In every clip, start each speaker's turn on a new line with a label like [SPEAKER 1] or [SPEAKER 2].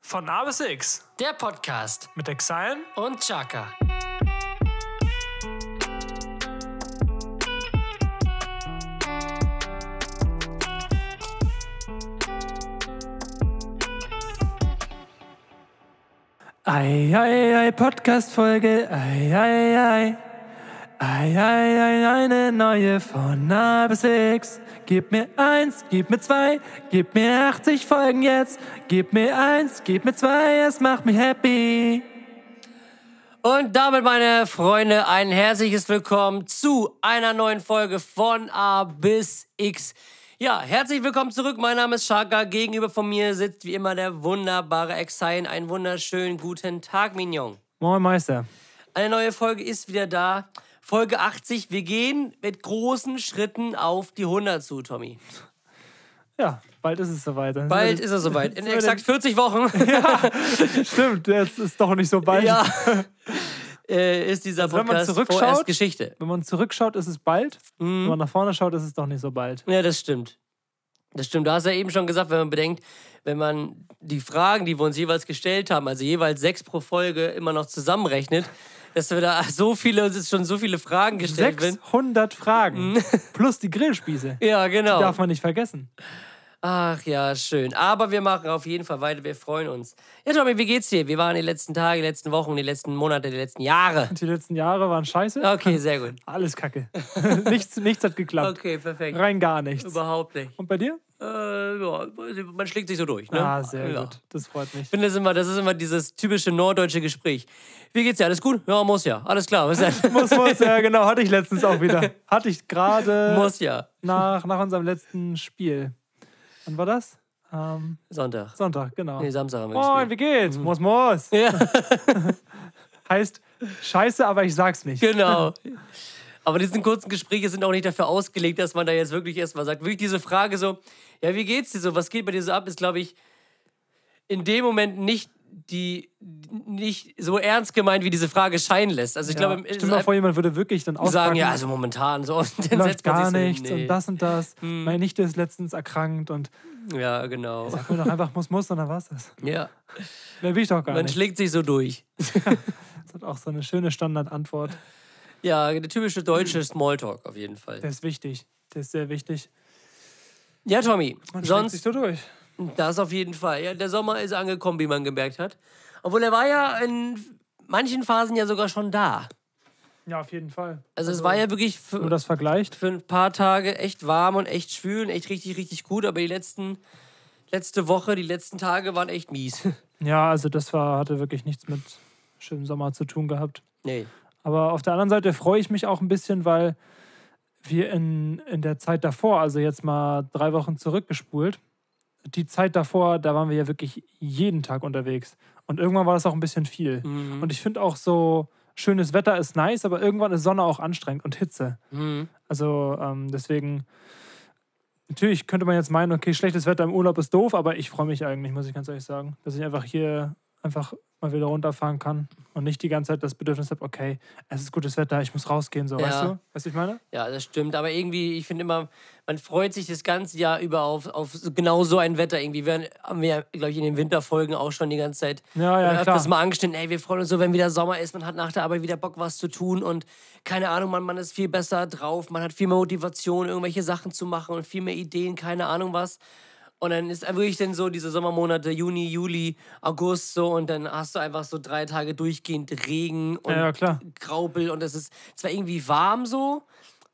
[SPEAKER 1] Von A bis X
[SPEAKER 2] Der Podcast
[SPEAKER 1] mit Exilen
[SPEAKER 2] und Chaka.
[SPEAKER 1] Ei, ei, ei, Podcast-Folge, ei, ei, ei. Ei, ei, ei, eine neue von A bis X. Gib mir eins, gib mir zwei, gib mir 80 Folgen jetzt. Gib mir eins, gib mir zwei, es macht mich happy.
[SPEAKER 2] Und damit, meine Freunde, ein herzliches Willkommen zu einer neuen Folge von A bis X. Ja, herzlich willkommen zurück. Mein Name ist Chaka. Gegenüber von mir sitzt wie immer der wunderbare Exile. Einen wunderschönen guten Tag, Mignon.
[SPEAKER 1] Moin Meister.
[SPEAKER 2] Eine neue Folge ist wieder da. Folge 80. Wir gehen mit großen Schritten auf die 100 zu, Tommy.
[SPEAKER 1] Ja, bald ist es soweit. Dann
[SPEAKER 2] Bald
[SPEAKER 1] sind
[SPEAKER 2] ist
[SPEAKER 1] wir-
[SPEAKER 2] er soweit. In
[SPEAKER 1] sind wir
[SPEAKER 2] exakt 40 Wochen.
[SPEAKER 1] Stimmt, das ist doch nicht so bald.
[SPEAKER 2] Ja. äh, ist dieser
[SPEAKER 1] wenn man
[SPEAKER 2] Podcast
[SPEAKER 1] zurückschaut-
[SPEAKER 2] vorerst Geschichte.
[SPEAKER 1] Wenn man zurückschaut, ist es bald. Wenn man nach vorne schaut, ist es doch nicht so bald.
[SPEAKER 2] Mhm. Ja, das stimmt. Das stimmt. Du hast ja eben schon gesagt, wenn man bedenkt, wenn man die Fragen, die wir uns jeweils gestellt haben, also jeweils sechs pro Folge, immer noch zusammenrechnet, dass wir da so viele, uns jetzt schon so viele Fragen gestellt werden.
[SPEAKER 1] 600 Fragen
[SPEAKER 2] Mhm.
[SPEAKER 1] plus die Grillspieße.
[SPEAKER 2] Ja, genau.
[SPEAKER 1] Darf man nicht vergessen.
[SPEAKER 2] Ach ja, schön. Aber wir machen auf jeden Fall weiter. Wir freuen uns. Ja, Tommy, wie geht's dir? Wie waren die letzten Tage, die letzten Wochen, die letzten Monate, die letzten Jahre?
[SPEAKER 1] Die letzten Jahre waren scheiße.
[SPEAKER 2] Okay, sehr gut.
[SPEAKER 1] Alles kacke. nichts, nichts hat geklappt.
[SPEAKER 2] Okay, perfekt.
[SPEAKER 1] Rein gar nichts.
[SPEAKER 2] Überhaupt nicht.
[SPEAKER 1] Und bei dir?
[SPEAKER 2] Äh, ja, man schlägt sich so durch. Ne?
[SPEAKER 1] Ah, sehr
[SPEAKER 2] ja.
[SPEAKER 1] gut. Das freut mich.
[SPEAKER 2] Ich finde, das ist, immer, das ist immer dieses typische norddeutsche Gespräch. Wie geht's dir? Alles gut? Ja, muss ja. Alles klar. Was denn?
[SPEAKER 1] Muss, muss, ja genau, hatte ich letztens auch wieder. Hatte ich gerade
[SPEAKER 2] muss ja.
[SPEAKER 1] nach, nach unserem letzten Spiel. Wann war das? Ähm,
[SPEAKER 2] Sonntag.
[SPEAKER 1] Sonntag, genau.
[SPEAKER 2] Nee, Samstag haben wir
[SPEAKER 1] Moin,
[SPEAKER 2] gespielt.
[SPEAKER 1] wie geht's? Muss, muss.
[SPEAKER 2] Mhm. Ja,
[SPEAKER 1] Heißt, scheiße, aber ich sag's nicht.
[SPEAKER 2] genau. Aber diese kurzen Gespräche sind auch nicht dafür ausgelegt, dass man da jetzt wirklich erstmal sagt. Wirklich diese Frage so, ja, wie geht's dir so? Was geht bei dir so ab? Ist, glaube ich, in dem Moment nicht die nicht so ernst gemeint, wie diese Frage scheinen lässt. Also ich
[SPEAKER 1] Ja,
[SPEAKER 2] glaube, es
[SPEAKER 1] stell
[SPEAKER 2] ist
[SPEAKER 1] mal vor, jemand würde wirklich dann auspacken,
[SPEAKER 2] sagen, ja, also momentan so. Und dann
[SPEAKER 1] läuft
[SPEAKER 2] setzt man
[SPEAKER 1] gar
[SPEAKER 2] sich so hin,
[SPEAKER 1] nichts
[SPEAKER 2] nee. Mhm.
[SPEAKER 1] und das und das. Meine Nichte ist letztens erkrankt und
[SPEAKER 2] Ja, genau.
[SPEAKER 1] sag mir doch einfach, muss, muss und dann war's das.
[SPEAKER 2] Ja.
[SPEAKER 1] Mehr will ich doch gar
[SPEAKER 2] Man
[SPEAKER 1] nicht.
[SPEAKER 2] schlägt sich so durch.
[SPEAKER 1] Das hat auch so eine schöne Standardantwort.
[SPEAKER 2] Ja, der typische deutsche Smalltalk auf jeden Fall.
[SPEAKER 1] Der ist wichtig. Der ist sehr wichtig.
[SPEAKER 2] Ja, Tommy,
[SPEAKER 1] Man schlägt sich
[SPEAKER 2] sonst
[SPEAKER 1] so durch.
[SPEAKER 2] das auf jeden Fall. Ja, der Sommer ist angekommen, wie man gemerkt hat. Obwohl er war ja in manchen Phasen ja sogar schon da.
[SPEAKER 1] Ja, auf jeden Fall.
[SPEAKER 2] Also, es war ja wirklich
[SPEAKER 1] Wenn man
[SPEAKER 2] für,
[SPEAKER 1] das vergleicht,
[SPEAKER 2] für ein paar Tage echt warm und echt schwül und echt richtig, richtig gut. Aber die letzten, letzte Woche, die letzten Tage waren echt mies.
[SPEAKER 1] ja, also das war, hatte wirklich nichts mit schönem Sommer zu tun gehabt.
[SPEAKER 2] nee.
[SPEAKER 1] Aber auf der anderen Seite freue ich mich auch ein bisschen, weil wir in, in der Zeit davor, also jetzt mal drei Wochen zurückgespult, die Zeit davor, da waren wir ja wirklich jeden Tag unterwegs. Und irgendwann war das auch ein bisschen viel.
[SPEAKER 2] Mhm.
[SPEAKER 1] Und ich finde auch so, schönes Wetter ist nice, aber irgendwann ist Sonne auch anstrengend und Hitze.
[SPEAKER 2] Mhm.
[SPEAKER 1] Also ähm, deswegen, natürlich könnte man jetzt meinen, okay, schlechtes Wetter im Urlaub ist doof, aber ich freue mich eigentlich, muss ich ganz ehrlich sagen, dass ich einfach hier einfach mal wieder runterfahren kann und nicht die ganze Zeit das Bedürfnis habe, okay, es ist gutes Wetter, ich muss rausgehen, so,
[SPEAKER 2] Ja.
[SPEAKER 1] weißt du? Weißt du, was ich meine?
[SPEAKER 2] Ja, das stimmt. Aber irgendwie, ich finde immer, man freut sich das ganze Jahr über auf, auf genau so ein Wetter. Irgendwie werden, haben wir, glaube ich, in den Winterfolgen auch schon die ganze Zeit
[SPEAKER 1] Ja, ja,
[SPEAKER 2] öfters
[SPEAKER 1] klar.
[SPEAKER 2] mal angeschnitten. Ey, wir freuen uns so, wenn wieder Sommer ist. Man hat nach der Arbeit wieder Bock, was zu tun. Und keine Ahnung, man, man ist viel besser drauf. Man hat viel mehr Motivation, irgendwelche Sachen zu machen und viel mehr Ideen, keine Ahnung was. Und dann ist wirklich dann so diese Sommermonate, Juni, Juli, August so. Und dann hast du einfach so drei Tage durchgehend Regen und
[SPEAKER 1] Ja, ja, klar.
[SPEAKER 2] Graupel. Und es ist zwar irgendwie warm so,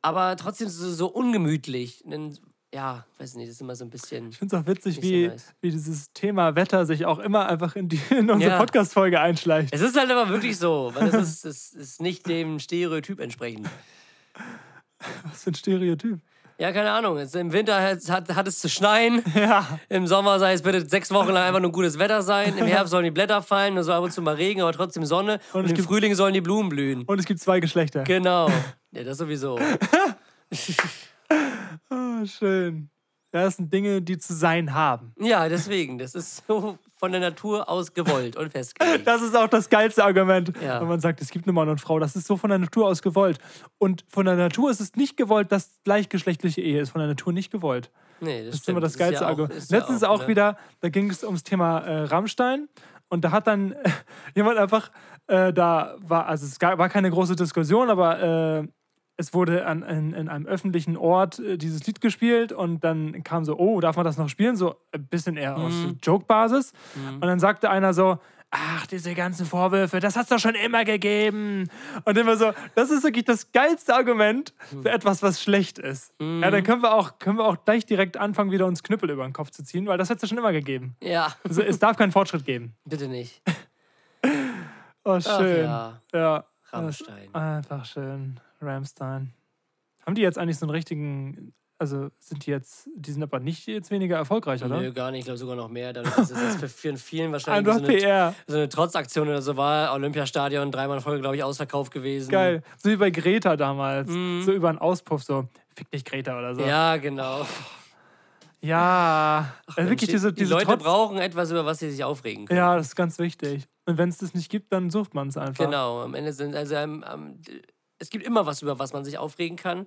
[SPEAKER 2] aber trotzdem so, so ungemütlich. Und Dann, ja, weiß nicht, das ist immer so ein bisschen.
[SPEAKER 1] Ich finde es auch witzig,
[SPEAKER 2] Nicht so
[SPEAKER 1] wie,
[SPEAKER 2] nice.
[SPEAKER 1] wie dieses Thema Wetter sich auch immer einfach in, die, in unsere
[SPEAKER 2] Ja.
[SPEAKER 1] Podcast-Folge einschleicht.
[SPEAKER 2] Es ist halt aber wirklich so, weil das ist, das ist nicht dem Stereotyp entsprechend.
[SPEAKER 1] Was für ein Stereotyp.
[SPEAKER 2] Ja, keine Ahnung. Jetzt Im Winter hat, hat, hat es zu schneien.
[SPEAKER 1] Ja,
[SPEAKER 2] Im Sommer soll es bitte sechs Wochen lang einfach nur gutes Wetter sein. Im Herbst sollen die Blätter fallen. Nur soll ab und zu mal Regen, aber trotzdem Sonne. Und,
[SPEAKER 1] es
[SPEAKER 2] im
[SPEAKER 1] gibt-
[SPEAKER 2] Frühling sollen die Blumen blühen.
[SPEAKER 1] und es gibt zwei Geschlechter.
[SPEAKER 2] Genau. Ja, das sowieso.
[SPEAKER 1] Ah, schön. Das sind Dinge, die zu sein haben.
[SPEAKER 2] Ja, deswegen. Das ist so von der Natur aus gewollt und festgelegt.
[SPEAKER 1] Das ist auch das geilste Argument,
[SPEAKER 2] Ja.
[SPEAKER 1] wenn man sagt, es gibt eine Mann und Frau. Das ist so von der Natur aus gewollt. Und von der Natur ist es nicht gewollt, dass gleichgeschlechtliche Ehe ist von der Natur nicht gewollt.
[SPEAKER 2] Nee,
[SPEAKER 1] Das ist
[SPEAKER 2] stimmt.
[SPEAKER 1] immer das geilste
[SPEAKER 2] ja auch-
[SPEAKER 1] Argument.
[SPEAKER 2] ist ja
[SPEAKER 1] Letztens auch,
[SPEAKER 2] ne?
[SPEAKER 1] wieder, da ging es ums Thema äh, Rammstein und da hat dann jemand einfach, äh, da war, also es gab, war keine große Diskussion, aber äh, es wurde an, in, in einem öffentlichen Ort äh, dieses Lied gespielt und dann kam so, oh, darf man das noch spielen? So ein bisschen eher aus
[SPEAKER 2] Mhm.
[SPEAKER 1] Joke-Basis. Und dann sagte einer so, Ach, diese ganzen Vorwürfe, das hat's doch schon immer gegeben. Und immer so, das ist wirklich das geilste Argument
[SPEAKER 2] Mhm.
[SPEAKER 1] für etwas, was schlecht ist. Ja, dann können wir, auch, können wir auch gleich direkt anfangen, wieder uns Knüppel über den Kopf zu ziehen, weil das hat's ja schon immer gegeben.
[SPEAKER 2] Ja,
[SPEAKER 1] Also, es darf keinen Fortschritt geben.
[SPEAKER 2] bitte nicht.
[SPEAKER 1] Oh,
[SPEAKER 2] Ach
[SPEAKER 1] schön.
[SPEAKER 2] ja,
[SPEAKER 1] Ja.
[SPEAKER 2] Rammstein.
[SPEAKER 1] Einfach schön. Ramstein. Haben die jetzt eigentlich so einen richtigen. Also sind die jetzt. Die sind aber nicht jetzt weniger erfolgreich, oder? Ah,
[SPEAKER 2] Nö, gar nicht. Ich glaube sogar noch mehr. Dadurch, dass es jetzt für vielen, vielen wahrscheinlich
[SPEAKER 1] Einfach
[SPEAKER 2] so eine,
[SPEAKER 1] PR.
[SPEAKER 2] so eine Trotzaktion oder so war. Olympiastadion, dreimal in Folge, glaube ich, ausverkauft gewesen.
[SPEAKER 1] Geil. So wie bei Greta damals. So über einen Auspuff, so. Fick dich, Greta oder so.
[SPEAKER 2] Mhm. Ja, genau.
[SPEAKER 1] Ja. Äh,
[SPEAKER 2] Mensch,
[SPEAKER 1] wirklich diese,
[SPEAKER 2] die
[SPEAKER 1] diese
[SPEAKER 2] Leute
[SPEAKER 1] Trotz-
[SPEAKER 2] brauchen etwas, über was sie sich aufregen können.
[SPEAKER 1] Ja, das ist ganz wichtig. Und wenn es das nicht gibt, dann sucht man es einfach.
[SPEAKER 2] Genau. Am Ende sind also am- am- es gibt immer was, über was man sich aufregen kann.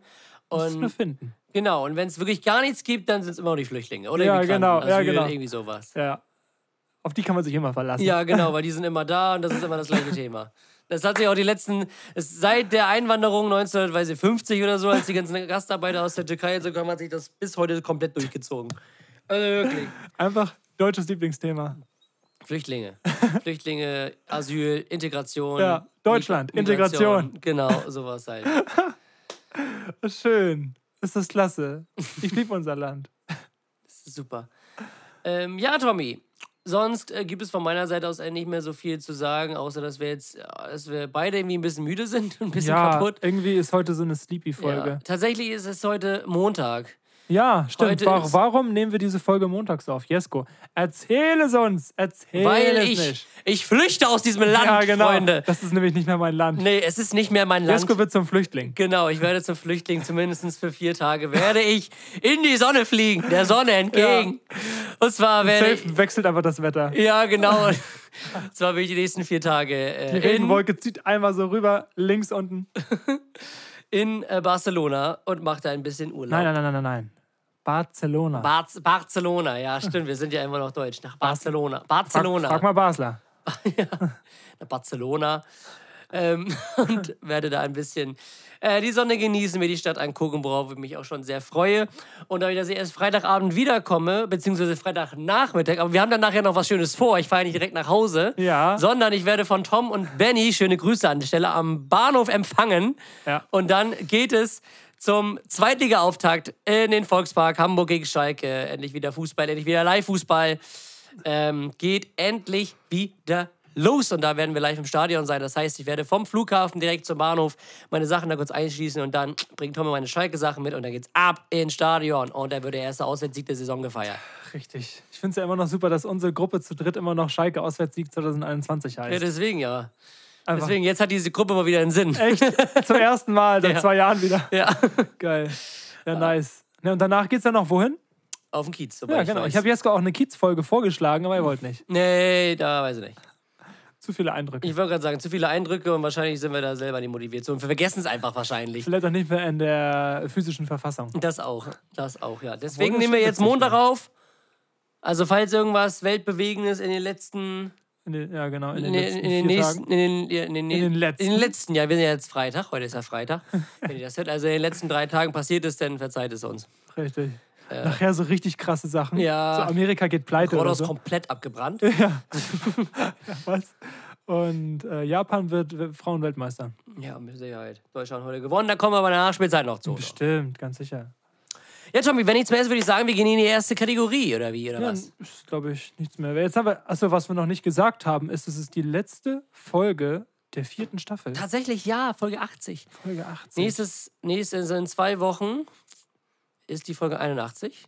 [SPEAKER 1] Das nur
[SPEAKER 2] Und
[SPEAKER 1] finden.
[SPEAKER 2] genau, und wenn es wirklich gar nichts gibt, dann sind es immer noch die Flüchtlinge. Oder
[SPEAKER 1] Ja,
[SPEAKER 2] die Migranten,
[SPEAKER 1] genau, ja,
[SPEAKER 2] Asyl,
[SPEAKER 1] genau.
[SPEAKER 2] irgendwie sowas.
[SPEAKER 1] Ja. Auf die kann man sich immer verlassen.
[SPEAKER 2] Ja, genau, weil die sind immer da und das ist immer das gleiche Thema. Das hat sich auch die letzten, es- seit der Einwanderung 1950 oder so, als die ganzen Gastarbeiter aus der Türkei und so kamen, hat sich das bis heute komplett durchgezogen. Also wirklich.
[SPEAKER 1] Einfach deutsches Lieblingsthema.
[SPEAKER 2] Flüchtlinge. Flüchtlinge, Asyl, Integration.
[SPEAKER 1] Ja, Deutschland,
[SPEAKER 2] Migra- Migration. Genau, sowas halt.
[SPEAKER 1] Schön. Ist das klasse. Ich liebe unser Land.
[SPEAKER 2] Das ist super. Ähm, ja, Tommy. Sonst äh, gibt es von meiner Seite aus eigentlich nicht mehr so viel zu sagen, außer dass wir jetzt, äh, dass wir beide irgendwie ein bisschen müde sind und ein bisschen
[SPEAKER 1] ja,
[SPEAKER 2] kaputt.
[SPEAKER 1] irgendwie ist heute so eine
[SPEAKER 2] Ja.
[SPEAKER 1] Sleepy-Folge.
[SPEAKER 2] Tatsächlich ist es heute Montag.
[SPEAKER 1] Ja, stimmt.
[SPEAKER 2] Heute
[SPEAKER 1] Wa-
[SPEAKER 2] ist-
[SPEAKER 1] warum nehmen wir diese Folge montags auf? Jesko, erzähl es uns. Erzähl
[SPEAKER 2] Weil
[SPEAKER 1] es
[SPEAKER 2] ich,
[SPEAKER 1] nicht.
[SPEAKER 2] ich flüchte aus diesem Land,
[SPEAKER 1] ja, genau.
[SPEAKER 2] Freunde.
[SPEAKER 1] Das ist nämlich nicht mehr mein Land.
[SPEAKER 2] Nee, es ist nicht mehr mein Land.
[SPEAKER 1] Jesko wird zum Flüchtling.
[SPEAKER 2] Genau, ich werde zum Flüchtling, zumindest für vier Tage werde ich in die Sonne fliegen, der Sonne entgegen. Und zwar werde ich,
[SPEAKER 1] Safe wechselt einfach das Wetter.
[SPEAKER 2] ja genau, und zwar will ich die nächsten vier Tage
[SPEAKER 1] Die
[SPEAKER 2] äh, in, Genau.
[SPEAKER 1] Regenwolke zieht einmal so rüber, links unten.
[SPEAKER 2] in äh, Barcelona und mache da ein bisschen Urlaub.
[SPEAKER 1] Nein, nein, nein, nein, nein, nein. Barcelona.
[SPEAKER 2] Bar Barcelona, ja stimmt, wir sind ja immer noch deutsch. Nach Barcelona. Barcelona.
[SPEAKER 1] Frag, frag mal Basler.
[SPEAKER 2] nach Barcelona ähm, und werde da ein bisschen äh, die Sonne genießen, mir die Stadt angucken, worauf ich mich auch schon sehr freue. Und da ich dass ich erst Freitagabend wiederkomme, beziehungsweise Freitagnachmittag, aber wir haben dann nachher noch was Schönes vor. Ich fahre nicht direkt nach Hause,
[SPEAKER 1] Ja.
[SPEAKER 2] sondern ich werde von Tom und Benny, schöne Grüße an der Stelle, am Bahnhof empfangen.
[SPEAKER 1] Ja.
[SPEAKER 2] Und dann geht es zum Zweitliga-Auftakt in den Volkspark Hamburg gegen Schalke. Endlich wieder Fußball, endlich wieder Live-Fußball. Ähm, geht endlich wieder los. Und da werden wir live im Stadion sein. Das heißt, ich werde vom Flughafen direkt zum Bahnhof meine Sachen da kurz einschließen und dann bringt Tommy meine Schalke-Sachen mit und dann geht's ab ins Stadion. Und da wird der erste Auswärtssieg der Saison gefeiert.
[SPEAKER 1] Richtig. Ich finde es ja immer noch super, dass unsere Gruppe zu dritt immer noch Schalke Auswärtssieg 2021
[SPEAKER 2] Ja,
[SPEAKER 1] heißt.
[SPEAKER 2] deswegen ja.
[SPEAKER 1] Einfach.
[SPEAKER 2] Deswegen, jetzt hat diese Gruppe mal wieder einen Sinn.
[SPEAKER 1] Echt? Zum ersten Mal seit
[SPEAKER 2] Ja.
[SPEAKER 1] zwei Jahren wieder.
[SPEAKER 2] Ja. Ah.
[SPEAKER 1] Geil. Ja, nice. Ja, und danach geht's dann noch wohin?
[SPEAKER 2] Auf den Kiez. soweit
[SPEAKER 1] Ja, genau.
[SPEAKER 2] weiß.
[SPEAKER 1] Ich habe Jesko auch eine Kiez-Folge vorgeschlagen, aber ihr wollt nicht.
[SPEAKER 2] nee, da weiß ich nicht.
[SPEAKER 1] Zu viele Eindrücke.
[SPEAKER 2] Ich wollte gerade sagen, zu viele Eindrücke und wahrscheinlich sind wir da selber nicht motiviert. So, und wir vergessen es einfach wahrscheinlich.
[SPEAKER 1] Vielleicht auch nicht mehr in der physischen Verfassung.
[SPEAKER 2] Das auch, das auch, ja. Deswegen
[SPEAKER 1] das
[SPEAKER 2] nehmen wir
[SPEAKER 1] schon
[SPEAKER 2] jetzt
[SPEAKER 1] witzig
[SPEAKER 2] Montag auf. Also falls irgendwas Weltbewegendes in den letzten,
[SPEAKER 1] In den, ja, genau. In
[SPEAKER 2] in
[SPEAKER 1] den letzten
[SPEAKER 2] den, in den
[SPEAKER 1] vier
[SPEAKER 2] nächsten,
[SPEAKER 1] Tagen.
[SPEAKER 2] in den, in, den,
[SPEAKER 1] In den letzten.
[SPEAKER 2] in den letzten, ja, wir sind ja jetzt Freitag, heute ist ja Freitag, wenn ihr das hört. Also in den letzten drei Tagen passiert es, dann verzeiht es uns.
[SPEAKER 1] Richtig. Nachher so richtig krasse Sachen.
[SPEAKER 2] Ja.
[SPEAKER 1] So Amerika geht pleite oder
[SPEAKER 2] Rodos
[SPEAKER 1] so.
[SPEAKER 2] komplett abgebrannt.
[SPEAKER 1] Was? Und äh, Japan wird wird Frauenweltmeister.
[SPEAKER 2] Ja, mit Sicherheit. Deutschland heute gewonnen, da kommen wir bei der Nachspielzeit noch zu.
[SPEAKER 1] Bestimmt, ganz sicher.
[SPEAKER 2] Ja, Tommy, wenn nichts mehr ist, würde ich sagen, wir gehen in die erste Kategorie, oder wie, oder
[SPEAKER 1] Ja,
[SPEAKER 2] was?
[SPEAKER 1] ist, glaube ich, nichts mehr. Jetzt haben wir, also was wir noch nicht gesagt haben, ist, es ist die letzte Folge der vierten Staffel.
[SPEAKER 2] Tatsächlich ja, Folge 80.
[SPEAKER 1] Folge 18.
[SPEAKER 2] Nächstes, nächstes also in zwei Wochen ist die Folge 81.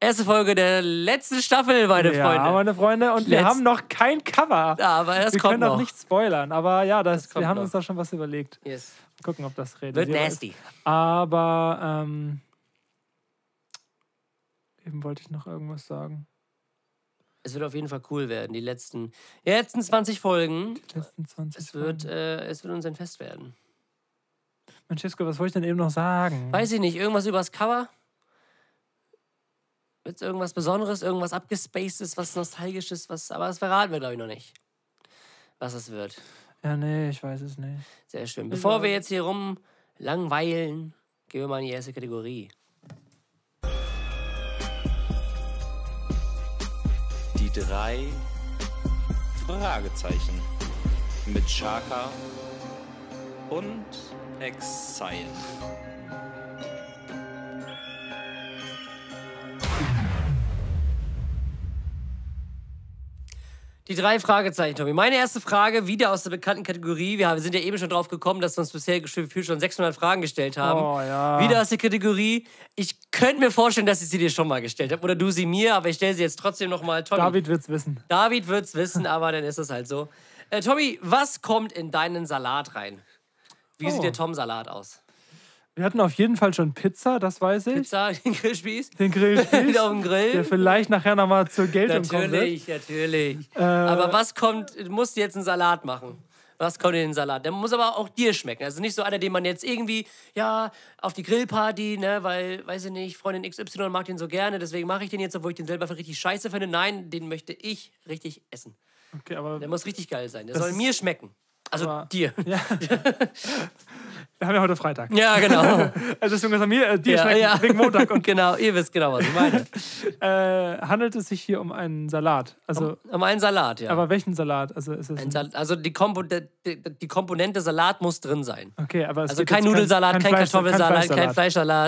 [SPEAKER 2] Erste Folge der letzten Staffel, meine
[SPEAKER 1] ja,
[SPEAKER 2] Freunde.
[SPEAKER 1] meine Freunde. Und wir
[SPEAKER 2] Letz-
[SPEAKER 1] haben noch kein Cover.
[SPEAKER 2] Ja, aber das
[SPEAKER 1] wir
[SPEAKER 2] kommt
[SPEAKER 1] können auch
[SPEAKER 2] noch.
[SPEAKER 1] nicht spoilern, aber ja, das,
[SPEAKER 2] kommt
[SPEAKER 1] wir haben
[SPEAKER 2] noch.
[SPEAKER 1] uns da schon was überlegt.
[SPEAKER 2] Yes.
[SPEAKER 1] Gucken, ob das redet.
[SPEAKER 2] Wird nasty.
[SPEAKER 1] Aber ähm, eben wollte ich noch irgendwas sagen.
[SPEAKER 2] Es wird auf jeden Fall cool werden, die letzten, die letzten 20 Folgen.
[SPEAKER 1] Die letzten 20
[SPEAKER 2] Es wird,
[SPEAKER 1] Folgen.
[SPEAKER 2] äh, es wird uns ein Fest werden.
[SPEAKER 1] Francesco, was wollte ich denn eben noch sagen?
[SPEAKER 2] Weiß ich nicht, irgendwas übers Cover? Jetzt irgendwas Besonderes, irgendwas abgespacedes, was Nostalgisches, was. Aber das verraten wir, glaube ich, noch nicht. Was es wird.
[SPEAKER 1] Ja, nee, ich weiß es nicht.
[SPEAKER 2] Sehr schön. Bevor wir jetzt hier rum langweilen, gehen wir mal in die erste Kategorie.
[SPEAKER 3] Die drei Fragezeichen mit Chaka und Exile.
[SPEAKER 2] Die drei Fragezeichen, Tommy. Meine erste Frage, wieder aus der bekannten Kategorie. Wir haben- sind ja eben schon drauf gekommen, dass wir uns bisher gefühlt schon 600 Fragen gestellt haben.
[SPEAKER 1] Oh, ja.
[SPEAKER 2] Wieder aus der Kategorie. Ich könnte mir vorstellen, dass ich sie dir schon mal gestellt habe. Oder du sie mir, aber ich stelle sie jetzt trotzdem nochmal. Tommy.
[SPEAKER 1] David wird's wissen.
[SPEAKER 2] David wird's wissen, aber dann ist es halt so. Äh, Tommy, was kommt in deinen Salat rein? Wie
[SPEAKER 1] Oh.
[SPEAKER 2] sieht der Tom-Salat aus?
[SPEAKER 1] Wir hatten auf jeden Fall schon Pizza, das weiß ich.
[SPEAKER 2] Pizza, den Grillspieß?
[SPEAKER 1] Den Grill,
[SPEAKER 2] Wieder auf dem Grill?
[SPEAKER 1] der vielleicht nachher nochmal zur Geltung kommen wird. Äh,
[SPEAKER 2] Natürlich, natürlich. aber was kommt, du musst jetzt einen Salat machen. Was kommt in den Salat? Der muss aber auch dir schmecken. Also nicht so einer, den man jetzt irgendwie, ja, auf die Grillparty, ne, weil, weiß ich nicht, Freundin XY mag den so gerne, deswegen mache ich den jetzt, obwohl ich den selber für richtig scheiße finde. Nein, den möchte ich richtig essen.
[SPEAKER 1] Okay, aber
[SPEAKER 2] Der muss richtig geil sein. Der
[SPEAKER 1] Das
[SPEAKER 2] soll
[SPEAKER 1] ist-
[SPEAKER 2] mir schmecken. Also
[SPEAKER 1] Aber-
[SPEAKER 2] dir.
[SPEAKER 1] ja. wir haben ja heute Freitag.
[SPEAKER 2] Ja, genau.
[SPEAKER 1] Also deswegen ist an mir, äh, dir
[SPEAKER 2] ja,
[SPEAKER 1] schmeckt
[SPEAKER 2] ja.
[SPEAKER 1] wegen Montag. Und,
[SPEAKER 2] genau, ihr wisst genau, was ich meine.
[SPEAKER 1] äh, handelt es sich hier um einen Salat? Also,
[SPEAKER 2] Aber ein Salat, ja.
[SPEAKER 1] aber welchen Salat? Also ist es
[SPEAKER 2] Um Ein Sal- also die, Kompo die, die Komponente Salat muss drin sein.
[SPEAKER 1] okay, aber es
[SPEAKER 2] Also
[SPEAKER 1] geht
[SPEAKER 2] kein
[SPEAKER 1] jetzt
[SPEAKER 2] Nudelsalat, kein,
[SPEAKER 1] Fleisch-
[SPEAKER 2] Kartoffelsalat, kein
[SPEAKER 1] Fleischsalat.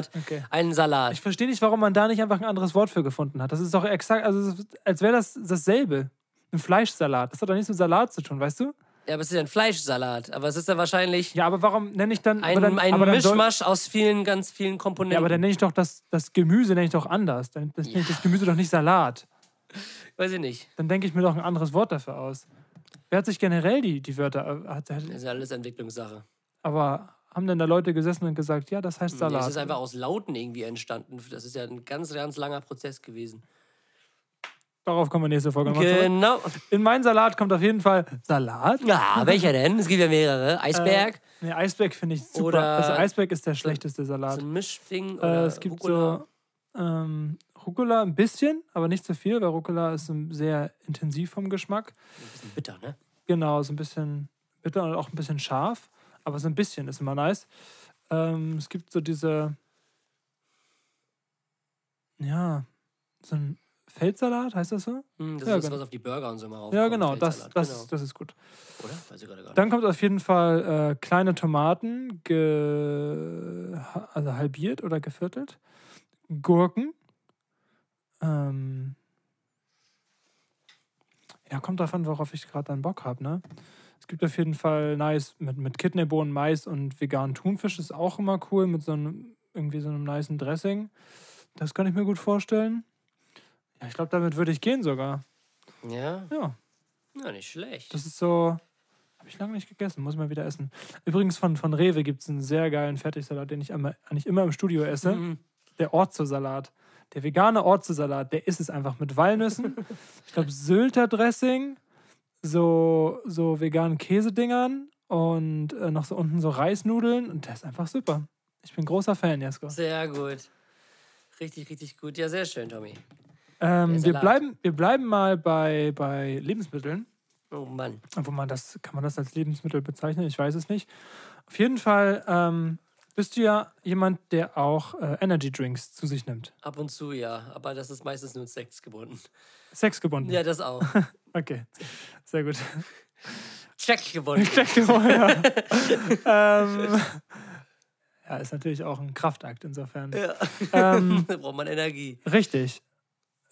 [SPEAKER 2] Fleischsalat,
[SPEAKER 1] Okay.
[SPEAKER 2] einen Salat.
[SPEAKER 1] Ich verstehe nicht, warum man da nicht einfach ein anderes Wort für gefunden hat. Das ist doch exakt, also es ist- als wäre das dasselbe. Ein Fleischsalat. Das hat doch nichts mit Salat zu tun, weißt du?
[SPEAKER 2] ja, aber es ist ja ein Fleischsalat. Aber es ist ja wahrscheinlich
[SPEAKER 1] Ja, aber warum nenne ich dann.
[SPEAKER 2] ein,
[SPEAKER 1] aber dann,
[SPEAKER 2] ein
[SPEAKER 1] aber dann soll-
[SPEAKER 2] Mischmasch aus vielen, ganz vielen
[SPEAKER 1] Ja, aber
[SPEAKER 2] Komponenten.
[SPEAKER 1] dann nenne ich doch das, das Gemüse nenne ich doch anders. Dann das, nenne ich das Gemüse doch nicht Salat.
[SPEAKER 2] Weiß ich nicht.
[SPEAKER 1] Dann denke ich mir doch ein anderes Wort dafür aus. Wer hat sich generell die, die Wörter. äh, Hat, hat,
[SPEAKER 2] Das ist ja alles Entwicklungssache.
[SPEAKER 1] aber haben denn da Leute gesessen und gesagt, ja, das heißt
[SPEAKER 2] Nee,
[SPEAKER 1] Salat?
[SPEAKER 2] es ist einfach aus Lauten irgendwie entstanden. Das ist ja ein ganz, ganz langer Prozess gewesen.
[SPEAKER 1] Darauf kommen wir nächste Folge nochmal zurück.
[SPEAKER 2] Genau.
[SPEAKER 1] In meinen Salat kommt auf jeden Fall Salat.
[SPEAKER 2] Na, welcher denn? Es gibt ja
[SPEAKER 1] Äh,
[SPEAKER 2] mehrere. Eisberg,
[SPEAKER 1] Nee, Eisberg finde ich super.
[SPEAKER 2] Oder-
[SPEAKER 1] also Eisberg ist der schlechteste Salat.
[SPEAKER 2] so ein Mischding.
[SPEAKER 1] Äh,
[SPEAKER 2] Oder
[SPEAKER 1] es gibt
[SPEAKER 2] Rucola.
[SPEAKER 1] so ähm, Rucola ein bisschen, aber nicht so viel, weil Rucola ist ähm, sehr intensiv vom Geschmack.
[SPEAKER 2] Bitter, ne?
[SPEAKER 1] Genau, so ein bisschen bitter und auch ein bisschen scharf, aber so ein bisschen ist immer nice. Ähm, es gibt so diese, ja, so ein Feldsalat, heißt das so?
[SPEAKER 2] Hm, das
[SPEAKER 1] Ja,
[SPEAKER 2] ist das,
[SPEAKER 1] genau.
[SPEAKER 2] was auf die Burger und so immer raufkommt.
[SPEAKER 1] Ja, genau, das,
[SPEAKER 2] Feldsalat,
[SPEAKER 1] das,
[SPEAKER 2] genau.
[SPEAKER 1] das ist gut.
[SPEAKER 2] Oder? Weiß ich gerade gar nicht.
[SPEAKER 1] Dann kommt auf jeden Fall äh, kleine Tomaten, ge ha- also halbiert oder geviertelt. Gurken. Ähm ja, kommt davon, worauf ich gerade dann Bock habe, ne? Es gibt auf jeden Fall nice mit, mit Kidneybohnen, Mais und veganen Thunfisch ist auch immer cool mit so einem irgendwie so einem niceen Dressing. Das kann ich mir gut vorstellen. Ja, ich glaube, damit würde ich gehen sogar.
[SPEAKER 2] Ja,
[SPEAKER 1] Ja.
[SPEAKER 2] ja nicht schlecht.
[SPEAKER 1] Das ist so. Habe ich lange nicht gegessen, muss ich mal wieder essen. Übrigens von, von Rewe gibt es einen sehr geilen Fertigsalat, den ich einmal, eigentlich immer im Studio esse.
[SPEAKER 2] Mhm. Hm.
[SPEAKER 1] Der Orzo-Salat. Der vegane Orzo-Salat, der ist es einfach mit Walnüssen. ich glaube, Sylter Dressing, so, so veganen Käsedingern und äh, noch so unten so Reisnudeln. Und der ist einfach super. Ich bin großer Fan, Jesko.
[SPEAKER 2] Sehr gut. Richtig, richtig gut. Ja, sehr schön, Tommy. der
[SPEAKER 1] Ähm, wir,
[SPEAKER 2] Salat.
[SPEAKER 1] bleiben, wir bleiben mal bei, bei Lebensmitteln.
[SPEAKER 2] Oh Mann.
[SPEAKER 1] Obwohl man das, kann man das als Lebensmittel bezeichnen? Ich weiß es nicht. Auf jeden Fall ähm, bist du ja jemand, der auch äh, Energy Drinks zu sich nimmt.
[SPEAKER 2] Ab und zu ja, aber das ist meistens nur Sex gebunden.
[SPEAKER 1] Sex gebunden.
[SPEAKER 2] Ja, das auch.
[SPEAKER 1] Okay. Sehr gut.
[SPEAKER 2] Check gebunden.
[SPEAKER 1] Check vorher. ähm, ja, ist natürlich auch ein Kraftakt insofern.
[SPEAKER 2] Ja.
[SPEAKER 1] Ähm,
[SPEAKER 2] da braucht man Energie.
[SPEAKER 1] richtig.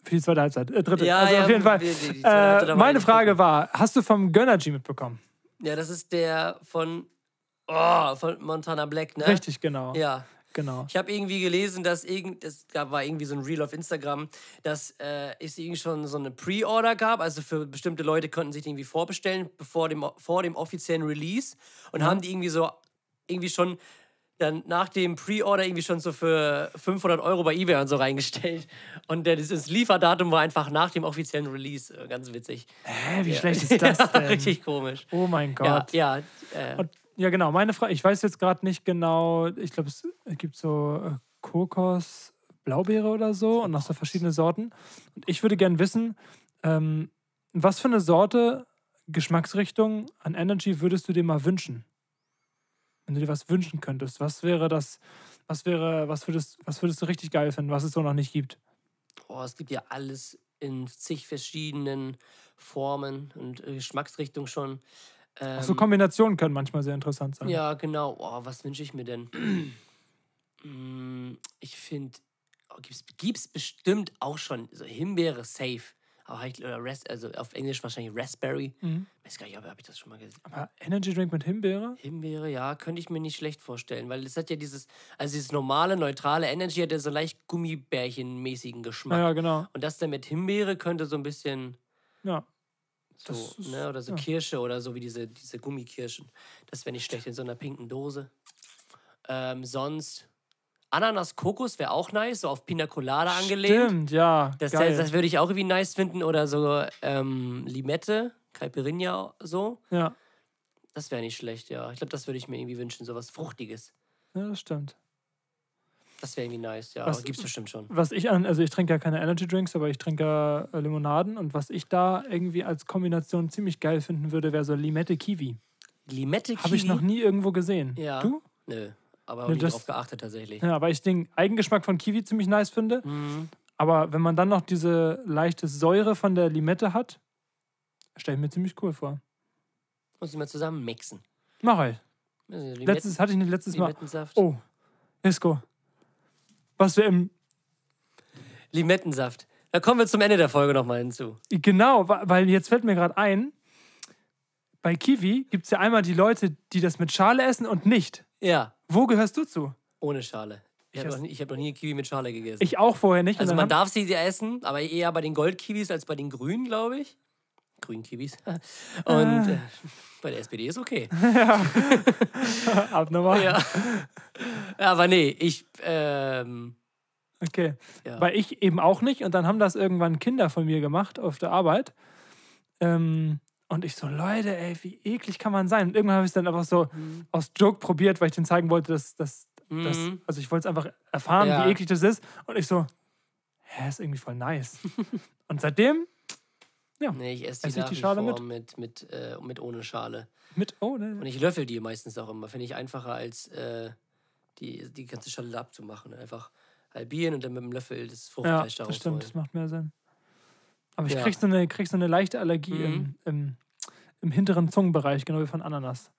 [SPEAKER 1] Für die zweite Halbzeit. Äh, dritte.
[SPEAKER 2] Ja,
[SPEAKER 1] also
[SPEAKER 2] ja,
[SPEAKER 1] auf jeden Fall.
[SPEAKER 2] die- die- die zweite Halbzeit
[SPEAKER 1] äh,
[SPEAKER 2] haben wir
[SPEAKER 1] meine
[SPEAKER 2] nicht
[SPEAKER 1] Frage war: Hast du vom Gönnergy mitbekommen?
[SPEAKER 2] Ja, das ist der von, oh, von Montana Black, ne?
[SPEAKER 1] Richtig, genau.
[SPEAKER 2] Ja.
[SPEAKER 1] Genau.
[SPEAKER 2] Ich habe irgendwie gelesen, dass irgend, es gab, war irgendwie so ein Reel auf Instagram, dass äh, es irgendwie schon so eine Pre-Order gab. Also für bestimmte Leute konnten sich die irgendwie vorbestellen bevor dem, vor dem offiziellen Release und
[SPEAKER 1] Mhm.
[SPEAKER 2] haben die irgendwie so irgendwie schon dann nach dem Pre-Order irgendwie schon so für 500 Euro bei eBay und so reingestellt. Und der, das das Lieferdatum war einfach nach dem offiziellen Release. Äh, Ganz witzig.
[SPEAKER 1] Hä, wie schlecht ist das denn?
[SPEAKER 2] Richtig komisch.
[SPEAKER 1] Oh mein Gott.
[SPEAKER 2] Ja, ja. Äh,
[SPEAKER 1] Und, ja, genau. Meine Frage, ich weiß jetzt gerade nicht genau, ich glaube, es gibt so äh, Kokos, Blaubeere oder so und noch so verschiedene Sorten. Und ich würde gerne wissen, ähm, was für eine Sorte, Geschmacksrichtung an Energy würdest du dir mal wünschen? Wenn du dir was wünschen könntest, was wäre das, was wäre, was würdest, was würdest du richtig geil finden, was es so noch nicht gibt?
[SPEAKER 2] Oh, es gibt ja alles in zig verschiedenen Formen und äh, Geschmacksrichtungen schon. Ähm,
[SPEAKER 1] Auch so Kombinationen können manchmal sehr interessant sein.
[SPEAKER 2] Ja, genau. Oh, was wünsche ich mir denn? Mm, ich finde, oh, gibt's, gibt's bestimmt auch schon so Himbeere safe. Aber halt, oder Ras- also auf Englisch wahrscheinlich Raspberry.
[SPEAKER 1] Mhm.
[SPEAKER 2] Weiß gar nicht, ob, ob ich das schon mal gesehen habe.
[SPEAKER 1] Aber Energy Drink mit Himbeere?
[SPEAKER 2] Himbeere, ja, könnte ich mir nicht schlecht vorstellen, weil es hat ja dieses, also dieses normale, neutrale Energy hat ja so leicht Gummibärchen-mäßigen Geschmack.
[SPEAKER 1] Ja, ja, genau.
[SPEAKER 2] Und das dann mit Himbeere könnte so ein bisschen
[SPEAKER 1] Ja.
[SPEAKER 2] so,
[SPEAKER 1] Das ist-
[SPEAKER 2] ne, oder so
[SPEAKER 1] ja.
[SPEAKER 2] Kirsche oder so wie diese, diese Gummikirschen. Das wäre nicht schlecht in so einer pinken Dose. Ähm, sonst Ananas Kokos wäre auch nice, so auf Pina Colada angelehnt.
[SPEAKER 1] Stimmt, ja.
[SPEAKER 2] Das,
[SPEAKER 1] geil.
[SPEAKER 2] das würde ich auch irgendwie nice finden. Oder so ähm, Limette, Caipirinha, so.
[SPEAKER 1] ja.
[SPEAKER 2] Das wäre nicht schlecht, ja. Ich glaube, das würde ich mir irgendwie wünschen, sowas Fruchtiges.
[SPEAKER 1] ja, das stimmt.
[SPEAKER 2] Das wäre irgendwie nice, ja.
[SPEAKER 1] Was-
[SPEAKER 2] Aber gibt's bestimmt schon.
[SPEAKER 1] Was ich an, also ich trinke ja keine Energy Drinks, aber ich trinke ja äh, Limonaden und was ich da irgendwie als Kombination ziemlich geil finden würde, wäre so Limette Kiwi.
[SPEAKER 2] Limette
[SPEAKER 1] Habe ich
[SPEAKER 2] Kiwi?
[SPEAKER 1] noch nie irgendwo gesehen.
[SPEAKER 2] Ja.
[SPEAKER 1] Du?
[SPEAKER 2] Nö, aber auch
[SPEAKER 1] Nö,
[SPEAKER 2] nie
[SPEAKER 1] das-
[SPEAKER 2] drauf geachtet tatsächlich.
[SPEAKER 1] Ja, weil ich den Eigengeschmack von Kiwi ziemlich nice finde.
[SPEAKER 2] Mhm.
[SPEAKER 1] Aber wenn man dann noch diese leichte Säure von der Limette hat, stelle ich mir ziemlich cool vor.
[SPEAKER 2] Muss ich mal zusammen mixen.
[SPEAKER 1] Mach ich.
[SPEAKER 2] Also Limetten-
[SPEAKER 1] Letztes hatte ich nicht letztes Mal.
[SPEAKER 2] Limettensaft.
[SPEAKER 1] Oh, Isco. Was wir im.
[SPEAKER 2] Limettensaft. Da kommen wir zum Ende der Folge nochmal hinzu.
[SPEAKER 1] Genau, wa- weil jetzt fällt mir gerade ein, bei Kiwi gibt es ja einmal die Leute, die das mit Schale essen und nicht.
[SPEAKER 2] Ja,
[SPEAKER 1] Wo gehörst du zu?
[SPEAKER 2] ohne Schale.
[SPEAKER 1] Ich
[SPEAKER 2] Ich, habe
[SPEAKER 1] ess-
[SPEAKER 2] noch, nie- ich hab noch nie Kiwi mit Schale gegessen.
[SPEAKER 1] Ich auch vorher nicht.
[SPEAKER 2] also
[SPEAKER 1] und
[SPEAKER 2] man
[SPEAKER 1] dann
[SPEAKER 2] darf sie ja essen, aber eher bei den Goldkiwis als bei den Grünen, glaube ich. Grünkiwis.
[SPEAKER 1] Ah.
[SPEAKER 2] Und äh, bei der SPD ist okay.
[SPEAKER 1] hab- abnormal.
[SPEAKER 2] ja. Aber nee, ich. Ähm,
[SPEAKER 1] Okay.
[SPEAKER 2] Ja.
[SPEAKER 1] Weil ich eben auch nicht. Und dann haben das irgendwann Kinder von mir gemacht auf der Arbeit. Ähm, und ich so, Leute, ey, wie eklig kann man sein? Und irgendwann habe ich es dann einfach so aus Joke probiert, weil ich denen zeigen wollte, dass, dass, dass
[SPEAKER 2] Mhm.
[SPEAKER 1] also ich wollte es einfach erfahren,
[SPEAKER 2] Ja.
[SPEAKER 1] wie eklig das ist. Und ich so, hä, ist irgendwie voll nice. und seitdem
[SPEAKER 2] nee, ich esse die,
[SPEAKER 1] Ess ich
[SPEAKER 2] nach
[SPEAKER 1] die
[SPEAKER 2] wie
[SPEAKER 1] Schale
[SPEAKER 2] vor mit, mit, äh, mit ohne Schale.
[SPEAKER 1] mit, oh, ne.
[SPEAKER 2] Und ich löffel die meistens auch immer. Finde ich einfacher, als äh, die, die ganze Schale da abzumachen. Einfach halbieren und dann mit dem Löffel das
[SPEAKER 1] Ja,
[SPEAKER 2] Fruchtfleisch
[SPEAKER 1] das
[SPEAKER 2] daraus
[SPEAKER 1] stimmt,
[SPEAKER 2] holen.
[SPEAKER 1] das macht mehr Sinn. Aber ich
[SPEAKER 2] Ja.
[SPEAKER 1] krieg, so eine, krieg so eine leichte Allergie
[SPEAKER 2] Mhm.
[SPEAKER 1] im, im, im hinteren Zungenbereich, genau wie von Ananas.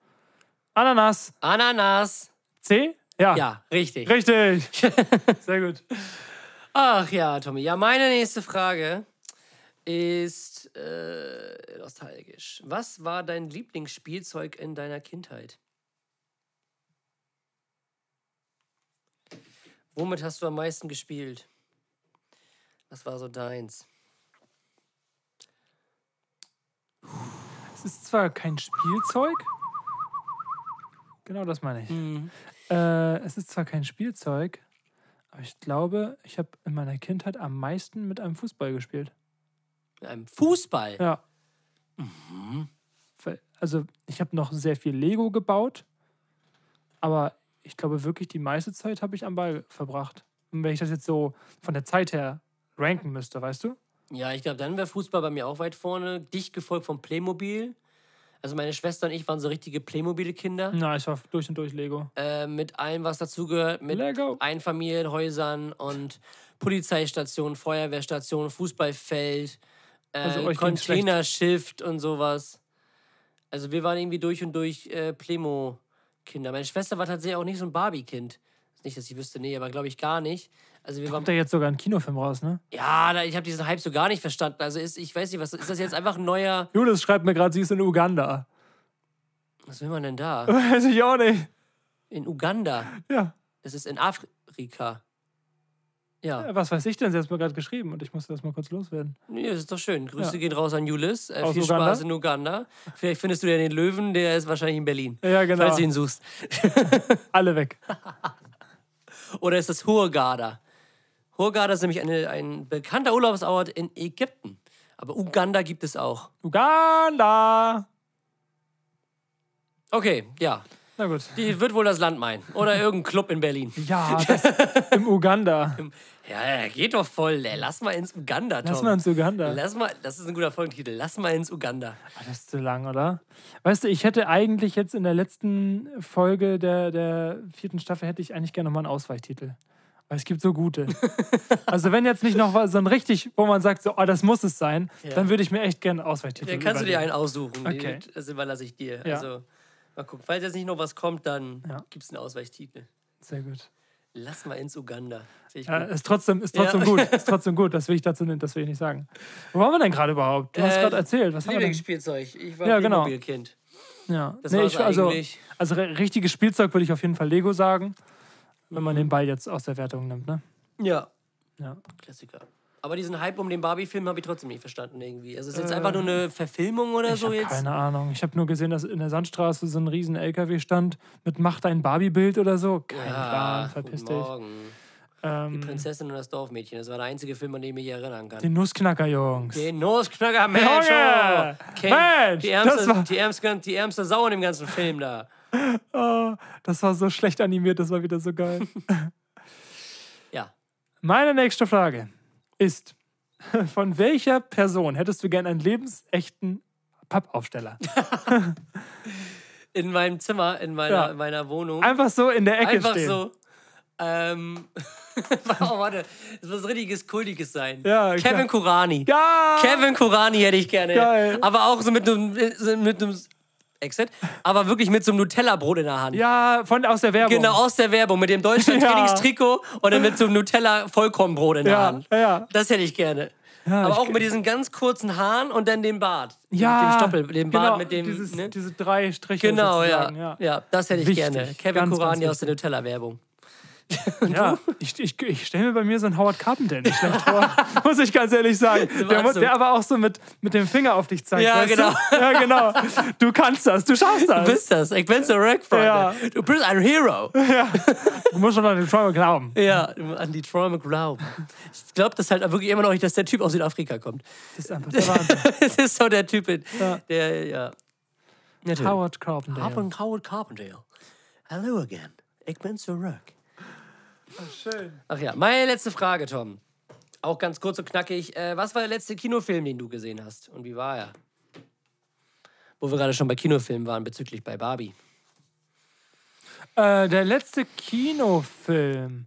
[SPEAKER 1] Ananas
[SPEAKER 2] Ananas!
[SPEAKER 1] C? Ja.
[SPEAKER 2] Ja, richtig.
[SPEAKER 1] Richtig. Sehr gut.
[SPEAKER 2] Ach ja, Tommy. Ja, meine nächste Frage ist äh, nostalgisch. Was war dein Lieblingsspielzeug in deiner Kindheit? Womit hast du am meisten gespielt? Was war so deins?
[SPEAKER 1] Es ist zwar kein Spielzeug. Genau das meine ich.
[SPEAKER 2] Mhm.
[SPEAKER 1] Äh, es ist zwar kein Spielzeug, aber ich glaube, ich habe in meiner Kindheit am meisten mit einem Fußball gespielt.
[SPEAKER 2] Mit einem Fußball?
[SPEAKER 1] Ja. Weil- Also, ich habe noch sehr viel Lego gebaut, aber ich glaube wirklich, die meiste Zeit habe ich am Ball verbracht. Und wenn ich das jetzt so von der Zeit her ranken müsste, weißt du?
[SPEAKER 2] Ja, ich glaube, dann wäre Fußball bei mir auch weit vorne. Dicht gefolgt vom Playmobil. Also meine Schwester und ich waren so richtige Playmobil-Kinder.
[SPEAKER 1] Na, ich war durch und durch Lego.
[SPEAKER 2] Äh, mit allem, was dazugehört. Mit
[SPEAKER 1] Lego.
[SPEAKER 2] Einfamilienhäusern und Polizeistationen, Feuerwehrstationen, Fußballfeld, äh,
[SPEAKER 1] Also euch ging's schlecht.
[SPEAKER 2] Containerschiff und sowas. Also wir waren irgendwie durch und durch äh, Plemo-Kinder. Meine Schwester war tatsächlich auch nicht so ein Barbie-Kind. Nicht, dass ich wüsste, nee, aber glaube ich gar nicht. Also wir waren
[SPEAKER 1] Kommt da jetzt sogar ein Kinofilm raus, ne?
[SPEAKER 2] Ja, da- ich habe diesen Hype so gar nicht verstanden. Also ist, ich weiß nicht, was ist das jetzt einfach ein neuer.
[SPEAKER 1] Julius schreibt mir gerade, sie ist in Uganda.
[SPEAKER 2] Was will man denn da?
[SPEAKER 1] Weiß ich auch nicht.
[SPEAKER 2] In Uganda.
[SPEAKER 1] Ja.
[SPEAKER 2] Das ist in Afrika. Ja.
[SPEAKER 1] Was weiß ich denn? Sie hat es mir gerade geschrieben und ich musste das mal kurz loswerden.
[SPEAKER 2] Nee, das ist doch schön. Grüße
[SPEAKER 1] Ja.
[SPEAKER 2] gehen raus an Julis. Äh,
[SPEAKER 1] Aus
[SPEAKER 2] viel
[SPEAKER 1] Uganda?
[SPEAKER 2] Spaß in Uganda. Vielleicht findest du ja den Löwen, der ist wahrscheinlich in Berlin.
[SPEAKER 1] Ja, genau.
[SPEAKER 2] Falls du ihn suchst.
[SPEAKER 1] Alle weg.
[SPEAKER 2] Oder ist das Hurghada? Hurghada ist nämlich eine, ein bekannter Urlaubsort in Ägypten. Aber Uganda gibt es auch.
[SPEAKER 1] Uganda!
[SPEAKER 2] Okay, ja.
[SPEAKER 1] Na gut.
[SPEAKER 2] Die wird wohl das Land meinen. Oder irgendein Club in Berlin.
[SPEAKER 1] Ja, das im Uganda.
[SPEAKER 2] Ja, ja, geht doch voll. Ey. Lass mal ins Uganda, Tom.
[SPEAKER 1] Lass mal ins Uganda.
[SPEAKER 2] Lass mal, das ist ein guter Folgentitel. Lass mal ins Uganda.
[SPEAKER 1] Ah, Das ist zu lang, oder? Weißt du, ich hätte eigentlich jetzt in der letzten Folge der, der vierten Staffel hätte ich eigentlich gerne nochmal einen Ausweichtitel. Weil es gibt so gute. also wenn jetzt nicht noch was- so ein richtig, wo man sagt, so, oh, das muss es sein, dann würde ich mir echt gerne einen Ausweichtitel
[SPEAKER 2] Dann kannst du dir
[SPEAKER 1] überlegen.
[SPEAKER 2] einen aussuchen.
[SPEAKER 1] Okay.
[SPEAKER 2] Die- Das überlasse ich dir.
[SPEAKER 1] Ja.
[SPEAKER 2] Also, mal gucken. Falls jetzt nicht noch was kommt, dann
[SPEAKER 1] Ja.
[SPEAKER 2] gibt es einen Ausweichtitel.
[SPEAKER 1] Sehr gut.
[SPEAKER 2] Lass mal ins Uganda. Sehe ich
[SPEAKER 1] Ja,
[SPEAKER 2] gut.
[SPEAKER 1] ist trotzdem, ist
[SPEAKER 2] Ja.
[SPEAKER 1] trotzdem gut. Ist trotzdem gut. Das will ich dazu nicht, das will ich nicht sagen. Wo waren wir denn gerade überhaupt? Du hast
[SPEAKER 2] Äh,
[SPEAKER 1] gerade erzählt. Was haben wir denn?
[SPEAKER 2] Lieblingsspielzeug. Ich war
[SPEAKER 1] Ja,
[SPEAKER 2] ja,
[SPEAKER 1] genau.
[SPEAKER 2] Playmobil-Kind.
[SPEAKER 1] Ja.
[SPEAKER 2] Das
[SPEAKER 1] nee,
[SPEAKER 2] war's
[SPEAKER 1] ich, also,
[SPEAKER 2] eigentlich.
[SPEAKER 1] also re- richtiges Spielzeug würde ich auf jeden Fall Lego sagen, wenn
[SPEAKER 2] Mhm.
[SPEAKER 1] man den Ball jetzt aus der Wertung nimmt. Ne?
[SPEAKER 2] Ja.
[SPEAKER 1] Ja.
[SPEAKER 2] Klassiker. Aber diesen Hype um den Barbie-Film habe ich trotzdem nicht verstanden irgendwie. Also ist jetzt
[SPEAKER 1] Äh,
[SPEAKER 2] einfach nur eine Verfilmung oder
[SPEAKER 1] Ich
[SPEAKER 2] so
[SPEAKER 1] habe
[SPEAKER 2] jetzt?
[SPEAKER 1] keine Ahnung. Ich habe nur gesehen, dass in der Sandstraße so ein riesen LKW stand mit Mach dein Barbie-Bild oder so. Kein Plan,
[SPEAKER 2] Ah,
[SPEAKER 1] verpiss
[SPEAKER 2] guten
[SPEAKER 1] dich.
[SPEAKER 2] Morgen. Die
[SPEAKER 1] Ähm,
[SPEAKER 2] Prinzessin und das Dorfmädchen. Das war der einzige Film, an den ich mich erinnern kann.
[SPEAKER 1] die Nussknacker, Jungs.
[SPEAKER 2] Den Nussknacker, Mensch!
[SPEAKER 1] Junge!
[SPEAKER 2] oh!
[SPEAKER 1] Mensch,
[SPEAKER 2] die,
[SPEAKER 1] das
[SPEAKER 2] ärmste,
[SPEAKER 1] war-
[SPEAKER 2] die, ärmste, die ärmste Sau in dem ganzen Film da.
[SPEAKER 1] Oh, das war so schlecht animiert, das war wieder so geil.
[SPEAKER 2] Ja.
[SPEAKER 1] Meine nächste Frage ist: Von welcher Person hättest du gern einen lebensechten Pappaufsteller?
[SPEAKER 2] In meinem Zimmer, in meiner,
[SPEAKER 1] Ja.
[SPEAKER 2] in meiner Wohnung.
[SPEAKER 1] Einfach so in der Ecke
[SPEAKER 2] Einfach
[SPEAKER 1] stehen.
[SPEAKER 2] so. Ähm, oh, warte. Das muss richtiges Kultiges sein.
[SPEAKER 1] Ja, klar.
[SPEAKER 2] Kevin Kurani.
[SPEAKER 1] Ja!
[SPEAKER 2] Kevin Kurani hätte ich gerne.
[SPEAKER 1] Geil.
[SPEAKER 2] Aber auch so mit einem, so mit einem Exit. Aber wirklich mit so einem Nutella-Brot in der Hand.
[SPEAKER 1] Ja, von, aus der Werbung.
[SPEAKER 2] Genau, aus der Werbung. Mit dem deutschen
[SPEAKER 1] Ja.
[SPEAKER 2] Trainingstrikot und dann mit so einem Nutella-Vollkornbrot in der
[SPEAKER 1] Ja,
[SPEAKER 2] Hand.
[SPEAKER 1] ja.
[SPEAKER 2] Das hätte ich gerne.
[SPEAKER 1] ich
[SPEAKER 2] Aber auch
[SPEAKER 1] ge-
[SPEAKER 2] mit diesen ganz kurzen Haaren und dann dem Bart.
[SPEAKER 1] ja,
[SPEAKER 2] Mit dem Stoppel, dem Bart
[SPEAKER 1] genau,
[SPEAKER 2] mit dem.
[SPEAKER 1] Dieses,
[SPEAKER 2] ne?
[SPEAKER 1] Diese drei Striche.
[SPEAKER 2] Genau, ja.
[SPEAKER 1] sozusagen,
[SPEAKER 2] ja.
[SPEAKER 1] ja.
[SPEAKER 2] das hätte ich
[SPEAKER 1] Wichtig,
[SPEAKER 2] gerne. Kevin
[SPEAKER 1] ganz,
[SPEAKER 2] Kurani
[SPEAKER 1] ganz
[SPEAKER 2] aus der Nutella-Werbung.
[SPEAKER 1] Ja, ich, ich, ich stelle mir bei mir so einen Howard Carpenter nicht schlecht vor, muss ich ganz ehrlich sagen. Der, mu-
[SPEAKER 2] Anzug.
[SPEAKER 1] der aber auch so mit, mit dem Finger auf dich zeigt.
[SPEAKER 2] Ja,
[SPEAKER 1] weißt
[SPEAKER 2] genau.
[SPEAKER 1] Du? Ja, genau. Du kannst das, du schaffst das.
[SPEAKER 2] Du bist das. Ich bin so Rack, Freunde.
[SPEAKER 1] Ja.
[SPEAKER 2] Du bist ein Hero.
[SPEAKER 1] Du musst schon an den Träume glauben.
[SPEAKER 2] Ja, an die Troy McGraw. Ich glaube das halt wirklich immer noch nicht, dass der Typ aus Südafrika kommt.
[SPEAKER 1] Das ist einfach der Wahnsinn.
[SPEAKER 2] Das ist so der Typ, in-
[SPEAKER 1] Ja.
[SPEAKER 2] der, ja. Natürlich.
[SPEAKER 1] Howard Carpenter.
[SPEAKER 2] Howard, Howard Carpendale. Hello again. Ich bin zurück.
[SPEAKER 1] Schön.
[SPEAKER 2] Ach ja, meine letzte Frage, Tom. Auch ganz kurz und knackig. Äh, was war der letzte Kinofilm, den du gesehen hast? Und wie war er? Wo wir gerade schon bei Kinofilmen waren, bezüglich bei Barbie.
[SPEAKER 1] Äh, der letzte Kinofilm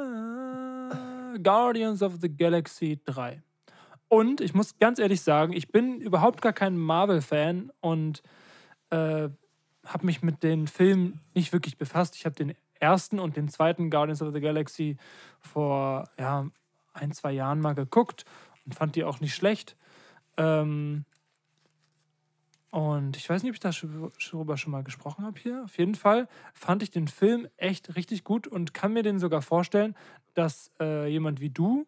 [SPEAKER 1] war Guardians of the Galaxy 3. Und ich muss ganz ehrlich sagen, ich bin überhaupt gar kein Marvel-Fan und äh, habe mich mit den Filmen nicht wirklich befasst. Ich habe den ersten und den zweiten Guardians of the Galaxy vor ja, ein, zwei Jahren mal geguckt und fand die auch nicht schlecht. Ähm, und ich weiß nicht, ob ich da schon- schon- darüber schon mal gesprochen habe hier. Auf jeden Fall fand ich den Film echt richtig gut und kann mir den sogar vorstellen, dass äh, jemand wie du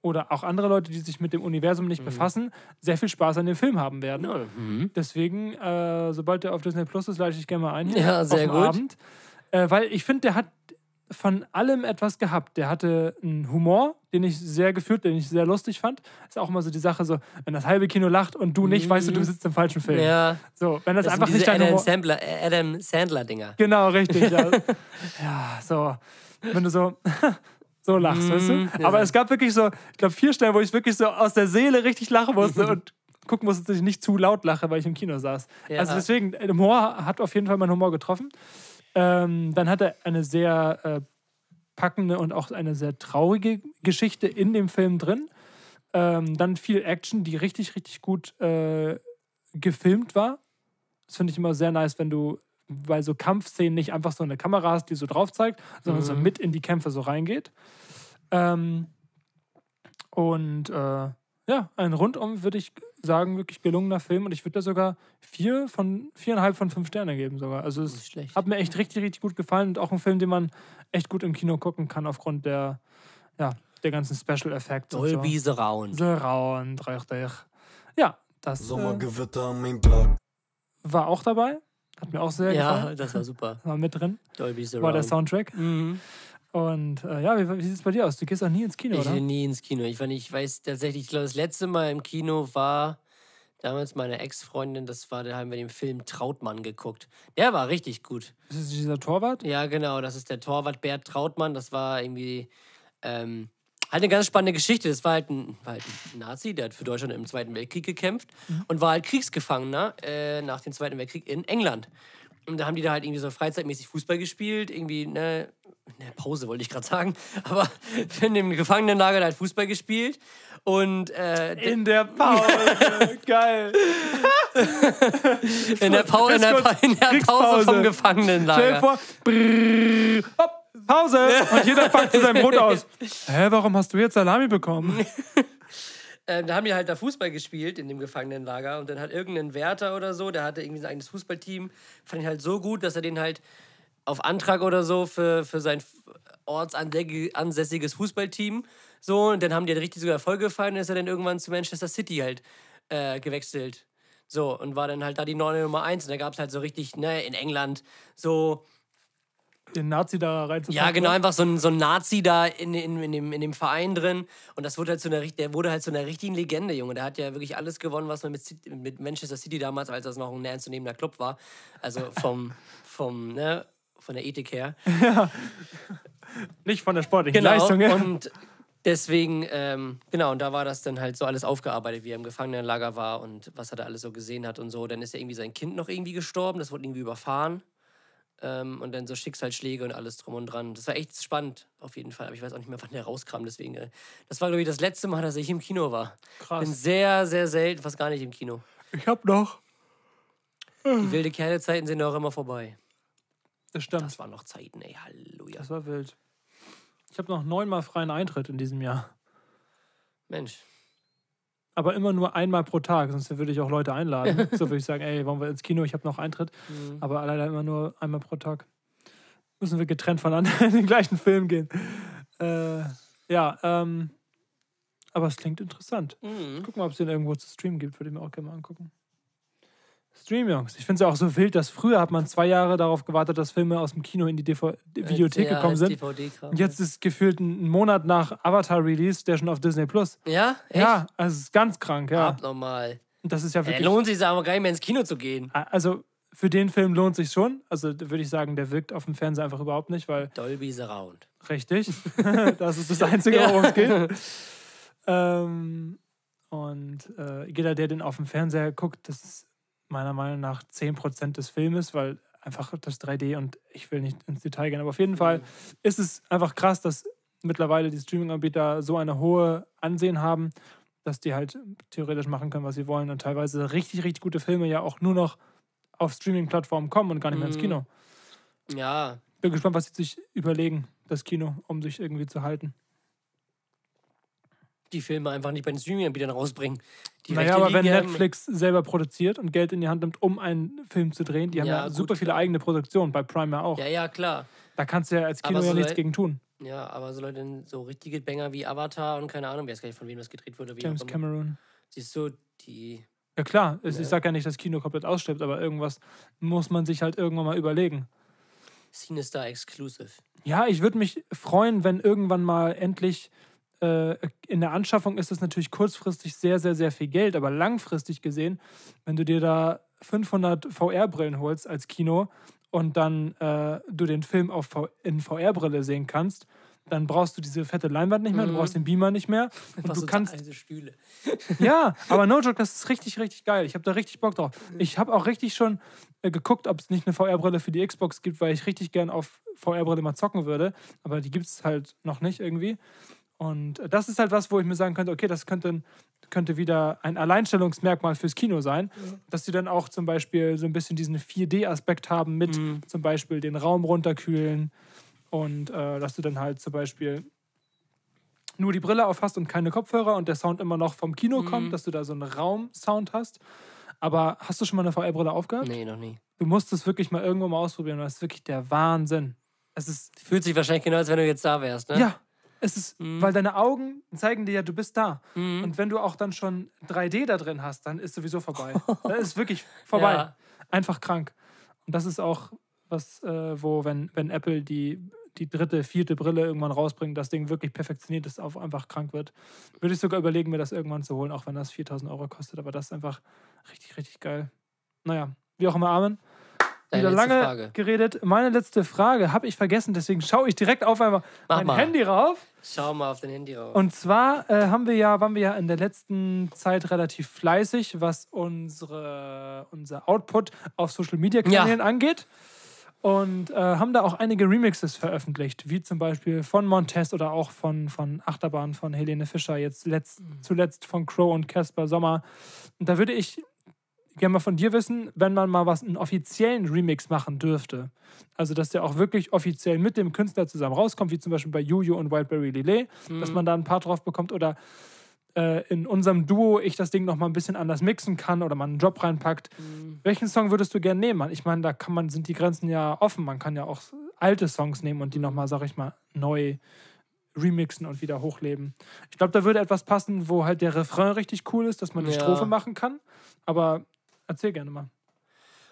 [SPEAKER 1] oder auch andere Leute, die sich mit dem Universum
[SPEAKER 2] Mhm.
[SPEAKER 1] nicht befassen, sehr viel Spaß an dem Film haben werden. Deswegen, äh, sobald der auf Disney Plus ist, leite ich gerne mal ein. hier
[SPEAKER 2] Ja,
[SPEAKER 1] auf
[SPEAKER 2] sehr
[SPEAKER 1] dem
[SPEAKER 2] gut.
[SPEAKER 1] Abend. Äh, weil ich finde, der hat von allem etwas gehabt. Der hatte einen Humor, den ich sehr gefühlt, den ich sehr lustig fand. Ist auch immer so die Sache, so, wenn das halbe Kino lacht und du nicht, weißt du, du sitzt im falschen Film.
[SPEAKER 2] Mhm. Ja,
[SPEAKER 1] So, wenn das,
[SPEAKER 2] das
[SPEAKER 1] einfach
[SPEAKER 2] sind
[SPEAKER 1] nicht
[SPEAKER 2] diese
[SPEAKER 1] dein
[SPEAKER 2] Adam
[SPEAKER 1] Humor...
[SPEAKER 2] Sandler- äh, Adam Sandler-Dinger.
[SPEAKER 1] Genau, richtig. Ja, ja so. Wenn du so... So lachst, weißt du? Aber es gab wirklich so, ich glaube, vier Stellen, wo ich wirklich so aus der Seele richtig lachen musste und gucken musste, dass ich nicht zu laut lache, weil ich im Kino saß.
[SPEAKER 2] Ja.
[SPEAKER 1] Also deswegen, Humor hat auf jeden Fall meinen Humor getroffen. Ähm, dann hat er eine sehr äh, packende und auch eine sehr traurige Geschichte in dem Film drin. Ähm, dann viel Action, die richtig, richtig gut äh, gefilmt war. Das finde ich immer sehr nice, wenn du bei so Kampfszenen nicht einfach so eine Kamera hast, die so drauf zeigt, sondern
[SPEAKER 2] Mhm.
[SPEAKER 1] so mit in die Kämpfe so reingeht. Ähm, und äh, ja, ein rundum würde ich sagen, wirklich gelungener Film und ich würde da sogar vier von viereinhalb von fünf Sterne geben sogar. Also
[SPEAKER 2] Nicht
[SPEAKER 1] es
[SPEAKER 2] schlecht.
[SPEAKER 1] hat mir echt richtig, richtig gut gefallen und auch ein Film, den man echt gut im Kino gucken kann aufgrund der, ja, der ganzen Special Effects. und
[SPEAKER 2] Dolby Surround.
[SPEAKER 1] So. The Raun, richtig. Ja, das äh,
[SPEAKER 4] Sommergewitter am mein Block.
[SPEAKER 1] war auch dabei. Hat mir auch sehr
[SPEAKER 2] Ja,
[SPEAKER 1] gefallen.
[SPEAKER 2] das war super.
[SPEAKER 1] War mit drin.
[SPEAKER 2] Dolby Surround.
[SPEAKER 1] War der Soundtrack.
[SPEAKER 2] Mhm.
[SPEAKER 1] Und äh, ja, wie, wie sieht es bei dir aus? Du gehst auch nie ins Kino,
[SPEAKER 2] Ich
[SPEAKER 1] oder?
[SPEAKER 2] gehe nie ins Kino. Ich, war nicht- ich weiß tatsächlich, ich glaube, das letzte Mal im Kino war damals meine Ex-Freundin, das war, da haben wir den Film Trautmann geguckt. Der war richtig gut.
[SPEAKER 1] Ist es dieser Torwart?
[SPEAKER 2] Ja, genau, das ist der Torwart Bert Trautmann. Das war irgendwie ähm, halt eine ganz spannende Geschichte. Das war halt, ein, war halt ein Nazi, der hat für Deutschland im Zweiten Weltkrieg gekämpft
[SPEAKER 1] Mhm.
[SPEAKER 2] und war halt Kriegsgefangener äh, nach dem Zweiten Weltkrieg in England. Und da haben die da halt irgendwie so freizeitmäßig Fußball gespielt, irgendwie, ne, ne Pause wollte ich gerade sagen, aber in dem Gefangenenlager da halt Fußball gespielt und äh,
[SPEAKER 1] In der Pause. Geil.
[SPEAKER 2] In der, Pau in, der
[SPEAKER 1] Ganz
[SPEAKER 2] Pa-
[SPEAKER 1] kurz,
[SPEAKER 2] in der Pause
[SPEAKER 1] Kriegspause.
[SPEAKER 2] vom
[SPEAKER 1] Stell dir
[SPEAKER 2] Gefangenenlager.
[SPEAKER 1] vor, brrr, hopp, Pause. Und jeder packt zu seinem Brot aus. Hä, warum hast du jetzt Salami bekommen?
[SPEAKER 2] Ähm, da haben die halt da Fußball gespielt in dem Gefangenenlager und dann hat irgendein Wärter oder so, der hatte irgendwie sein eigenes Fußballteam, fand ich halt so gut, dass er den halt auf Antrag oder so für, für sein ortsansässiges Fußballteam so und dann haben die halt richtig sogar Erfolg gefallen und ist er dann irgendwann zu Manchester City halt äh, gewechselt. So, und war dann halt da die neue Nummer eins und da gab es halt so richtig, ne, in England so
[SPEAKER 1] Den Nazi da reinzupacken.
[SPEAKER 2] Ja, genau, einfach so ein, so ein Nazi da in, in, in, dem, in dem Verein drin. Und das wurde halt zu einer, richt- der wurde halt zu einer richtigen Legende, Junge. Der hat ja wirklich alles gewonnen, was man mit, City- mit Manchester City damals, als das noch ein ernstzunehmender Club war. Also vom, vom, ne, von der Ethik her.
[SPEAKER 1] Nicht von der sportlichen
[SPEAKER 2] Genau.
[SPEAKER 1] Leistung. Ja.
[SPEAKER 2] Und deswegen, ähm, genau, und da war das dann halt so alles aufgearbeitet, wie er im Gefangenenlager war und was er da alles so gesehen hat und so. Dann ist ja irgendwie sein Kind noch irgendwie gestorben, das wurde irgendwie überfahren. Ähm, und dann so Schicksalsschläge und alles drum und dran. Das war echt spannend, auf jeden Fall. Aber ich weiß auch nicht mehr, wann der rauskam. Deswegen, äh, das war, glaube ich, das letzte Mal, dass ich im Kino war.
[SPEAKER 1] Krass.
[SPEAKER 2] Bin sehr, sehr selten, fast gar nicht im Kino.
[SPEAKER 1] Ich hab noch.
[SPEAKER 2] Die wilde Kerlezeiten sind ja auch immer vorbei.
[SPEAKER 1] Das stimmt.
[SPEAKER 2] Das waren noch Zeiten, ey. Halleluja.
[SPEAKER 1] Das war wild. Ich habe noch neunmal freien Eintritt in diesem Jahr.
[SPEAKER 2] Mensch.
[SPEAKER 1] Aber immer nur einmal pro Tag, sonst würde ich auch Leute einladen. so würde ich sagen, ey, wollen wir ins Kino? Ich habe noch Eintritt.
[SPEAKER 2] Mhm.
[SPEAKER 1] Aber leider immer nur einmal pro Tag. Müssen wir getrennt voneinander in den gleichen Film gehen. Äh, ja, ähm, aber es klingt interessant.
[SPEAKER 2] Mhm.
[SPEAKER 1] Gucken wir, ob es den irgendwo zu streamen gibt. Würde ich mir auch gerne mal angucken. Stream, Jungs. Ich finde es ja auch so wild, dass früher hat man zwei Jahre darauf gewartet, dass Filme aus dem Kino in die DV Videothek
[SPEAKER 2] Als- Äh, ja,
[SPEAKER 1] gekommen
[SPEAKER 2] als
[SPEAKER 1] sind.
[SPEAKER 2] DVD kam,
[SPEAKER 1] Und jetzt ist gefühlt ein Monat nach Avatar-Release, der schon auf Disney Plus.
[SPEAKER 2] Ja? Echt?
[SPEAKER 1] Ja, also es ist ganz krank, ja.
[SPEAKER 2] Abnormal.
[SPEAKER 1] Und das ist ja
[SPEAKER 2] Ja,
[SPEAKER 1] wirklich.
[SPEAKER 2] Äh, lohnt sich aber gar nicht mehr ins Kino zu gehen.
[SPEAKER 1] also für den Film lohnt sich schon. Also da würde ich sagen, der wirkt auf dem Fernseher einfach überhaupt nicht, weil
[SPEAKER 2] Dolby Surround.
[SPEAKER 1] richtig, das ist das Einzige,
[SPEAKER 2] Ja.
[SPEAKER 1] worum es geht. Ähm, und äh, jeder, der den auf dem Fernseher guckt, das ist meiner Meinung nach 10% des Filmes, weil einfach das 3D und ich will nicht ins Detail gehen, aber auf jeden Fall ist es einfach krass, dass mittlerweile die Streaming-Anbieter so eine hohe Ansehen haben, dass die halt theoretisch machen können, was sie wollen und teilweise richtig, richtig gute Filme ja auch nur noch auf Streaming-Plattformen kommen und gar nicht mehr ins
[SPEAKER 2] Mhm.
[SPEAKER 1] Kino.
[SPEAKER 2] Ja,
[SPEAKER 1] Bin gespannt, was sie sich überlegen, das Kino, um sich irgendwie zu halten.
[SPEAKER 2] die Filme einfach nicht bei den Streaming-Anbietern rausbringen. Die
[SPEAKER 1] naja,
[SPEAKER 2] Rechte
[SPEAKER 1] aber wenn
[SPEAKER 2] liegen ja im-
[SPEAKER 1] Netflix selber produziert und Geld in die Hand nimmt, um einen Film zu drehen, die haben
[SPEAKER 2] Ja,
[SPEAKER 1] ja,
[SPEAKER 2] gut,
[SPEAKER 1] super viele
[SPEAKER 2] klar.
[SPEAKER 1] eigene Produktionen, bei Prime ja auch.
[SPEAKER 2] Ja, ja, klar.
[SPEAKER 1] Da kannst du ja als Kino
[SPEAKER 2] Aber
[SPEAKER 1] ja
[SPEAKER 2] so
[SPEAKER 1] nichts
[SPEAKER 2] Leute-
[SPEAKER 1] gegen tun.
[SPEAKER 2] Ja, aber so Leute, so richtige Banger wie Avatar und keine Ahnung, wer weiß gar nicht, von wem das gedreht wurde. Wie
[SPEAKER 1] James
[SPEAKER 2] auch immer.
[SPEAKER 1] Cameron.
[SPEAKER 2] Siehst du, die.
[SPEAKER 1] Ja klar, es-
[SPEAKER 2] Ja.
[SPEAKER 1] ich sage ja nicht, dass Kino komplett ausstirbt, aber irgendwas muss man sich halt irgendwann mal überlegen.
[SPEAKER 2] Cinestar Exclusive.
[SPEAKER 1] Ja, ich würde mich freuen, wenn irgendwann mal endlich äh, in der Anschaffung ist es natürlich kurzfristig sehr, sehr, sehr viel Geld, aber langfristig gesehen, wenn du dir da 500 VR-Brillen holst als Kino und dann äh, du den Film auf v in VR-Brille sehen kannst, dann brauchst du diese fette Leinwand nicht mehr, du brauchst den Beamer nicht mehr und
[SPEAKER 2] Was
[SPEAKER 1] du
[SPEAKER 2] so
[SPEAKER 1] kannst
[SPEAKER 2] alte Stühle.
[SPEAKER 1] ja, aber no joke, das ist richtig, richtig geil. Ich habe da richtig Bock drauf. Ich habe auch richtig schon äh, geguckt, ob es nicht eine VR-Brille für die Xbox gibt, weil ich richtig gern auf VR-Brille mal zocken würde. Aber die gibt es halt noch nicht irgendwie. Und äh, das ist halt was, wo ich mir sagen könnte, okay, das könnte, könnte wieder ein Alleinstellungsmerkmal fürs Kino sein, dass sie dann auch zum Beispiel so ein bisschen diesen 4D-Aspekt haben mit zum Beispiel den Raum runterkühlen und äh, dass du dann halt zum Beispiel nur die Brille auf hast und keine Kopfhörer und der Sound immer noch vom Kino kommt, dass du da so einen Raum-Sound hast. Aber hast du schon mal eine VR-Brille aufgehabt?
[SPEAKER 2] Nee, noch nie.
[SPEAKER 1] Du musst es wirklich mal irgendwo mal ausprobieren. Das ist wirklich der Wahnsinn. Es ist
[SPEAKER 2] Fühlt sich wahrscheinlich genau, als wenn du jetzt da wärst, ne?
[SPEAKER 1] ja, es ist, weil deine Augen zeigen dir ja, du bist da.
[SPEAKER 2] Mhm.
[SPEAKER 1] Und wenn du auch dann schon 3D da drin hast, dann ist sowieso vorbei. dann ist wirklich vorbei.
[SPEAKER 2] Ja.
[SPEAKER 1] Einfach krank. Und das ist auch was, äh, wo, wenn, wenn Apple die die dritte, vierte Brille irgendwann rausbringen, das Ding wirklich perfektioniert ist, auf einfach krank wird, würde ich sogar überlegen, mir das irgendwann zu holen, auch wenn das 4000 Euro kostet. Aber das ist einfach richtig, richtig geil. Naja, wie auch immer, Amen.
[SPEAKER 2] Deine
[SPEAKER 1] Wieder
[SPEAKER 2] letzte
[SPEAKER 1] lange
[SPEAKER 2] Frage.
[SPEAKER 1] geredet. Meine letzte Frage habe ich vergessen, deswegen schaue ich direkt auf einmal
[SPEAKER 2] Mach
[SPEAKER 1] mein
[SPEAKER 2] mal.
[SPEAKER 1] Handy rauf.
[SPEAKER 2] Schau mal auf dein Handy rauf.
[SPEAKER 1] Und zwar äh, haben wir ja, waren wir ja in der letzten Zeit relativ fleißig, was unsere, unser Output auf Social Media Kanälen angeht. Und äh, haben da auch einige Remixes veröffentlicht, wie zum Beispiel von Montez oder auch von, von Achterbahn von Helene Fischer, jetzt letzt, zuletzt von Crow und Casper Sommer. Und da würde ich gerne mal von dir wissen, wenn man mal was einen offiziellen Remix machen dürfte. Also, dass der auch wirklich offiziell mit dem Künstler zusammen rauskommt, wie zum Beispiel bei Juju und Wildberry Lillet,
[SPEAKER 2] Mhm.
[SPEAKER 1] dass man da ein paar drauf bekommt oder äh, in unserem Duo ich das Ding nochmal ein bisschen anders mixen kann oder man einen Job reinpackt.
[SPEAKER 2] Mhm.
[SPEAKER 1] Welchen Song würdest du gerne nehmen? Mann? Ich meine, da kann man, sind die Grenzen ja offen. Man kann ja auch alte Songs nehmen und die nochmal, sag ich mal, neu remixen und wieder hochleben. Ich glaube, da würde etwas passen, wo halt der Refrain richtig cool ist, dass man die
[SPEAKER 2] Ja.
[SPEAKER 1] Strophe machen kann. Aber erzähl gerne mal.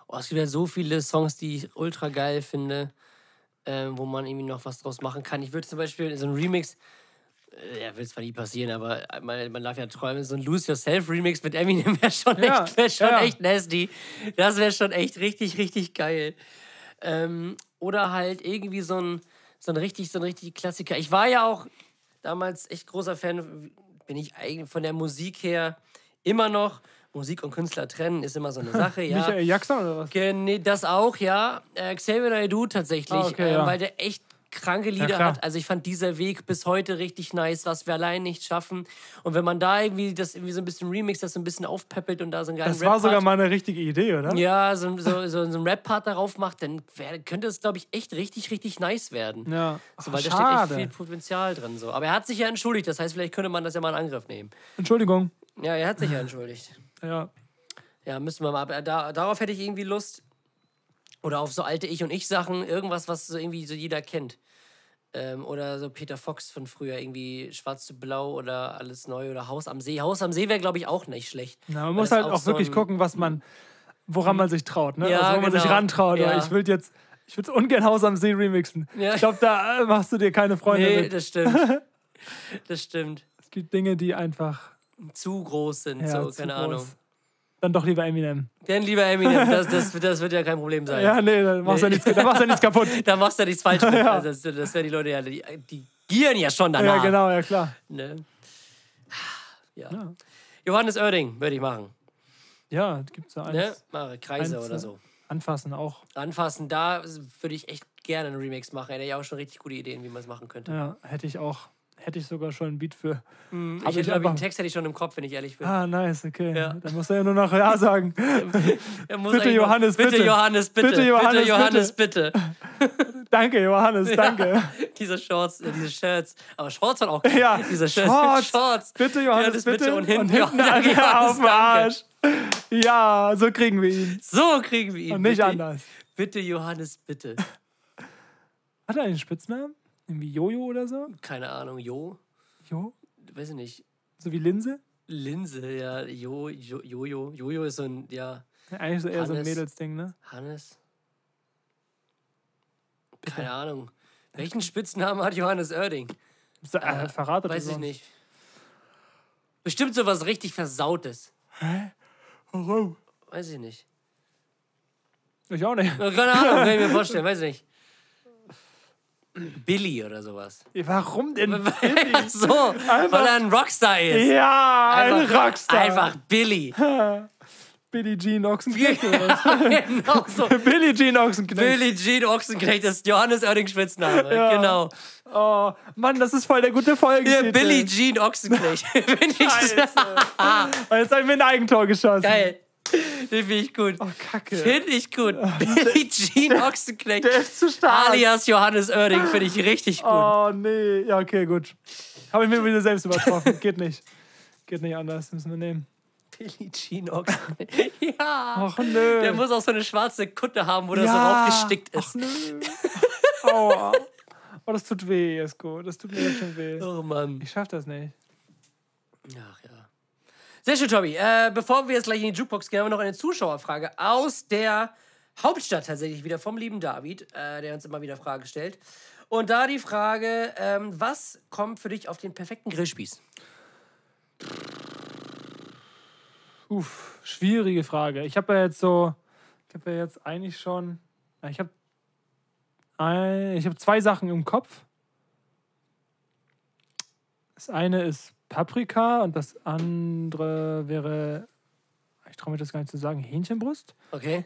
[SPEAKER 2] Oh, es gibt ja so viele Songs, die ich ultra geil finde, ähm, wo man irgendwie noch was draus machen kann. Ich würde zum Beispiel so ein Remix, äh, ja, wird zwar nie passieren, aber man, man darf ja träumen, so ein Lose Yourself Remix mit Eminem wäre schon,
[SPEAKER 1] Ja,
[SPEAKER 2] echt, wär schon
[SPEAKER 1] ja, ja.
[SPEAKER 2] echt nasty. Das wäre schon echt richtig, richtig geil. Ähm, oder halt irgendwie so ein, so ein richtig, so ein richtig Klassiker. Ich war ja auch damals echt großer Fan, bin ich eigentlich von der Musik her immer noch. Musik und Künstler trennen ist immer so eine Sache, ja.
[SPEAKER 1] Michael Jackson oder was?
[SPEAKER 2] Ge- Nee, das auch, ja. Äh, Xavier Naidoo tatsächlich,
[SPEAKER 1] Ah, okay,
[SPEAKER 2] ähm,
[SPEAKER 1] ja.
[SPEAKER 2] weil der echt kranke Lieder
[SPEAKER 1] klar.
[SPEAKER 2] hat. Also ich fand dieser Weg bis heute richtig nice, was wir allein nicht schaffen. Und wenn man da irgendwie das irgendwie so ein bisschen remixt, das so ein bisschen aufpeppelt und da so einen geilen
[SPEAKER 1] Das war sogar
[SPEAKER 2] Rap-Part-
[SPEAKER 1] mal eine richtige Idee, oder?
[SPEAKER 2] ja, so, so, so, so einen Rap-Part darauf macht, dann wär, könnte es, glaube ich, echt richtig, richtig nice werden.
[SPEAKER 1] Ja.
[SPEAKER 2] So,
[SPEAKER 1] Ach,
[SPEAKER 2] weil da steht echt viel Potenzial drin. So. Aber er hat sich ja entschuldigt, das heißt, vielleicht könnte man das ja mal in Angriff nehmen.
[SPEAKER 1] Entschuldigung.
[SPEAKER 2] Ja, er hat sich ja entschuldigt.
[SPEAKER 1] Ja.
[SPEAKER 2] Ja, müssen wir mal. Aber da, darauf hätte ich irgendwie Lust. Oder auf so alte Ich- und Ich-Sachen. Irgendwas, was so irgendwie so jeder kennt. Ähm, oder so Peter Fox von früher. Irgendwie Schwarz zu Blau oder Alles Neu oder Haus am See. Haus am See wäre, glaube ich, auch nicht schlecht.
[SPEAKER 1] Na, man
[SPEAKER 2] Weil
[SPEAKER 1] muss
[SPEAKER 2] das
[SPEAKER 1] halt auch
[SPEAKER 2] so
[SPEAKER 1] wirklich
[SPEAKER 2] ein-
[SPEAKER 1] gucken, was man, woran man sich traut, ne?
[SPEAKER 2] Ja,
[SPEAKER 1] also, wo man sich
[SPEAKER 2] genau.
[SPEAKER 1] rantraut.
[SPEAKER 2] Ja.
[SPEAKER 1] Ich will jetzt, ich will ungern Haus am See remixen.
[SPEAKER 2] Ja.
[SPEAKER 1] Ich glaube, da äh, machst du dir keine Freunde.
[SPEAKER 2] Nee,
[SPEAKER 1] mit.
[SPEAKER 2] das stimmt. das stimmt.
[SPEAKER 1] Es gibt Dinge, die einfach
[SPEAKER 2] Zu groß sind,
[SPEAKER 1] ja,
[SPEAKER 2] so,
[SPEAKER 1] zu
[SPEAKER 2] keine
[SPEAKER 1] groß.
[SPEAKER 2] Ahnung.
[SPEAKER 1] Dann doch lieber Eminem.
[SPEAKER 2] Denn, lieber Eminem, das, das, das wird ja kein Problem sein.
[SPEAKER 1] Ja, nee, dann machst du
[SPEAKER 2] Nee.
[SPEAKER 1] nichts, dann machst du nichts kaputt.
[SPEAKER 2] Da machst du ja nichts falsch mit. Also, das, das werden die Leute ja, die, die gieren ja schon danach.
[SPEAKER 1] Ja, genau, ja klar.
[SPEAKER 2] Ne? Ja.
[SPEAKER 1] Ja.
[SPEAKER 2] Johannes Oerding würde ich machen.
[SPEAKER 1] Ja, gibt es ja eins.
[SPEAKER 2] Ne? Mache Kreise
[SPEAKER 1] eins,
[SPEAKER 2] oder
[SPEAKER 1] ne?
[SPEAKER 2] so.
[SPEAKER 1] Anfassen auch.
[SPEAKER 2] Anfassen, da würde ich echt gerne einen Remix machen. Da hätte ich auch schon richtig gute Ideen, wie man es machen könnte.
[SPEAKER 1] Ja, hätte ich auch, hätte ich sogar schon ein Beat für.
[SPEAKER 2] Hm, ich
[SPEAKER 1] hab
[SPEAKER 2] hätte,
[SPEAKER 1] Also ich
[SPEAKER 2] glaube ich, einen
[SPEAKER 1] einfach-
[SPEAKER 2] Text hätte ich schon im Kopf, wenn ich ehrlich bin.
[SPEAKER 1] Ah, nice, okay.
[SPEAKER 2] Ja.
[SPEAKER 1] Dann musst du ja nur noch Ja sagen.
[SPEAKER 2] Er muss
[SPEAKER 1] bitte,
[SPEAKER 2] eigentlich noch-
[SPEAKER 1] Johannes,
[SPEAKER 2] bitte.
[SPEAKER 1] bitte.
[SPEAKER 2] Johannes, bitte.
[SPEAKER 1] Bitte, Johannes,
[SPEAKER 2] bitte, Johannes, bitte.
[SPEAKER 1] danke, Johannes, danke.
[SPEAKER 2] diese Shorts, äh, diese Shirts. Aber Shorts waren auch
[SPEAKER 1] Ja,
[SPEAKER 2] diese Shirts.
[SPEAKER 1] Shorts.
[SPEAKER 2] Shorts.
[SPEAKER 1] Bitte, Johannes, bitte.
[SPEAKER 2] Und hinten,
[SPEAKER 1] danke,
[SPEAKER 2] Johannes,
[SPEAKER 1] auf den
[SPEAKER 2] danke.
[SPEAKER 1] Arsch. Ja, so kriegen wir ihn.
[SPEAKER 2] So kriegen wir ihn.
[SPEAKER 1] Und nicht
[SPEAKER 2] bitte,
[SPEAKER 1] anders.
[SPEAKER 2] Bitte, Johannes, bitte.
[SPEAKER 1] Hat er einen Spitznamen? Irgendwie Jojo oder so?
[SPEAKER 2] Keine Ahnung, Jo.
[SPEAKER 1] Jo?
[SPEAKER 2] Weiß ich nicht.
[SPEAKER 1] So wie Linse?
[SPEAKER 2] Linse, ja, Jo, Jo- Jojo. Jojo ist so ein, ja,
[SPEAKER 1] Eigentlich so eher so ein
[SPEAKER 2] Hannes.
[SPEAKER 1] Mädelsding, ne?
[SPEAKER 2] Hannes. Keine Ahnung. Welchen Spitznamen hat Johannes Oerding?
[SPEAKER 1] So, äh, verratet
[SPEAKER 2] Weiß
[SPEAKER 1] er
[SPEAKER 2] ich
[SPEAKER 1] sonst.
[SPEAKER 2] nicht. Bestimmt sowas richtig Versautes.
[SPEAKER 1] Warum?
[SPEAKER 2] Weiß ich nicht.
[SPEAKER 1] oh. Ich auch nicht.
[SPEAKER 2] Keine Ahnung, kann ich mir vorstellen, weiß ich nicht. Billy oder sowas.
[SPEAKER 1] Warum denn?
[SPEAKER 2] Ach so, weil er ein Rockstar ist.
[SPEAKER 1] Ja, ein
[SPEAKER 2] Einfach-
[SPEAKER 1] Rockstar. Also
[SPEAKER 2] Einfach Billy.
[SPEAKER 1] Billie Jean Ochsenknecht. oder was?
[SPEAKER 2] genau so.
[SPEAKER 1] Billie Jean Ochsenknecht.
[SPEAKER 2] Billy Jean Ochsenknecht ist Johannes Oerding Spitzname. Genau.
[SPEAKER 1] Oh, Mann, das ist voll der gute Folge.
[SPEAKER 2] Hier, Billy Jean Ochsenknecht. Finde ich
[SPEAKER 1] Oh, Jetzt haben wir ein Eigentor geschossen.
[SPEAKER 2] geil. Den finde ich gut.
[SPEAKER 1] Oh, Kacke.
[SPEAKER 2] Finde ich gut. Billy Jean Ochsenknecht.
[SPEAKER 1] Der ist zu stark.
[SPEAKER 2] Alias Johannes Oerding finde ich richtig gut.
[SPEAKER 1] Oh, nee. Ja, okay, gut. Habe ich mir wieder selbst übertroffen. Geht nicht. Geht nicht anders. Müssen wir nehmen.
[SPEAKER 2] Billy Jean Ochsenknecht. ja.
[SPEAKER 1] Ach, nö.
[SPEAKER 2] Ah. Der muss auch so eine schwarze Kutte haben, wo der
[SPEAKER 1] Ja.
[SPEAKER 2] so aufgestickt ist.
[SPEAKER 1] Ach, ne? nö. Aua. Oh, das tut weh, Esko. Das tut mir jetzt schon weh.
[SPEAKER 2] Oh Mann.
[SPEAKER 1] Ich schaff das nicht.
[SPEAKER 2] Ach ja. Sehr schön, Tobi. Äh, bevor wir jetzt gleich in die Jukebox gehen, haben wir noch eine Zuschauerfrage aus der Hauptstadt tatsächlich wieder vom lieben David, äh, der uns immer wieder Fragen stellt. Und da die Frage, ähm, was kommt für dich auf den perfekten Grillspieß?
[SPEAKER 1] Uff, schwierige Frage. Ich habe ja jetzt so, ich habe ja jetzt eigentlich schon, ja, ich habe ich habe zwei Sachen im Kopf. Das eine ist Paprika und das andere wäre, ich traue mir das gar nicht zu sagen, Hähnchenbrust.
[SPEAKER 2] Okay.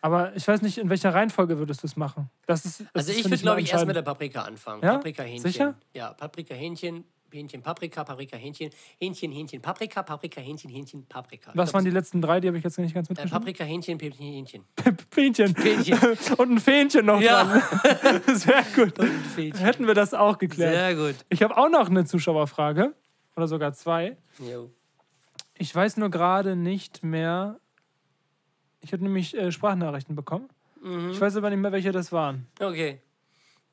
[SPEAKER 1] Aber ich weiß nicht, in welcher Reihenfolge würdest du es machen. Das ist, das
[SPEAKER 2] Also
[SPEAKER 1] ist,
[SPEAKER 2] ich
[SPEAKER 1] find
[SPEAKER 2] würde, glaube
[SPEAKER 1] mal
[SPEAKER 2] ich, erst mit der
[SPEAKER 1] entscheidend.
[SPEAKER 2] Paprika anfangen.
[SPEAKER 1] Ja?
[SPEAKER 2] Paprika, Hähnchen.
[SPEAKER 1] Sicher?
[SPEAKER 2] Ja, Paprika, Hähnchen, Hähnchen, Paprika, Paprika, Hähnchen, Hähnchen, Hähnchen, Paprika, Paprika, Hähnchen, Hähnchen, Paprika. Ich
[SPEAKER 1] Was
[SPEAKER 2] glaub,
[SPEAKER 1] waren die
[SPEAKER 2] das-
[SPEAKER 1] letzten drei? Die habe ich jetzt nicht ganz
[SPEAKER 2] Äh,
[SPEAKER 1] mitgeschrieben.
[SPEAKER 2] Paprika, Hähnchen, Hähnchen, Hähnchen.
[SPEAKER 1] Fähnchen.
[SPEAKER 2] Fähnchen.
[SPEAKER 1] und ein Fähnchen noch dran.
[SPEAKER 2] Ja,
[SPEAKER 1] Sehr gut.
[SPEAKER 2] Fähnchen.
[SPEAKER 1] Hätten wir das auch geklärt.
[SPEAKER 2] Sehr gut.
[SPEAKER 1] Ich habe auch noch eine Zuschauerfrage. Oder sogar zwei.
[SPEAKER 2] Jo.
[SPEAKER 1] Ich weiß nur gerade nicht mehr. Ich habe nämlich äh, Sprachnachrichten bekommen.
[SPEAKER 2] Mhm.
[SPEAKER 1] Ich weiß aber nicht mehr, welche das waren.
[SPEAKER 2] Okay.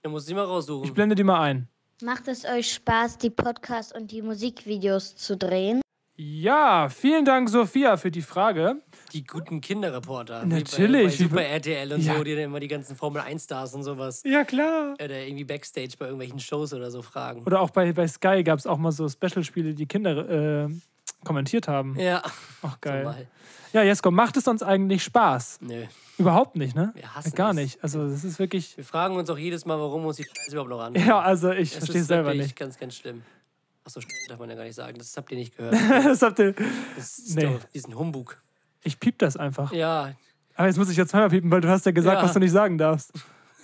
[SPEAKER 2] Dann muss ich mal raussuchen.
[SPEAKER 1] Ich blende die mal ein.
[SPEAKER 4] Macht es euch Spaß, die Podcasts und die Musikvideos zu drehen?
[SPEAKER 1] Ja, vielen Dank, Sophia, für die Frage.
[SPEAKER 2] die guten Kinderreporter.
[SPEAKER 1] Natürlich.
[SPEAKER 2] Wie bei, bei Super RTL und
[SPEAKER 1] Ja.
[SPEAKER 2] so, die dann immer die ganzen Formel 1 Stars und sowas.
[SPEAKER 1] Ja, klar.
[SPEAKER 2] Oder irgendwie Backstage bei irgendwelchen Shows oder so fragen.
[SPEAKER 1] Oder auch bei, bei Sky gab es auch mal so Special-Spiele, die Kinder äh, kommentiert haben.
[SPEAKER 2] Ja.
[SPEAKER 1] Auch
[SPEAKER 2] So
[SPEAKER 1] geil.
[SPEAKER 2] mal.
[SPEAKER 1] Ja, Jesko, macht es uns eigentlich Spaß?
[SPEAKER 2] Nö.
[SPEAKER 1] Überhaupt nicht, ne?
[SPEAKER 2] Wir hassen
[SPEAKER 1] Gar
[SPEAKER 2] es.
[SPEAKER 1] nicht. Also, das ist wirklich.
[SPEAKER 2] Wir fragen uns auch jedes Mal, warum uns die Scheiße überhaupt noch an.
[SPEAKER 1] Ja, also, ich
[SPEAKER 2] Es
[SPEAKER 1] verstehe
[SPEAKER 2] ist
[SPEAKER 1] es selber
[SPEAKER 2] wirklich
[SPEAKER 1] nicht.
[SPEAKER 2] ganz, ganz schlimm. Achso, darf man ja gar nicht sagen. Das habt ihr nicht gehört.
[SPEAKER 1] Das habt ihr.
[SPEAKER 2] Das ist
[SPEAKER 1] Nee.
[SPEAKER 2] doch diesen Humbug.
[SPEAKER 1] Ich piep das einfach.
[SPEAKER 2] Ja,
[SPEAKER 1] Aber jetzt muss ich ja zweimal piepen, weil du hast ja gesagt,
[SPEAKER 2] Ja.
[SPEAKER 1] was du nicht sagen darfst.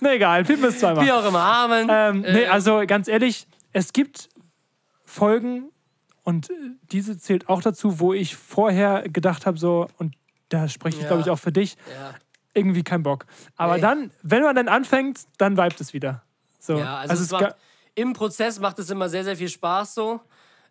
[SPEAKER 1] Na egal, piepen ist zweimal.
[SPEAKER 2] wie auch immer. Amen. Äh,
[SPEAKER 1] Ähm, nee, also ganz ehrlich, es gibt Folgen und äh, diese zählt auch dazu, wo ich vorher gedacht habe, so, und da spreche ich,
[SPEAKER 2] Ja.
[SPEAKER 1] glaube ich, auch für dich,
[SPEAKER 2] ja.
[SPEAKER 1] irgendwie kein Bock. Aber
[SPEAKER 2] Nee.
[SPEAKER 1] dann, wenn man dann anfängt, dann vibet es wieder. So.
[SPEAKER 2] ja, also, es
[SPEAKER 1] ist
[SPEAKER 2] macht,
[SPEAKER 1] ga-
[SPEAKER 2] im Prozess macht es immer sehr, sehr viel Spaß so.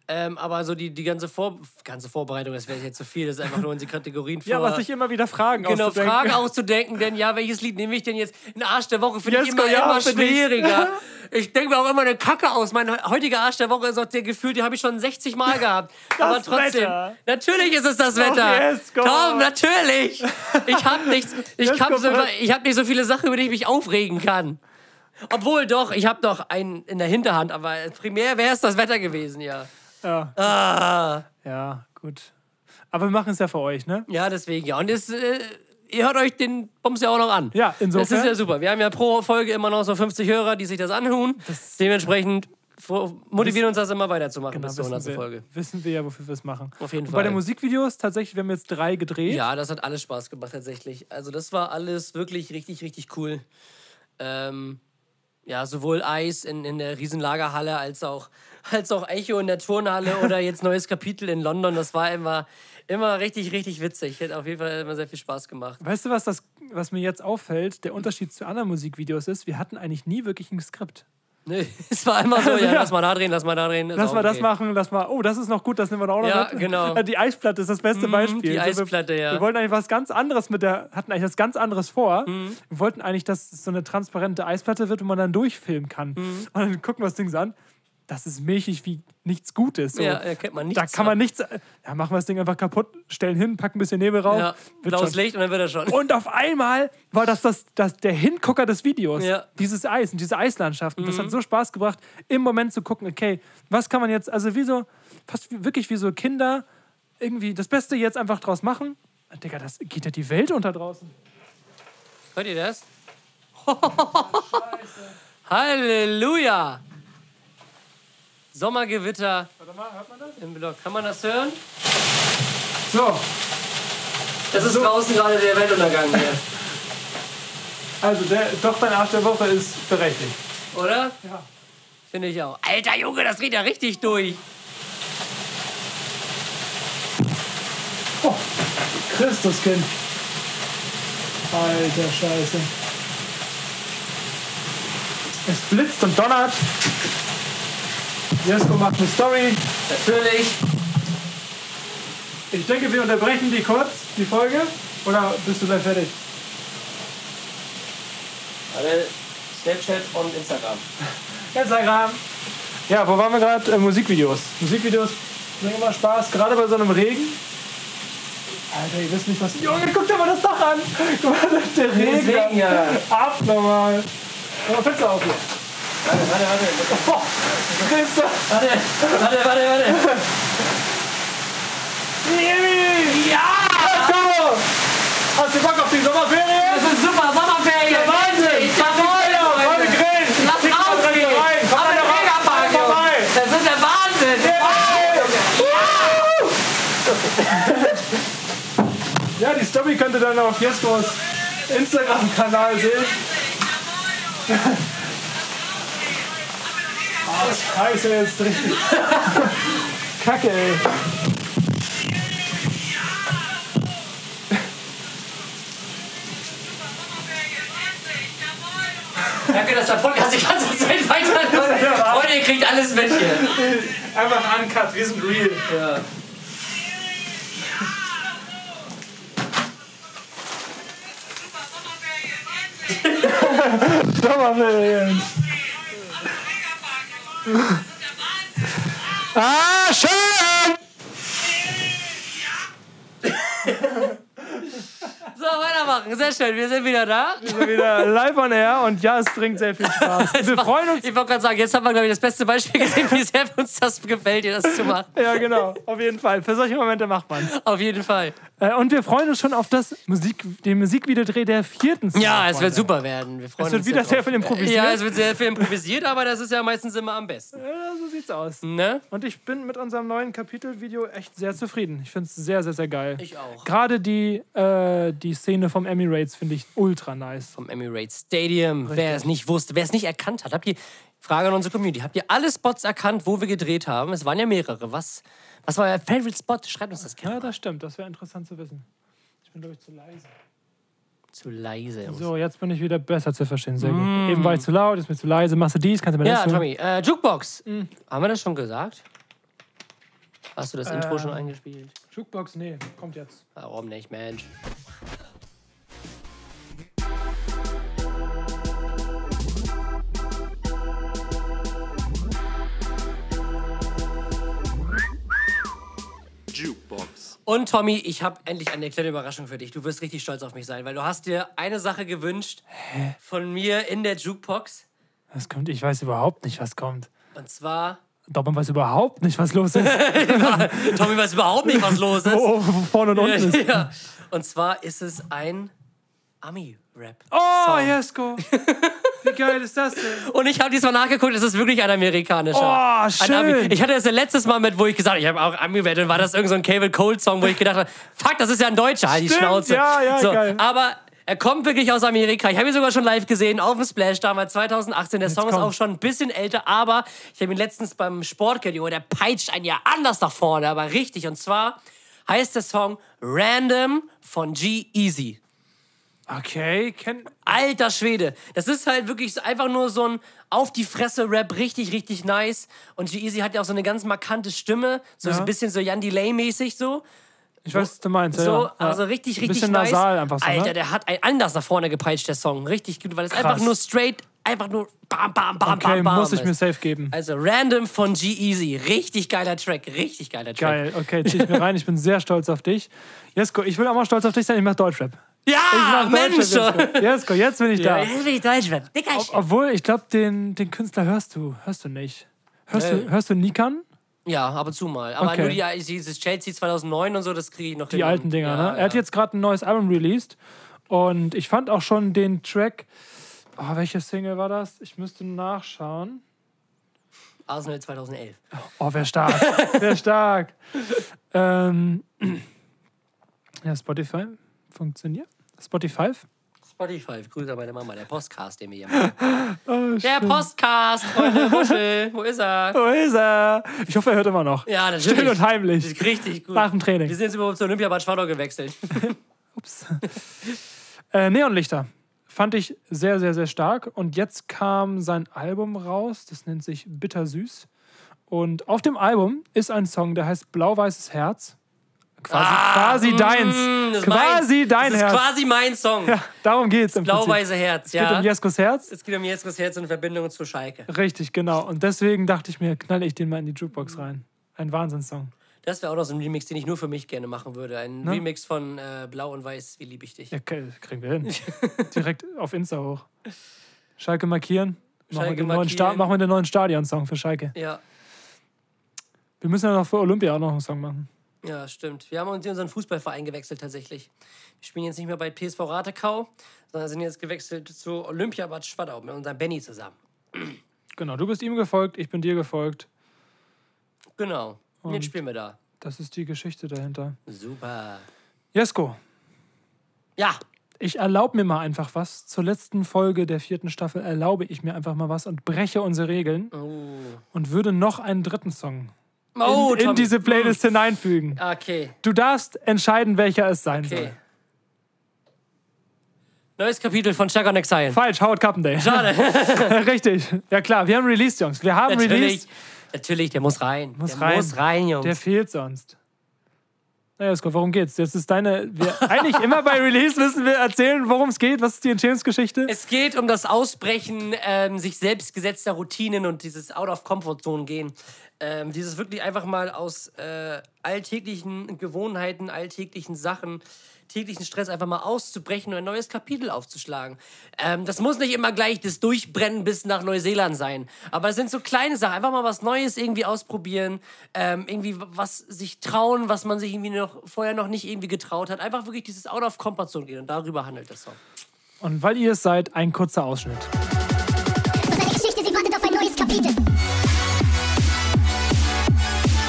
[SPEAKER 2] Ähm, aber so die, die ganze, Vor ganze Vorbereitung, das wäre jetzt zu viel, das ist einfach nur in die Kategorien vor.
[SPEAKER 1] ja, was ich immer wieder fragen
[SPEAKER 2] Genau,
[SPEAKER 1] auszudenken.
[SPEAKER 2] Fragen auszudenken, denn ja, welches Lied nehme ich denn jetzt? Ein Arsch der Woche finde ich
[SPEAKER 1] Jesko,
[SPEAKER 2] immer,
[SPEAKER 1] ja,
[SPEAKER 2] immer
[SPEAKER 1] finde ich.
[SPEAKER 2] schwieriger. Ich denke mir auch immer eine Kacke aus. Mein he- heutiger Arsch der Woche ist auch der Gefühl, den habe ich schon 60 Mal gehabt. Aber trotzdem,
[SPEAKER 1] Wetter. Oh,
[SPEAKER 2] natürlich ist es das Wetter.
[SPEAKER 1] Jesko.
[SPEAKER 2] Tom, natürlich. Ich habe nichts. Ich,
[SPEAKER 1] Jesko,
[SPEAKER 2] hab so,
[SPEAKER 1] Brett.
[SPEAKER 2] ich habe nicht so viele Sachen, über die ich mich aufregen kann. Obwohl doch, ich habe doch einen in der Hinterhand, aber primär wäre es das Wetter gewesen, ja.
[SPEAKER 1] Ja.
[SPEAKER 2] Ah,
[SPEAKER 1] ja, gut. Aber wir machen es ja für euch, ne?
[SPEAKER 2] ja, deswegen ja. Und es, äh, ihr hört euch den Bums ja auch noch an.
[SPEAKER 1] Ja, insofern.
[SPEAKER 2] Das ist ja super. Wir haben ja pro Folge immer noch so 50 Hörer, die sich das anhören. Dementsprechend fro- motivieren uns das immer weiterzumachen bis zur
[SPEAKER 1] Genau, wissen
[SPEAKER 2] 100.
[SPEAKER 1] wir,
[SPEAKER 2] Folge.
[SPEAKER 1] Wissen wir ja, wofür wir es machen.
[SPEAKER 2] Auf jeden
[SPEAKER 1] Und Bei
[SPEAKER 2] Fall.
[SPEAKER 1] den Musikvideos tatsächlich, wir haben jetzt drei gedreht.
[SPEAKER 2] Ja, das hat alles Spaß gemacht tatsächlich. Also das war alles wirklich richtig, richtig cool. Ähm, ja, sowohl Eis in, in der Riesenlagerhalle als auch, als auch Echo in der Turnhalle oder jetzt neues Kapitel in London. Das war immer, immer richtig, richtig witzig. Hat auf jeden Fall immer sehr viel Spaß gemacht.
[SPEAKER 1] Weißt du, was, das, was mir jetzt auffällt? Der Unterschied zu anderen Musikvideos ist, wir hatten eigentlich nie wirklich ein Skript.
[SPEAKER 2] Nö, es war immer so,
[SPEAKER 1] Also,
[SPEAKER 2] ja,
[SPEAKER 1] ja.
[SPEAKER 2] lass mal da drehen, lass mal da drehen. ist
[SPEAKER 1] Lass
[SPEAKER 2] auch
[SPEAKER 1] mal das
[SPEAKER 2] okay.
[SPEAKER 1] machen, lass mal, oh, das ist noch gut, das nehmen wir doch auch noch
[SPEAKER 2] Ja,
[SPEAKER 1] mit.
[SPEAKER 2] genau.
[SPEAKER 1] äh,
[SPEAKER 2] Mhm,
[SPEAKER 1] Die Eisplatte ist das beste Beispiel.
[SPEAKER 2] die
[SPEAKER 1] Also
[SPEAKER 2] Eisplatte,
[SPEAKER 1] wir,
[SPEAKER 2] ja.
[SPEAKER 1] Wir wollten eigentlich was ganz anderes mit der, hatten eigentlich was ganz anderes vor.
[SPEAKER 2] Mhm.
[SPEAKER 1] Wir wollten eigentlich, dass es so eine transparente Eisplatte wird und man dann durchfilmen kann.
[SPEAKER 2] Mhm.
[SPEAKER 1] Und dann gucken wir das Ding so an. Das ist milchig wie nichts Gutes. So.
[SPEAKER 2] Ja, erkennt man
[SPEAKER 1] da
[SPEAKER 2] nichts
[SPEAKER 1] kann man nichts. äh, Ja, machen wir das Ding einfach kaputt, stellen hin, packen ein bisschen Nebel rauf.
[SPEAKER 2] Ja,
[SPEAKER 1] wird
[SPEAKER 2] blaues
[SPEAKER 1] schon.
[SPEAKER 2] Licht und dann wird er schon.
[SPEAKER 1] Und auf einmal war das, das, das der Hingucker des Videos.
[SPEAKER 2] Ja.
[SPEAKER 1] Dieses Eis und diese Eislandschaft. Und das hat so Spaß gebracht, im Moment zu gucken, okay, was kann man jetzt, also wie so, fast wie- wirklich wie so Kinder, irgendwie das Beste jetzt einfach draus machen. Digga, das geht ja die Welt unter draußen.
[SPEAKER 2] Hört ihr das? Halleluja! Sommergewitter
[SPEAKER 1] Warte mal, hört man das?
[SPEAKER 2] im Block. Kann man das hören?
[SPEAKER 1] So,
[SPEAKER 2] Das ist draußen gerade der Weltuntergang hier,
[SPEAKER 1] also der, doch dein Arsch der Woche ist berechtigt.
[SPEAKER 2] oder?
[SPEAKER 1] Ja.
[SPEAKER 2] Finde ich auch. Alter Junge, das geht ja richtig durch.
[SPEAKER 1] Oh, Christuskind. Alter Scheiße. Es blitzt und donnert. Jesko macht eine Story.
[SPEAKER 2] Natürlich.
[SPEAKER 1] Ich denke, wir unterbrechen die kurz, die Folge. Oder bist du dann fertig?
[SPEAKER 2] Alle Snapchat und Instagram.
[SPEAKER 1] Instagram. Ja, wo waren wir gerade? Äh, Musikvideos. Musikvideos bringen immer Spaß, gerade bei so einem Regen. Alter, ihr wisst nicht, was... Junge, guck dir mal das Dach an! Guck mal, der Regen.
[SPEAKER 2] Deswegen ja.
[SPEAKER 1] Abnormal. Guck mal, Oh, Fenster auf hier.
[SPEAKER 2] Warte, warte, warte. Warte, warte, warte, warte.
[SPEAKER 1] Jimmy!
[SPEAKER 2] Ja!
[SPEAKER 1] Komm! Hast du Bock auf die Sommerferien?
[SPEAKER 2] Das ist super, Sommerferien.
[SPEAKER 1] Der Wahnsinn!
[SPEAKER 2] Ich darf
[SPEAKER 1] Feuer! Heute grillen!
[SPEAKER 2] Lass
[SPEAKER 1] Zieht mal dran
[SPEAKER 2] rausgehen.
[SPEAKER 1] rein! Komm
[SPEAKER 2] Aber
[SPEAKER 1] mal rein! Komm
[SPEAKER 2] Mega
[SPEAKER 1] vorbei!
[SPEAKER 2] Das ist der Wahnsinn.
[SPEAKER 1] Ja, die Story könnt ihr dann auf Jeskos Instagram-Kanal sehen. Ah, das Scheiße jetzt richtig. Kacke, ey.
[SPEAKER 2] Danke, dass der Podcast die ganze Zeit weiterläuft. Freunde, ihr kriegt alles mit hier.
[SPEAKER 1] Einfach uncut, wir sind real. Sommerferien. Ah, schön!
[SPEAKER 2] So, weitermachen. Sehr schön. Wir sind wieder da.
[SPEAKER 1] Wir sind wieder live on air und ja, es bringt sehr viel Spaß. Wir freuen uns.
[SPEAKER 2] Ich wollte gerade sagen, jetzt haben wir, glaube ich, das beste Beispiel gesehen, wie sehr uns das gefällt, dir das zu machen.
[SPEAKER 1] Ja, genau, auf jeden Fall. Für solche Momente macht man
[SPEAKER 2] Auf jeden Fall.
[SPEAKER 1] Äh, und wir freuen uns schon auf das Musik, den Musikvideodreh der vierten Season.
[SPEAKER 2] Ja, es wird super werden. Wir freuen
[SPEAKER 1] Es wird
[SPEAKER 2] uns
[SPEAKER 1] wieder
[SPEAKER 2] sehr
[SPEAKER 1] sehr
[SPEAKER 2] drauf.
[SPEAKER 1] viel improvisiert.
[SPEAKER 2] Ja, es wird sehr viel improvisiert, aber das ist ja meistens immer am besten.
[SPEAKER 1] Ja, so sieht's aus.
[SPEAKER 2] Ne?
[SPEAKER 1] Und ich bin mit unserem neuen Kapitelvideo echt sehr zufrieden. Ich finde es sehr, sehr, sehr geil.
[SPEAKER 2] Ich auch.
[SPEAKER 1] Gerade die, äh, die Szene vom Emirates finde ich ultra nice.
[SPEAKER 2] Vom Emirates Stadium. Wer es nicht wusste, wer es nicht erkannt hat, habt ihr. Frage an unsere Community. Habt ihr alle Spots erkannt, wo wir gedreht haben? Es waren ja mehrere. Was, was war euer Favorite Spot? Schreibt uns das gerne.
[SPEAKER 1] Ja, das stimmt. Das wäre interessant zu wissen. Ich bin, glaube ich, zu leise.
[SPEAKER 2] Zu leise. Jungs.
[SPEAKER 1] So, jetzt bin ich wieder besser zu verstehen. Sehr gut. Eben war ich zu laut, jetzt bin ich zu leise. Machst du dies, kannst du mir
[SPEAKER 2] Mm. Ja,
[SPEAKER 1] das tun?
[SPEAKER 2] Tommy, äh, Jukebox.
[SPEAKER 1] Mhm.
[SPEAKER 2] Haben wir das schon gesagt? Hast du das Intro schon
[SPEAKER 1] Ähm.
[SPEAKER 2] eingespielt?
[SPEAKER 1] Jukebox, nee, kommt jetzt.
[SPEAKER 2] Warum nicht, Mensch?
[SPEAKER 3] Jukebox.
[SPEAKER 2] Und Tommy, ich habe endlich eine kleine Überraschung für dich. Du wirst richtig stolz auf mich sein, weil du hast dir eine Sache gewünscht von mir in der Jukebox.
[SPEAKER 1] Was kommt? Ich weiß überhaupt nicht, was kommt.
[SPEAKER 2] Und zwar,
[SPEAKER 1] Dobbin weiß überhaupt nicht, was los ist.
[SPEAKER 2] Tommy weiß überhaupt nicht, was los ist.
[SPEAKER 1] Oh, vorne und unten ist.
[SPEAKER 2] ja. Und zwar ist es ein Ami-Rap.
[SPEAKER 1] Oh, Jesko. Wie geil ist das denn?
[SPEAKER 2] Und ich habe diesmal nachgeguckt, es ist wirklich ein amerikanischer.
[SPEAKER 1] Oh,
[SPEAKER 2] Ein Ami.
[SPEAKER 1] schön.
[SPEAKER 2] Ich hatte das ja letztes Mal mit, wo ich gesagt habe, ich habe auch Ami gewettet, war das irgendein so ein Cable Cold Song, wo ich gedacht habe, fuck, das ist ja ein Deutscher, halt die
[SPEAKER 1] Stimmt,
[SPEAKER 2] Schnauze.
[SPEAKER 1] ja, ja,
[SPEAKER 2] so,
[SPEAKER 1] geil.
[SPEAKER 2] Aber er kommt wirklich aus Amerika. Ich habe ihn sogar schon live gesehen, auf dem Splash damals 2018. Der Song ist
[SPEAKER 1] kommt's.
[SPEAKER 2] auch schon ein bisschen älter, aber ich habe ihn letztens beim Sport gehört, der peitscht ein Jahr anders nach vorne, aber richtig. Und zwar heißt der Song Random von G-Easy.
[SPEAKER 1] Okay, kenn.
[SPEAKER 2] Alter Schwede. Das ist halt wirklich so- einfach nur so ein auf die Fresse Rap, richtig, richtig nice. Und G-Eazy hat ja auch so eine ganz markante Stimme, so
[SPEAKER 1] Ja.
[SPEAKER 2] ein bisschen so Jan Delay-mäßig so.
[SPEAKER 1] Ich weiß, was du meinst. ja,
[SPEAKER 2] So,
[SPEAKER 1] ja.
[SPEAKER 2] also richtig, richtig
[SPEAKER 1] Bisschen
[SPEAKER 2] nice.
[SPEAKER 1] nasal einfach so.
[SPEAKER 2] Alter,
[SPEAKER 1] ne?
[SPEAKER 2] der hat ein anders nach vorne gepeitscht, der Song. Richtig gut, weil es einfach nur straight, einfach nur bam, bam, bam,
[SPEAKER 1] okay,
[SPEAKER 2] bam, bam.
[SPEAKER 1] muss ich mir
[SPEAKER 2] ist.
[SPEAKER 1] safe geben.
[SPEAKER 2] also Random von G-Eazy. Richtig geiler Track, richtig geiler Track.
[SPEAKER 1] Geil, okay, zieh ich mir rein. Ich bin sehr stolz auf dich. Jesko, ich will auch mal stolz auf dich sein. Ich mach Deutschrap. Ich
[SPEAKER 2] Ja,
[SPEAKER 1] mach
[SPEAKER 2] Ah, Mensch!
[SPEAKER 1] Deutschrap, Jesko. Jesko, jetzt bin ich
[SPEAKER 2] Ja,
[SPEAKER 1] da.
[SPEAKER 2] jetzt bin ich Deutschrap. Dicker Shit.
[SPEAKER 1] Obwohl, ich glaube, den, den Künstler hörst du. Hörst du nicht. Hörst,
[SPEAKER 2] Nö.
[SPEAKER 1] du, hörst du Nikan?
[SPEAKER 2] Ja, ab und zu mal. Aber
[SPEAKER 1] Okay.
[SPEAKER 2] nur die, dieses Chelsea 2009 und so, das kriege ich noch
[SPEAKER 1] die alten Dinger,
[SPEAKER 2] ja,
[SPEAKER 1] ne? Er hat
[SPEAKER 2] ja.
[SPEAKER 1] jetzt gerade ein neues Album released und ich fand auch schon den Track. Oh, welche Single war das? Ich müsste nachschauen.
[SPEAKER 2] Arsenal 2011.
[SPEAKER 1] Oh, wer stark. wer stark. Ähm, ja, Spotify funktioniert. Spotify.
[SPEAKER 2] Spotify, Grüße an meine Mama, der Postcast, den wir hier machen.
[SPEAKER 1] Ah,
[SPEAKER 2] der Postcast, Freunde, Muschel, wo ist er?
[SPEAKER 1] Wo ist er? Ich hoffe, er hört immer noch.
[SPEAKER 2] Ja, natürlich.
[SPEAKER 1] Still und heimlich.
[SPEAKER 2] Richtig gut.
[SPEAKER 1] Nach dem
[SPEAKER 2] Wir
[SPEAKER 1] Training.
[SPEAKER 2] sind jetzt überhaupt zu Olympiabad Schwadau gewechselt.
[SPEAKER 1] Ups. äh, Neonlichter. Fand ich sehr, sehr, sehr stark. Und jetzt kam sein Album raus. Das nennt sich Bittersüß. Und auf dem Album ist ein Song, der heißt Blau-Weißes Herz. Quasi, quasi deins.
[SPEAKER 2] Ah, Mm, das ist
[SPEAKER 1] quasi
[SPEAKER 2] meins.
[SPEAKER 1] dein
[SPEAKER 2] das ist
[SPEAKER 1] Herz.
[SPEAKER 2] quasi mein Song.
[SPEAKER 1] Darum geht's im Prinzip.
[SPEAKER 2] Blau-weiße Herz,
[SPEAKER 1] Es geht
[SPEAKER 2] ja.
[SPEAKER 1] um Jeskos Herz.
[SPEAKER 2] Es geht um Jeskos Herz in Verbindung zu Schalke.
[SPEAKER 1] Richtig, genau. Und deswegen dachte ich mir, knalle ich den mal in die Jukebox rein. Ein Wahnsinnssong.
[SPEAKER 2] Das wäre auch noch so ein Remix, den ich nur für mich gerne machen würde.
[SPEAKER 1] Ne?
[SPEAKER 2] Ein Remix von äh, Blau und Weiß, wie lieb ich dich.
[SPEAKER 1] Ja, okay, kriegen wir hin. Direkt auf Insta hoch. Schalke markieren. Machen wir,
[SPEAKER 2] Schalke
[SPEAKER 1] den
[SPEAKER 2] mal
[SPEAKER 1] neuen Sta
[SPEAKER 2] Kiel.
[SPEAKER 1] machen wir den neuen Stadion-Song für Schalke.
[SPEAKER 2] Ja,
[SPEAKER 1] Wir müssen ja noch für Olympia auch noch einen Song machen.
[SPEAKER 2] ja, stimmt. Wir haben uns in unseren Fußballverein gewechselt tatsächlich. Wir spielen jetzt nicht mehr bei PSV Ratekau, sondern sind jetzt gewechselt zu Olympia Bad Schwadau mit unserem Benny zusammen.
[SPEAKER 1] Genau, du bist ihm gefolgt, ich bin dir gefolgt.
[SPEAKER 2] Genau. Und
[SPEAKER 1] Und-
[SPEAKER 2] jetzt spielen wir da.
[SPEAKER 1] Das ist die Geschichte dahinter.
[SPEAKER 2] Super.
[SPEAKER 1] Jesko,
[SPEAKER 2] Ja,
[SPEAKER 1] ich erlaube mir mal einfach was. Zur letzten Folge der vierten Staffel erlaube ich mir einfach mal was und breche unsere Regeln und würde noch einen dritten Song
[SPEAKER 2] Oh,
[SPEAKER 1] in, in
[SPEAKER 2] Tom.
[SPEAKER 1] diese Playlist hineinfügen.
[SPEAKER 2] okay,
[SPEAKER 1] Du darfst entscheiden, welcher es sein
[SPEAKER 2] okay.
[SPEAKER 1] soll.
[SPEAKER 2] Neues Kapitel von Chuck on Exile.
[SPEAKER 1] Falsch, Howard Carpendale. Schade. Richtig. Ja klar, wir haben released, Jungs. Wir haben
[SPEAKER 2] Natürlich,
[SPEAKER 1] released.
[SPEAKER 2] natürlich, der muss rein.
[SPEAKER 1] Muss
[SPEAKER 2] der
[SPEAKER 1] rein.
[SPEAKER 2] muss rein, Jungs.
[SPEAKER 1] Der fehlt sonst. Naja, Scott, worum geht's? Jetzt ist deine. Wir, eigentlich immer bei Release müssen wir erzählen, worum es geht. Was ist die Entstehungsgeschichte?
[SPEAKER 2] Es geht um das Ausbrechen ähm, sich selbst gesetzter Routinen und dieses Out of Comfort Zone gehen. Ähm, dieses wirklich einfach mal aus äh, alltäglichen Gewohnheiten, alltäglichen Sachen, täglichen Stress einfach mal auszubrechen und ein neues Kapitel aufzuschlagen. Ähm, das muss nicht immer gleich das Durchbrennen bis nach Neuseeland sein. Aber es sind so kleine Sachen. Einfach mal was Neues irgendwie ausprobieren. Ähm, irgendwie was sich trauen, was man sich irgendwie noch vorher noch nicht irgendwie getraut hat. Einfach wirklich dieses Out of Comfort Zone gehen. Und darüber handelt der Song.
[SPEAKER 1] Und weil ihr es seid, ein kurzer Ausschnitt.
[SPEAKER 5] Unsere Geschichte, sie wartet auf ein neues Kapitel.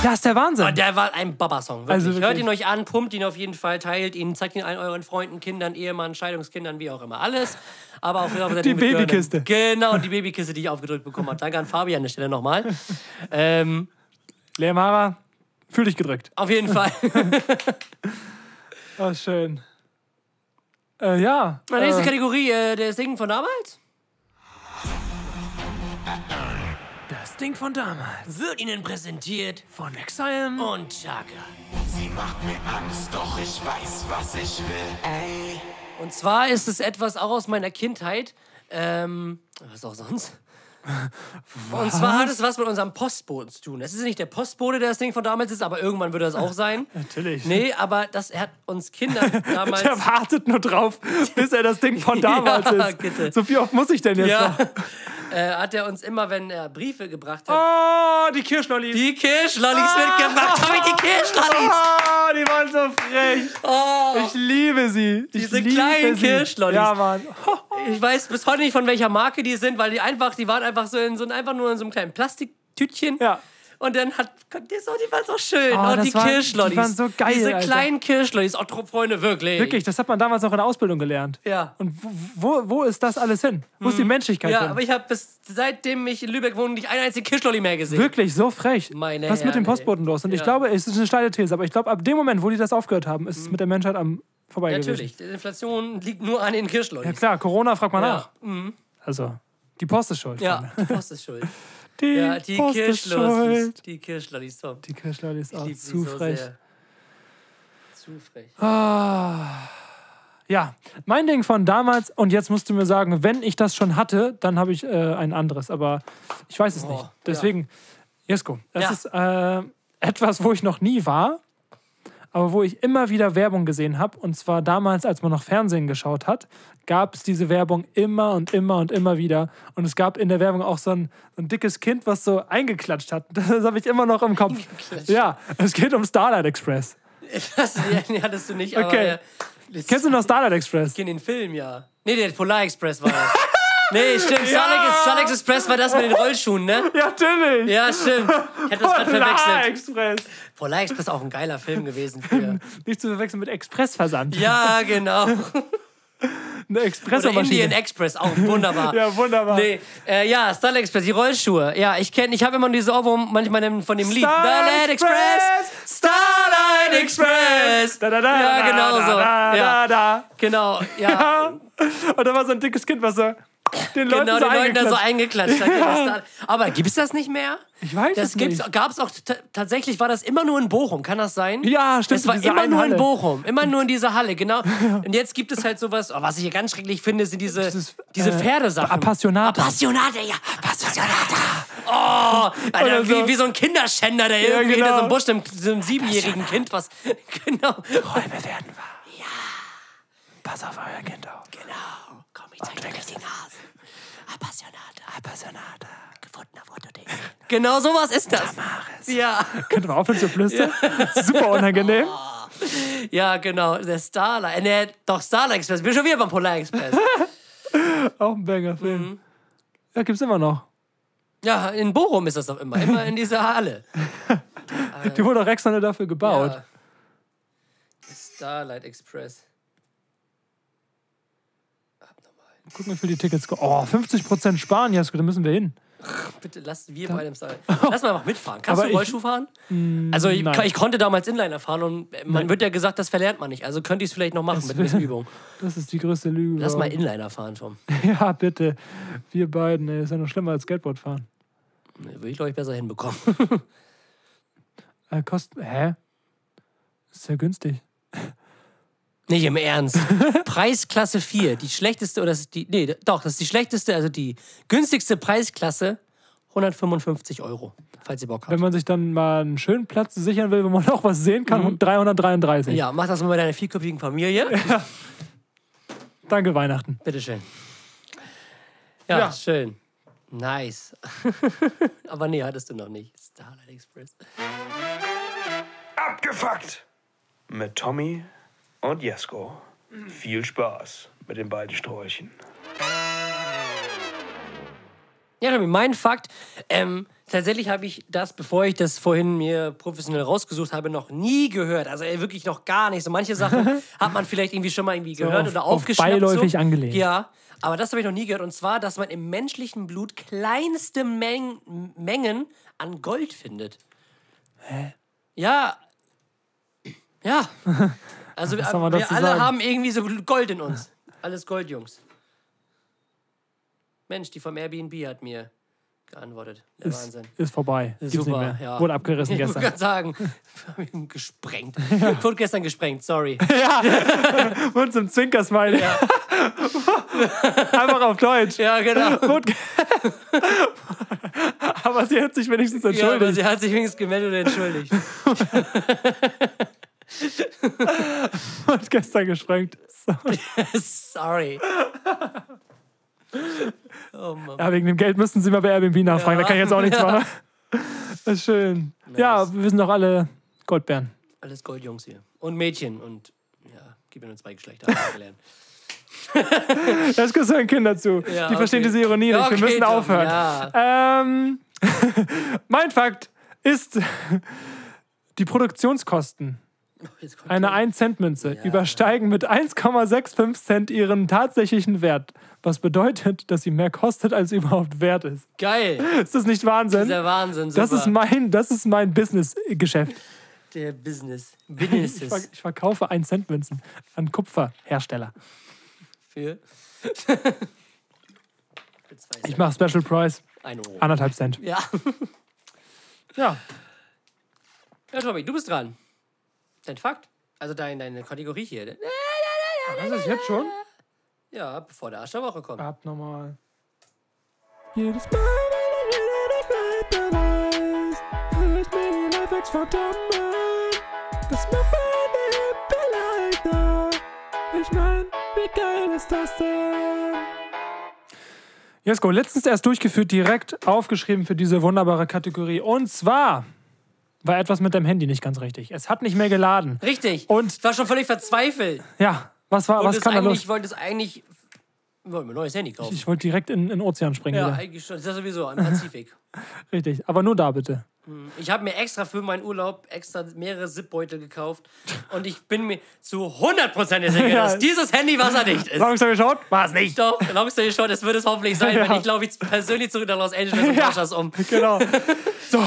[SPEAKER 1] Das ist der Wahnsinn.
[SPEAKER 2] Und der war ein Baba-Song.
[SPEAKER 1] Also
[SPEAKER 2] Also Hört
[SPEAKER 1] wirklich.
[SPEAKER 2] ihn euch an, pumpt ihn auf jeden Fall, teilt ihn, zeigt ihn allen euren Freunden, Kindern, Ehemann, Scheidungskindern, wie auch immer. Alles. Aber auf jeden Fall seid
[SPEAKER 1] Die
[SPEAKER 2] ihr mit Birnen.
[SPEAKER 1] Babykiste.
[SPEAKER 2] Genau, die Babykiste, die ich aufgedrückt bekommen habe. Danke an Fabian an der Stelle nochmal. Ähm,
[SPEAKER 1] Lea Mara, fühl dich gedrückt.
[SPEAKER 2] auf jeden Fall.
[SPEAKER 1] Oh, schön. Äh, ja.
[SPEAKER 2] Meine nächste
[SPEAKER 1] Äh,
[SPEAKER 2] Kategorie, äh, der Singen von damals.
[SPEAKER 1] das Ding von damals.
[SPEAKER 2] Wird Ihnen präsentiert
[SPEAKER 1] Von Exile.
[SPEAKER 2] und Chaka.
[SPEAKER 6] Sie macht mir Angst, doch ich weiß, was ich will. Ey.
[SPEAKER 2] Und zwar ist es etwas auch aus meiner Kindheit. Ähm, was auch sonst? Und zwar hat es was mit unserem Postboten zu tun. Es ist nicht der Postbote, der das Ding von damals ist, aber irgendwann würde das auch sein.
[SPEAKER 1] Natürlich.
[SPEAKER 2] Nee, aber das er hat uns Kinder damals.
[SPEAKER 1] Der wartet nur drauf, bis er das Ding von damals
[SPEAKER 2] Ja,
[SPEAKER 1] ist.
[SPEAKER 2] bitte.
[SPEAKER 1] So viel oft muss ich denn jetzt
[SPEAKER 2] ja,
[SPEAKER 1] noch?
[SPEAKER 2] äh, hat er uns immer, wenn er Briefe gebracht hat,
[SPEAKER 1] Oh, die Kirschlollis.
[SPEAKER 2] die Kirschlollis mitgebracht. Hab ich die Kirschlollis?
[SPEAKER 1] Oh, die waren so frech. Ich liebe sie. Ich
[SPEAKER 2] Oh. Diese
[SPEAKER 1] liebe
[SPEAKER 2] kleinen
[SPEAKER 1] sie.
[SPEAKER 2] Kirschlollis.
[SPEAKER 1] Ja, Mann.
[SPEAKER 2] Ich weiß bis heute nicht, von welcher Marke die sind, weil die einfach, die waren einfach so in so einfach nur in so einem kleinen Plastiktütchen.
[SPEAKER 1] Ja.
[SPEAKER 2] Und dann hat. Die, so, die waren so schön.
[SPEAKER 1] Oh,
[SPEAKER 2] und
[SPEAKER 1] das
[SPEAKER 2] die
[SPEAKER 1] waren- die
[SPEAKER 2] Kirschlollis.
[SPEAKER 1] waren so geil,
[SPEAKER 2] Diese
[SPEAKER 1] Alter.
[SPEAKER 2] kleinen Kirschlollis. Oh, Tro- Freunde, wirklich.
[SPEAKER 1] Wirklich, das hat man damals noch in der Ausbildung gelernt.
[SPEAKER 2] Ja. Mhm.
[SPEAKER 1] Und wo, wo- wo ist das alles hin? Wo ist die Menschlichkeit
[SPEAKER 2] Ja,
[SPEAKER 1] hin?
[SPEAKER 2] aber ich habe bis seitdem ich in Lübeck wohne nicht einen einzigen Kirschlolli mehr gesehen.
[SPEAKER 1] Wirklich, so frech.
[SPEAKER 2] Meine
[SPEAKER 1] Was mit
[SPEAKER 2] Herren,
[SPEAKER 1] dem Postboten los? Und ich
[SPEAKER 2] Ja.
[SPEAKER 1] glaube, es ist eine steile These, aber ich glaube, ab dem Moment, wo die das aufgehört haben, ist es mit der Menschheit am vorbei gewesen.
[SPEAKER 2] Mhm. Natürlich. Die Inflation liegt nur an den Kirschlollis.
[SPEAKER 1] Ja klar, Corona fragt man
[SPEAKER 2] Ja.
[SPEAKER 1] nach. Also, die Post ist schuld.
[SPEAKER 2] Ja,
[SPEAKER 1] Freunde.
[SPEAKER 2] die Post ist schuld.
[SPEAKER 1] Die,
[SPEAKER 2] Ja, die
[SPEAKER 1] Post ist
[SPEAKER 2] Kirschlollis.
[SPEAKER 1] schuld.
[SPEAKER 2] Die Kirschlollis, Tom.
[SPEAKER 1] Die Kirschlollis ist auch
[SPEAKER 2] Lieb sie
[SPEAKER 1] zu
[SPEAKER 2] so
[SPEAKER 1] frech.
[SPEAKER 2] sehr. Zu frech.
[SPEAKER 1] Ja, mein Ding von damals und jetzt musst du mir sagen, wenn ich das schon hatte, dann habe ich äh, ein anderes, aber ich weiß es nicht. Deswegen, Jesko, das
[SPEAKER 2] Ja.
[SPEAKER 1] ist äh, etwas, wo ich noch nie war, aber wo ich immer wieder Werbung gesehen habe und zwar damals, als man noch Fernsehen geschaut hat, gab es diese Werbung immer und immer und immer wieder und es gab in der Werbung auch so ein, so ein dickes Kind, was so eingeklatscht hat. Das habe ich immer noch im Kopf. Ja, es geht um Starlight Express.
[SPEAKER 2] Das nee, hattest du nicht, aber.
[SPEAKER 1] Okay.
[SPEAKER 2] Okay. Äh,
[SPEAKER 1] Kennst du noch Starlight Express?
[SPEAKER 2] in den Film, ja. Nee, der Polar Express war das. Nee, stimmt. Sonic, Sonic Express war das mit den Rollschuhen, ne?
[SPEAKER 1] Ja, natürlich.
[SPEAKER 2] Ja, stimmt. Ich hätte das gerade verwechselt.
[SPEAKER 1] Oh, Express.
[SPEAKER 2] Polar Express auch ein geiler Film gewesen. Früher.
[SPEAKER 1] Nicht zu verwechseln mit Expressversand.
[SPEAKER 2] Ja, genau.
[SPEAKER 1] Eine
[SPEAKER 2] Oder Indian
[SPEAKER 1] Expressermaschine.
[SPEAKER 2] Express, auch wunderbar.
[SPEAKER 1] Ja, wunderbar.
[SPEAKER 2] Nee, äh, ja, Starlight Express, die Rollschuhe. Ja, ich kenne, ich habe immer diese Ohrwurm manchmal dem- von dem Lied.
[SPEAKER 1] Starlight
[SPEAKER 2] Starlight Express! Starlight Express!
[SPEAKER 1] Da, da, da,
[SPEAKER 2] ja,
[SPEAKER 1] da,
[SPEAKER 2] genau
[SPEAKER 1] da,
[SPEAKER 2] so.
[SPEAKER 1] Da,
[SPEAKER 2] ja,
[SPEAKER 1] da, da.
[SPEAKER 2] genau, ja.
[SPEAKER 1] Und da war so ein dickes Kind, was so den Leuten
[SPEAKER 2] genau,
[SPEAKER 1] so
[SPEAKER 2] den Leuten da so
[SPEAKER 1] eingeklatscht.
[SPEAKER 2] eingeklatscht hat. Ja. Aber gibt es das nicht mehr?
[SPEAKER 1] Ich weiß
[SPEAKER 2] Das
[SPEAKER 1] es nicht.
[SPEAKER 2] gibt's, gab's auch, t- tatsächlich war das immer nur in Bochum, kann das sein?
[SPEAKER 1] Ja, stimmt,
[SPEAKER 2] Es war
[SPEAKER 1] in dieser
[SPEAKER 2] immer
[SPEAKER 1] einen
[SPEAKER 2] nur
[SPEAKER 1] Halle.
[SPEAKER 2] in Bochum, immer nur in dieser Halle, genau. Und jetzt gibt es halt sowas, oh, was ich hier ganz schrecklich finde, sind diese,
[SPEAKER 1] Dieses,
[SPEAKER 2] diese
[SPEAKER 1] äh,
[SPEAKER 2] Pferdesachen.
[SPEAKER 1] Appassionate.
[SPEAKER 2] Appassionate, ja. Appassionate. Oh, Alter,
[SPEAKER 1] Oder so.
[SPEAKER 2] Wie, wie so ein Kinderschänder, der irgendwie
[SPEAKER 1] genau.
[SPEAKER 2] hinter so einem Busch, dem, so einem siebenjährigen Kind was, genau.
[SPEAKER 1] Räume werden wahr. Ja. Pass auf euer Kind auf.
[SPEAKER 2] Genau. Komm, ich zeig dir gleich die Nase. Appassionata. Appassionata. Gefundener wurde dich. Genau sowas ist das. Ja,
[SPEAKER 1] Könnte man aufhören zu flüstern? Super unangenehm.
[SPEAKER 2] ja, genau. Der Starlight. Äh, nee, doch, Starlight Express. Wir sind schon wieder beim Polar Express.
[SPEAKER 1] Auch ein Banger-Film.
[SPEAKER 2] Mhm.
[SPEAKER 1] Ja, gibt's immer noch.
[SPEAKER 2] ja, in Bochum ist das doch immer. Immer in dieser Halle.
[SPEAKER 1] Die wurde auch extra nur dafür gebaut.
[SPEAKER 2] Ja. Starlight Express.
[SPEAKER 1] Gucken wir für die Tickets. Oh, 50% sparen, Jasko, da müssen wir hin.
[SPEAKER 2] Bitte lasst wir bei dem Starlight. Lass mal einfach mitfahren. Kannst
[SPEAKER 1] Aber
[SPEAKER 2] du
[SPEAKER 1] ich- Mm,
[SPEAKER 2] Rollschuh fahren? Also ich,
[SPEAKER 1] nein.
[SPEAKER 2] ich konnte damals Inliner fahren und man wird ja gesagt, das verlernt man nicht. Also könnte ich es vielleicht noch machen mit ein bisschen Übung.
[SPEAKER 1] Das ist die größte Lüge.
[SPEAKER 2] Lass mal
[SPEAKER 1] überhaupt.
[SPEAKER 2] Inliner fahren, Tom.
[SPEAKER 1] Ja, bitte. Wir beiden, ey, ist ja noch schlimmer als Skateboard fahren.
[SPEAKER 2] Nee, Würde ich, glaube ich, besser hinbekommen.
[SPEAKER 1] Äh, kost Hä? Ist ja günstig.
[SPEAKER 2] Nicht im Ernst. Preisklasse 4, die schlechteste, oder das ist die, nee, doch, das ist die schlechteste, also die günstigste Preisklasse, 155 Euro, falls ihr Bock
[SPEAKER 1] Wenn
[SPEAKER 2] habt.
[SPEAKER 1] man sich dann mal einen schönen Platz sichern will, wo man auch was sehen kann, und 333.
[SPEAKER 2] Mhm. Ja, mach das mal bei deiner vierköpfigen Familie.
[SPEAKER 1] Danke, Weihnachten.
[SPEAKER 2] Bitteschön. Ja,
[SPEAKER 1] Ja.
[SPEAKER 2] schön. Nice. Aber nee, hattest du noch nicht. Starlight Express.
[SPEAKER 7] Abgefuckt! Mit Tommy und Jesko. Viel Spaß mit den beiden Sträuchen.
[SPEAKER 2] Ja, Remy, mein Fakt. Ähm, tatsächlich habe ich das, bevor ich das vorhin mir professionell rausgesucht habe, noch nie gehört. Also ey, wirklich noch gar nicht. So manche Sachen hat man vielleicht irgendwie schon mal irgendwie gehört
[SPEAKER 1] auf-
[SPEAKER 2] oder
[SPEAKER 1] auf
[SPEAKER 2] aufgeschnappt.
[SPEAKER 1] beiläufig
[SPEAKER 2] so.
[SPEAKER 1] angelehnt.
[SPEAKER 2] Ja, aber das habe ich noch nie gehört. Und zwar, dass man im menschlichen Blut kleinste Meng Mengen an Gold findet. Hä? Ja. Ja. Also wir,
[SPEAKER 1] soll man
[SPEAKER 2] wir
[SPEAKER 1] dazu
[SPEAKER 2] alle
[SPEAKER 1] sagen?
[SPEAKER 2] haben irgendwie so Gold in uns. Alles Gold, Jungs. Mensch, die vom Airbnb hat mir geantwortet. Der
[SPEAKER 1] Ist,
[SPEAKER 2] Wahnsinn.
[SPEAKER 1] ist vorbei. Gibt's
[SPEAKER 2] Super,
[SPEAKER 1] nicht mehr.
[SPEAKER 2] ja. Oh
[SPEAKER 1] Wurde abgerissen
[SPEAKER 2] Ich
[SPEAKER 1] gestern.
[SPEAKER 2] wollte sagen, hab ich ihn gesprengt. Wurde gestern gesprengt, sorry.
[SPEAKER 1] Und zum Zwinkersmiley. Einfach auf Deutsch.
[SPEAKER 2] Ja, genau.
[SPEAKER 1] Gut. Aber sie hat sich wenigstens
[SPEAKER 2] Ja, aber
[SPEAKER 1] entschuldigt.
[SPEAKER 2] sie hat sich wenigstens gemeldet und entschuldigt.
[SPEAKER 1] und gestern gesprengt. So.
[SPEAKER 2] sorry.
[SPEAKER 1] Ja, wegen dem Geld müssten sie mal bei Airbnb nachfragen.
[SPEAKER 2] Ja.
[SPEAKER 1] Da kann ich jetzt auch nichts machen. Das ist schön. Ja, wir sind doch alle Goldbären.
[SPEAKER 2] Alles Gold, Jungs hier. Und Mädchen und ja, gib mir nur zwei Geschlechter. hab ich gelernt.
[SPEAKER 1] Das gehört hören Kinder zu.
[SPEAKER 2] Ja,
[SPEAKER 1] die verstehen
[SPEAKER 2] okay.
[SPEAKER 1] diese Ironie
[SPEAKER 2] Ja,
[SPEAKER 1] nicht. Wir
[SPEAKER 2] okay,
[SPEAKER 1] müssen
[SPEAKER 2] Tom,
[SPEAKER 1] aufhören. Ähm, mein Fakt ist, die Produktionskosten
[SPEAKER 2] Oh, Jetzt kommt
[SPEAKER 1] einer 1-Cent-Münze übersteigen mit 1,65 Cent ihren tatsächlichen Wert. Was bedeutet, dass sie mehr kostet, als sie überhaupt wert ist.
[SPEAKER 2] Geil.
[SPEAKER 1] Ist das nicht Wahnsinn?
[SPEAKER 2] Das ist der Wahnsinn. Super.
[SPEAKER 1] Das ist mein, das ist mein Business-Geschäft.
[SPEAKER 2] der Business.
[SPEAKER 1] Ich, ver
[SPEAKER 2] Businesses.
[SPEAKER 1] ich verkaufe 1-Cent-Münzen an Kupferhersteller.
[SPEAKER 2] Für
[SPEAKER 1] Ich mache Special Price,
[SPEAKER 2] ein Euro.
[SPEAKER 1] anderthalb Cent.
[SPEAKER 2] Ja.
[SPEAKER 1] Ja,
[SPEAKER 2] ja, Tommy, du bist dran. Dein Fakt? Also dein, deine Kategorie hier.
[SPEAKER 1] das ist jetzt schon.
[SPEAKER 2] Ja, bevor der Arsch der Woche kommt.
[SPEAKER 1] Abnormal. Jedes Mal, wenn er wieder dabei ist, höre ich mir die Lifehacks von Tom an. Das macht meine Hippe leichter. Ich mein, wie geil ist das denn? Jesko, letztens erst durchgeführt, direkt aufgeschrieben für diese wunderbare Kategorie. Und zwar war etwas mit deinem Handy nicht ganz richtig. Es hat nicht mehr geladen.
[SPEAKER 2] Richtig.
[SPEAKER 1] Und-
[SPEAKER 2] ich war schon völlig verzweifelt.
[SPEAKER 1] Ja, was war,
[SPEAKER 2] Und
[SPEAKER 1] was
[SPEAKER 2] das
[SPEAKER 1] kam da
[SPEAKER 2] eigentlich,
[SPEAKER 1] los?
[SPEAKER 2] ich wollte es eigentlich. Ich wollte mir ein neues Handy kaufen.
[SPEAKER 1] Ich wollte direkt in den Ozean springen.
[SPEAKER 2] ja,
[SPEAKER 1] wieder.
[SPEAKER 2] eigentlich schon. Das ist sowieso am Pazifik.
[SPEAKER 1] Richtig, aber nur da bitte.
[SPEAKER 2] Ich habe mir extra für meinen Urlaub extra mehrere Zipbeutel gekauft. Und ich bin mir zu 100% sicher,
[SPEAKER 1] Ja.
[SPEAKER 2] dass dieses Handy wasserdicht ist.
[SPEAKER 1] Longstory geschaut? War es nicht.
[SPEAKER 2] Doch, long story short, es wird es hoffentlich sein,
[SPEAKER 1] Ja.
[SPEAKER 2] wenn ich, glaube ich, persönlich zurück nach Los Angeles und tausche das um.
[SPEAKER 1] Genau. So.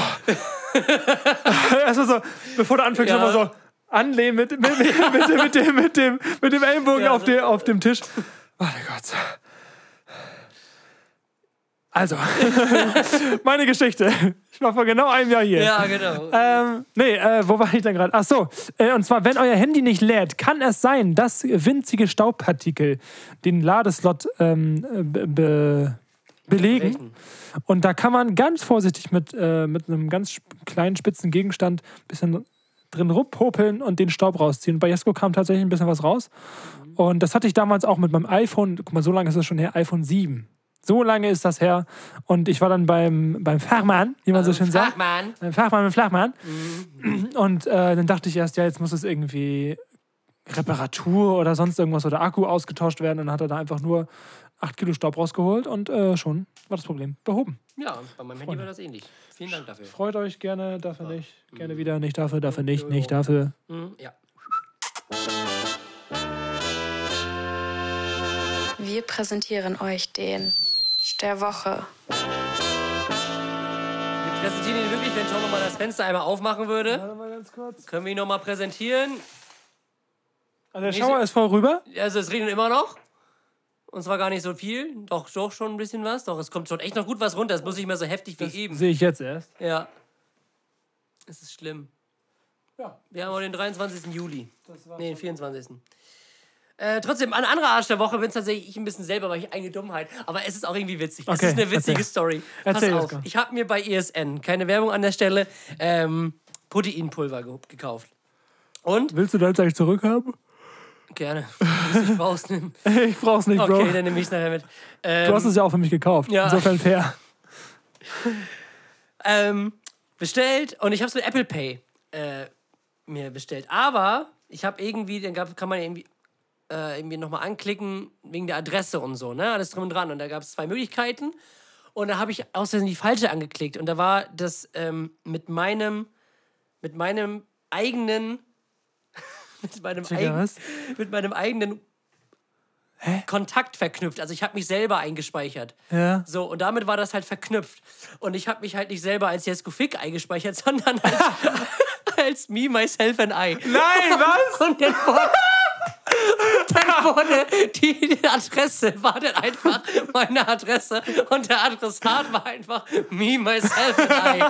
[SPEAKER 1] Erstmal so, bevor du anfängst,
[SPEAKER 2] Ja.
[SPEAKER 1] nochmal so anlehnen mit, mit, mit, mit, mit, dem, mit, dem, mit dem Ellenbogen
[SPEAKER 2] Ja,
[SPEAKER 1] auf,
[SPEAKER 2] so.
[SPEAKER 1] de, auf dem Tisch. Oh Warte kurz. Also, meine Geschichte. Ich war vor genau einem Jahr hier.
[SPEAKER 2] Ja, genau.
[SPEAKER 1] Ähm, nee, äh, wo war ich denn gerade? Ach so, äh, und zwar, wenn euer Handy nicht lädt, kann es sein, dass winzige Staubpartikel den Ladeslot ähm, äh, be be belegen. Und da kann man ganz vorsichtig mit, äh, mit einem ganz sp- kleinen spitzen Gegenstand ein bisschen drin ruppopeln und den Staub rausziehen. Bei Jesko kam tatsächlich ein bisschen was raus. Und das hatte ich damals auch mit meinem iPhone. Guck mal, so lange ist das schon her, iPhone 7. So lange ist das her. Und ich war dann beim, beim Fachmann, wie man so Also schön sagt.
[SPEAKER 2] Fachmann.
[SPEAKER 1] Beim Fachmann, beim Flachmann. Und äh, dann dachte ich erst, ja, jetzt muss es irgendwie Reparatur oder sonst irgendwas oder Akku ausgetauscht werden. Und dann hat er da einfach nur 8 Kilo Staub rausgeholt und äh, schon war das Problem behoben.
[SPEAKER 2] Ja, bei meinem Handy war das ähnlich. Vielen Dank dafür.
[SPEAKER 1] Freut euch gerne, dafür nicht, gerne wieder, nicht dafür, dafür nicht, nicht dafür.
[SPEAKER 2] Mhm, ja.
[SPEAKER 8] Wir präsentieren euch den der Woche.
[SPEAKER 2] Wir präsentieren ihn wirklich, wenn Tom nochmal das Fenster einmal aufmachen würde.
[SPEAKER 1] mal ganz kurz.
[SPEAKER 2] Können wir ihn nochmal präsentieren?
[SPEAKER 1] Also der Schauer ist voll rüber.
[SPEAKER 2] Also es regnet immer noch. Und zwar gar nicht so viel. Doch, doch schon ein bisschen was. Doch, es kommt schon echt noch gut was runter. Es muss nicht mehr so heftig wie eben.
[SPEAKER 1] Sehe ich jetzt erst.
[SPEAKER 2] Ja. Es ist schlimm.
[SPEAKER 1] Ja.
[SPEAKER 2] Wir haben auch den 23. Juli.
[SPEAKER 1] Das war
[SPEAKER 2] Nee, den 24. Äh, trotzdem, ein anderer Arsch der Woche bin tatsächlich ich ein bisschen selber, weil ich eigene Dummheit. Aber es ist auch irgendwie witzig. es
[SPEAKER 1] Okay,
[SPEAKER 2] ist eine witzige
[SPEAKER 1] erzähl.
[SPEAKER 2] Story.
[SPEAKER 1] Erzähl,
[SPEAKER 2] Pass auf,
[SPEAKER 1] Oskar.
[SPEAKER 2] ich habe mir bei ESN, keine Werbung an der Stelle, ähm, Proteinpulver ge gekauft. Und?
[SPEAKER 1] Willst du das gleich zurückhaben?
[SPEAKER 2] Gerne. Muss ich rausnehmen.
[SPEAKER 1] Ich brauch's nicht, Bro.
[SPEAKER 2] Okay, dann nehme ich es nachher mit. Ähm,
[SPEAKER 1] du hast es ja auch für mich gekauft.
[SPEAKER 2] Ja.
[SPEAKER 1] Insofern fair.
[SPEAKER 2] ähm, bestellt und ich habe es mit Apple Pay äh, mir bestellt. Aber ich habe irgendwie, dann gab, kann man ja irgendwie, äh, irgendwie nochmal anklicken wegen der Adresse und so, ne? Alles drum und dran. Und da gab es zwei Möglichkeiten. Und da habe ich aus Versehen die falsche angeklickt. Und da war das ähm, mit meinem, mit meinem eigenen, mit meinem
[SPEAKER 1] Digga,
[SPEAKER 2] eigenen
[SPEAKER 1] was?
[SPEAKER 2] mit meinem eigenen Kontakt verknüpft. Also ich habe mich selber eingespeichert.
[SPEAKER 1] Ja.
[SPEAKER 2] So, und damit war das halt verknüpft. Und ich habe mich halt nicht selber als Jesko Fick eingespeichert, sondern als, als me, myself and I.
[SPEAKER 1] Nein, was?
[SPEAKER 2] Und dann wurde, dann wurde die, die Adresse, war dann einfach meine Adresse und der Adressat war einfach me, myself and I.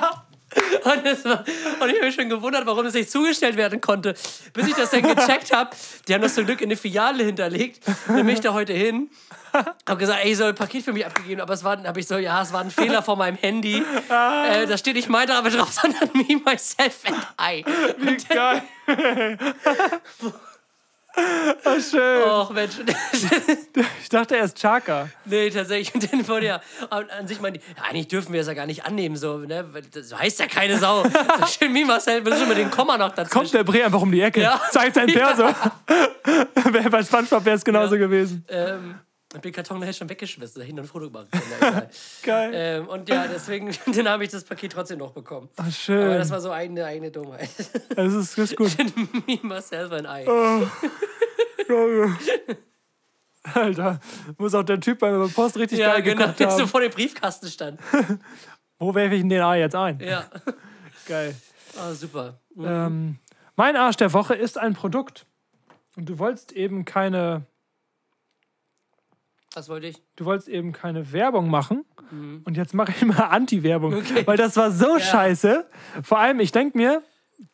[SPEAKER 2] Und, es war, und ich habe mich schon gewundert, warum das nicht zugestellt werden konnte. Bis ich das dann gecheckt habe, die haben das zum Glück in eine Filiale hinterlegt. Dann bin ich da heute hin, habe gesagt, ey, ich soll ein Paket für mich abgegeben, aber es war, habe ich so, ja, es war ein Fehler von meinem Handy. Äh, da steht nicht mein Name drauf, sondern me, myself and I. Und dann,
[SPEAKER 1] Geil. oh, schön.
[SPEAKER 2] och Mensch,
[SPEAKER 1] Ich dachte erst Chaka.
[SPEAKER 2] nee, tatsächlich. Und dann wurde ja an, an sich meinte ich, eigentlich dürfen wir es ja gar nicht annehmen, so, ne? weil das- So heißt ja keine Sau. So schön me, myself, das ist immer den Komma noch dazu.
[SPEAKER 1] Kommt der Bre einfach um die Ecke.
[SPEAKER 2] Ja.
[SPEAKER 1] Zeigt sein Perso. Wär Bei Spongebob wäre es genauso
[SPEAKER 2] Ja.
[SPEAKER 1] gewesen.
[SPEAKER 2] Ähm, hab den Karton nachher schon weggeschmissen, da hinten ein Foto gemacht. Na, egal.
[SPEAKER 1] Geil.
[SPEAKER 2] ähm, und ja, deswegen, dann habe ich das Paket trotzdem noch bekommen.
[SPEAKER 1] Ach,
[SPEAKER 2] Aber
[SPEAKER 1] schön.
[SPEAKER 2] das war so eigene, eigene Dummheit.
[SPEAKER 1] Das ist, das ist gut.
[SPEAKER 2] Me, myself and
[SPEAKER 1] Oh,
[SPEAKER 2] I.
[SPEAKER 1] Alter, muss auch der Typ bei der Post richtig
[SPEAKER 2] Ja,
[SPEAKER 1] geil
[SPEAKER 2] genau,
[SPEAKER 1] geguckt
[SPEAKER 2] der so
[SPEAKER 1] haben.
[SPEAKER 2] vor dem Briefkasten stand.
[SPEAKER 1] Wo werfe ich denn den A jetzt ein?
[SPEAKER 2] Ja,
[SPEAKER 1] Geil.
[SPEAKER 2] ah, super.
[SPEAKER 1] Ähm, mein Arsch der Woche ist ein Produkt. Und du wolltest eben keine,
[SPEAKER 2] Was wollte ich?
[SPEAKER 1] du wolltest eben keine Werbung machen. Und jetzt mache ich mal Anti-Werbung. Weil das war so scheiße. Vor allem, ich denke mir,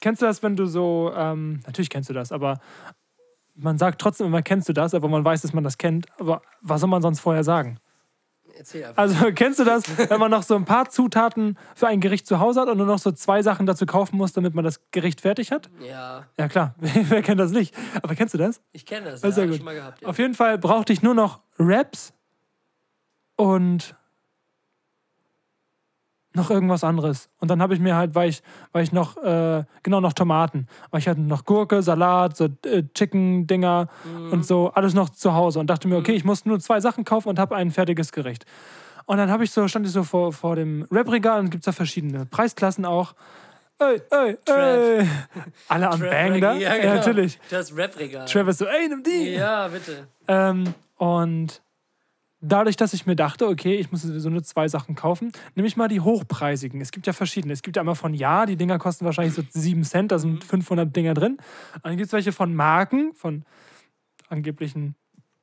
[SPEAKER 1] kennst du das, wenn du so, ähm, natürlich kennst du das, aber man sagt trotzdem immer, kennst du das, aber man weiß, dass man das kennt. Aber was soll man sonst vorher sagen?
[SPEAKER 2] Erzähl einfach.
[SPEAKER 1] Also kennst du das, wenn man noch so ein paar Zutaten für ein Gericht zu Hause hat und nur noch so zwei Sachen dazu kaufen muss, damit man das Gericht fertig hat?
[SPEAKER 2] ja,
[SPEAKER 1] Ja klar, wer kennt das nicht? Aber kennst du das?
[SPEAKER 2] ich kenne das.
[SPEAKER 1] Das
[SPEAKER 2] ja,
[SPEAKER 1] ist ja Ah, gut.
[SPEAKER 2] hab ich schon mal gehabt. Ja.
[SPEAKER 1] Auf jeden Fall brauchte ich nur noch Raps und noch irgendwas anderes. Und dann habe ich mir halt, weil ich, weil ich noch, äh, genau, noch Tomaten. Weil ich hatte noch Gurke, Salat, so äh, Chicken-Dinger
[SPEAKER 2] Mhm.
[SPEAKER 1] und so, alles noch zu Hause. Und dachte mir, okay, ich muss nur zwei Sachen kaufen und habe ein fertiges Gericht. Und dann habe ich so, stand ich so vor, vor dem Rap-Regal und gibt es da verschiedene Preisklassen auch. Ey, ey, ey. Alle am Bang da?
[SPEAKER 2] Ja,
[SPEAKER 1] ne? Ja,
[SPEAKER 2] genau.
[SPEAKER 1] natürlich.
[SPEAKER 2] Das Rap-Regal.
[SPEAKER 1] Travis so, ey, nimm die.
[SPEAKER 2] Ja, bitte.
[SPEAKER 1] Ähm, und dadurch, dass ich mir dachte, okay, ich muss sowieso nur zwei Sachen kaufen, nehme ich mal die hochpreisigen. Es gibt ja verschiedene. Es gibt ja einmal von Ja, die Dinger kosten wahrscheinlich so 7 Cent, da
[SPEAKER 2] Mhm.
[SPEAKER 1] sind 500 Dinger drin. Und dann gibt es welche von Marken, von angeblichen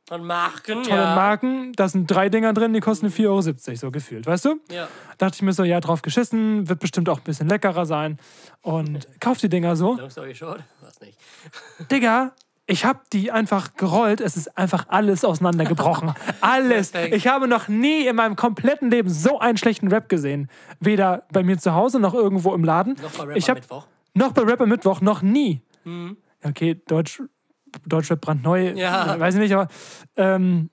[SPEAKER 2] Von Marken.
[SPEAKER 1] tollen
[SPEAKER 2] ja. Mhm.
[SPEAKER 1] Marken. Da sind drei Dinger drin, die kosten 4,70 Euro, so gefühlt, weißt du?
[SPEAKER 2] Ja.
[SPEAKER 1] Dachte ich mir so, ja, drauf geschissen, wird bestimmt auch ein bisschen leckerer sein. Und kauf die Dinger so.
[SPEAKER 2] Long story short, was nicht.
[SPEAKER 1] Digga, ich habe die einfach gerollt. Es ist einfach alles auseinandergebrochen. Alles.
[SPEAKER 2] Perfekt.
[SPEAKER 1] Ich habe noch nie in meinem kompletten Leben so einen schlechten Rap gesehen. Weder bei mir zu Hause noch irgendwo im Laden.
[SPEAKER 2] Noch mal Rap
[SPEAKER 1] ich
[SPEAKER 2] am
[SPEAKER 1] hab,
[SPEAKER 2] Mittwoch.
[SPEAKER 1] Noch bei Rap am Mittwoch, noch nie.
[SPEAKER 2] Mhm.
[SPEAKER 1] Okay, Deutsch, Deutschrap brandneu.
[SPEAKER 2] Ja.
[SPEAKER 1] Weiß ich nicht, aber ähm,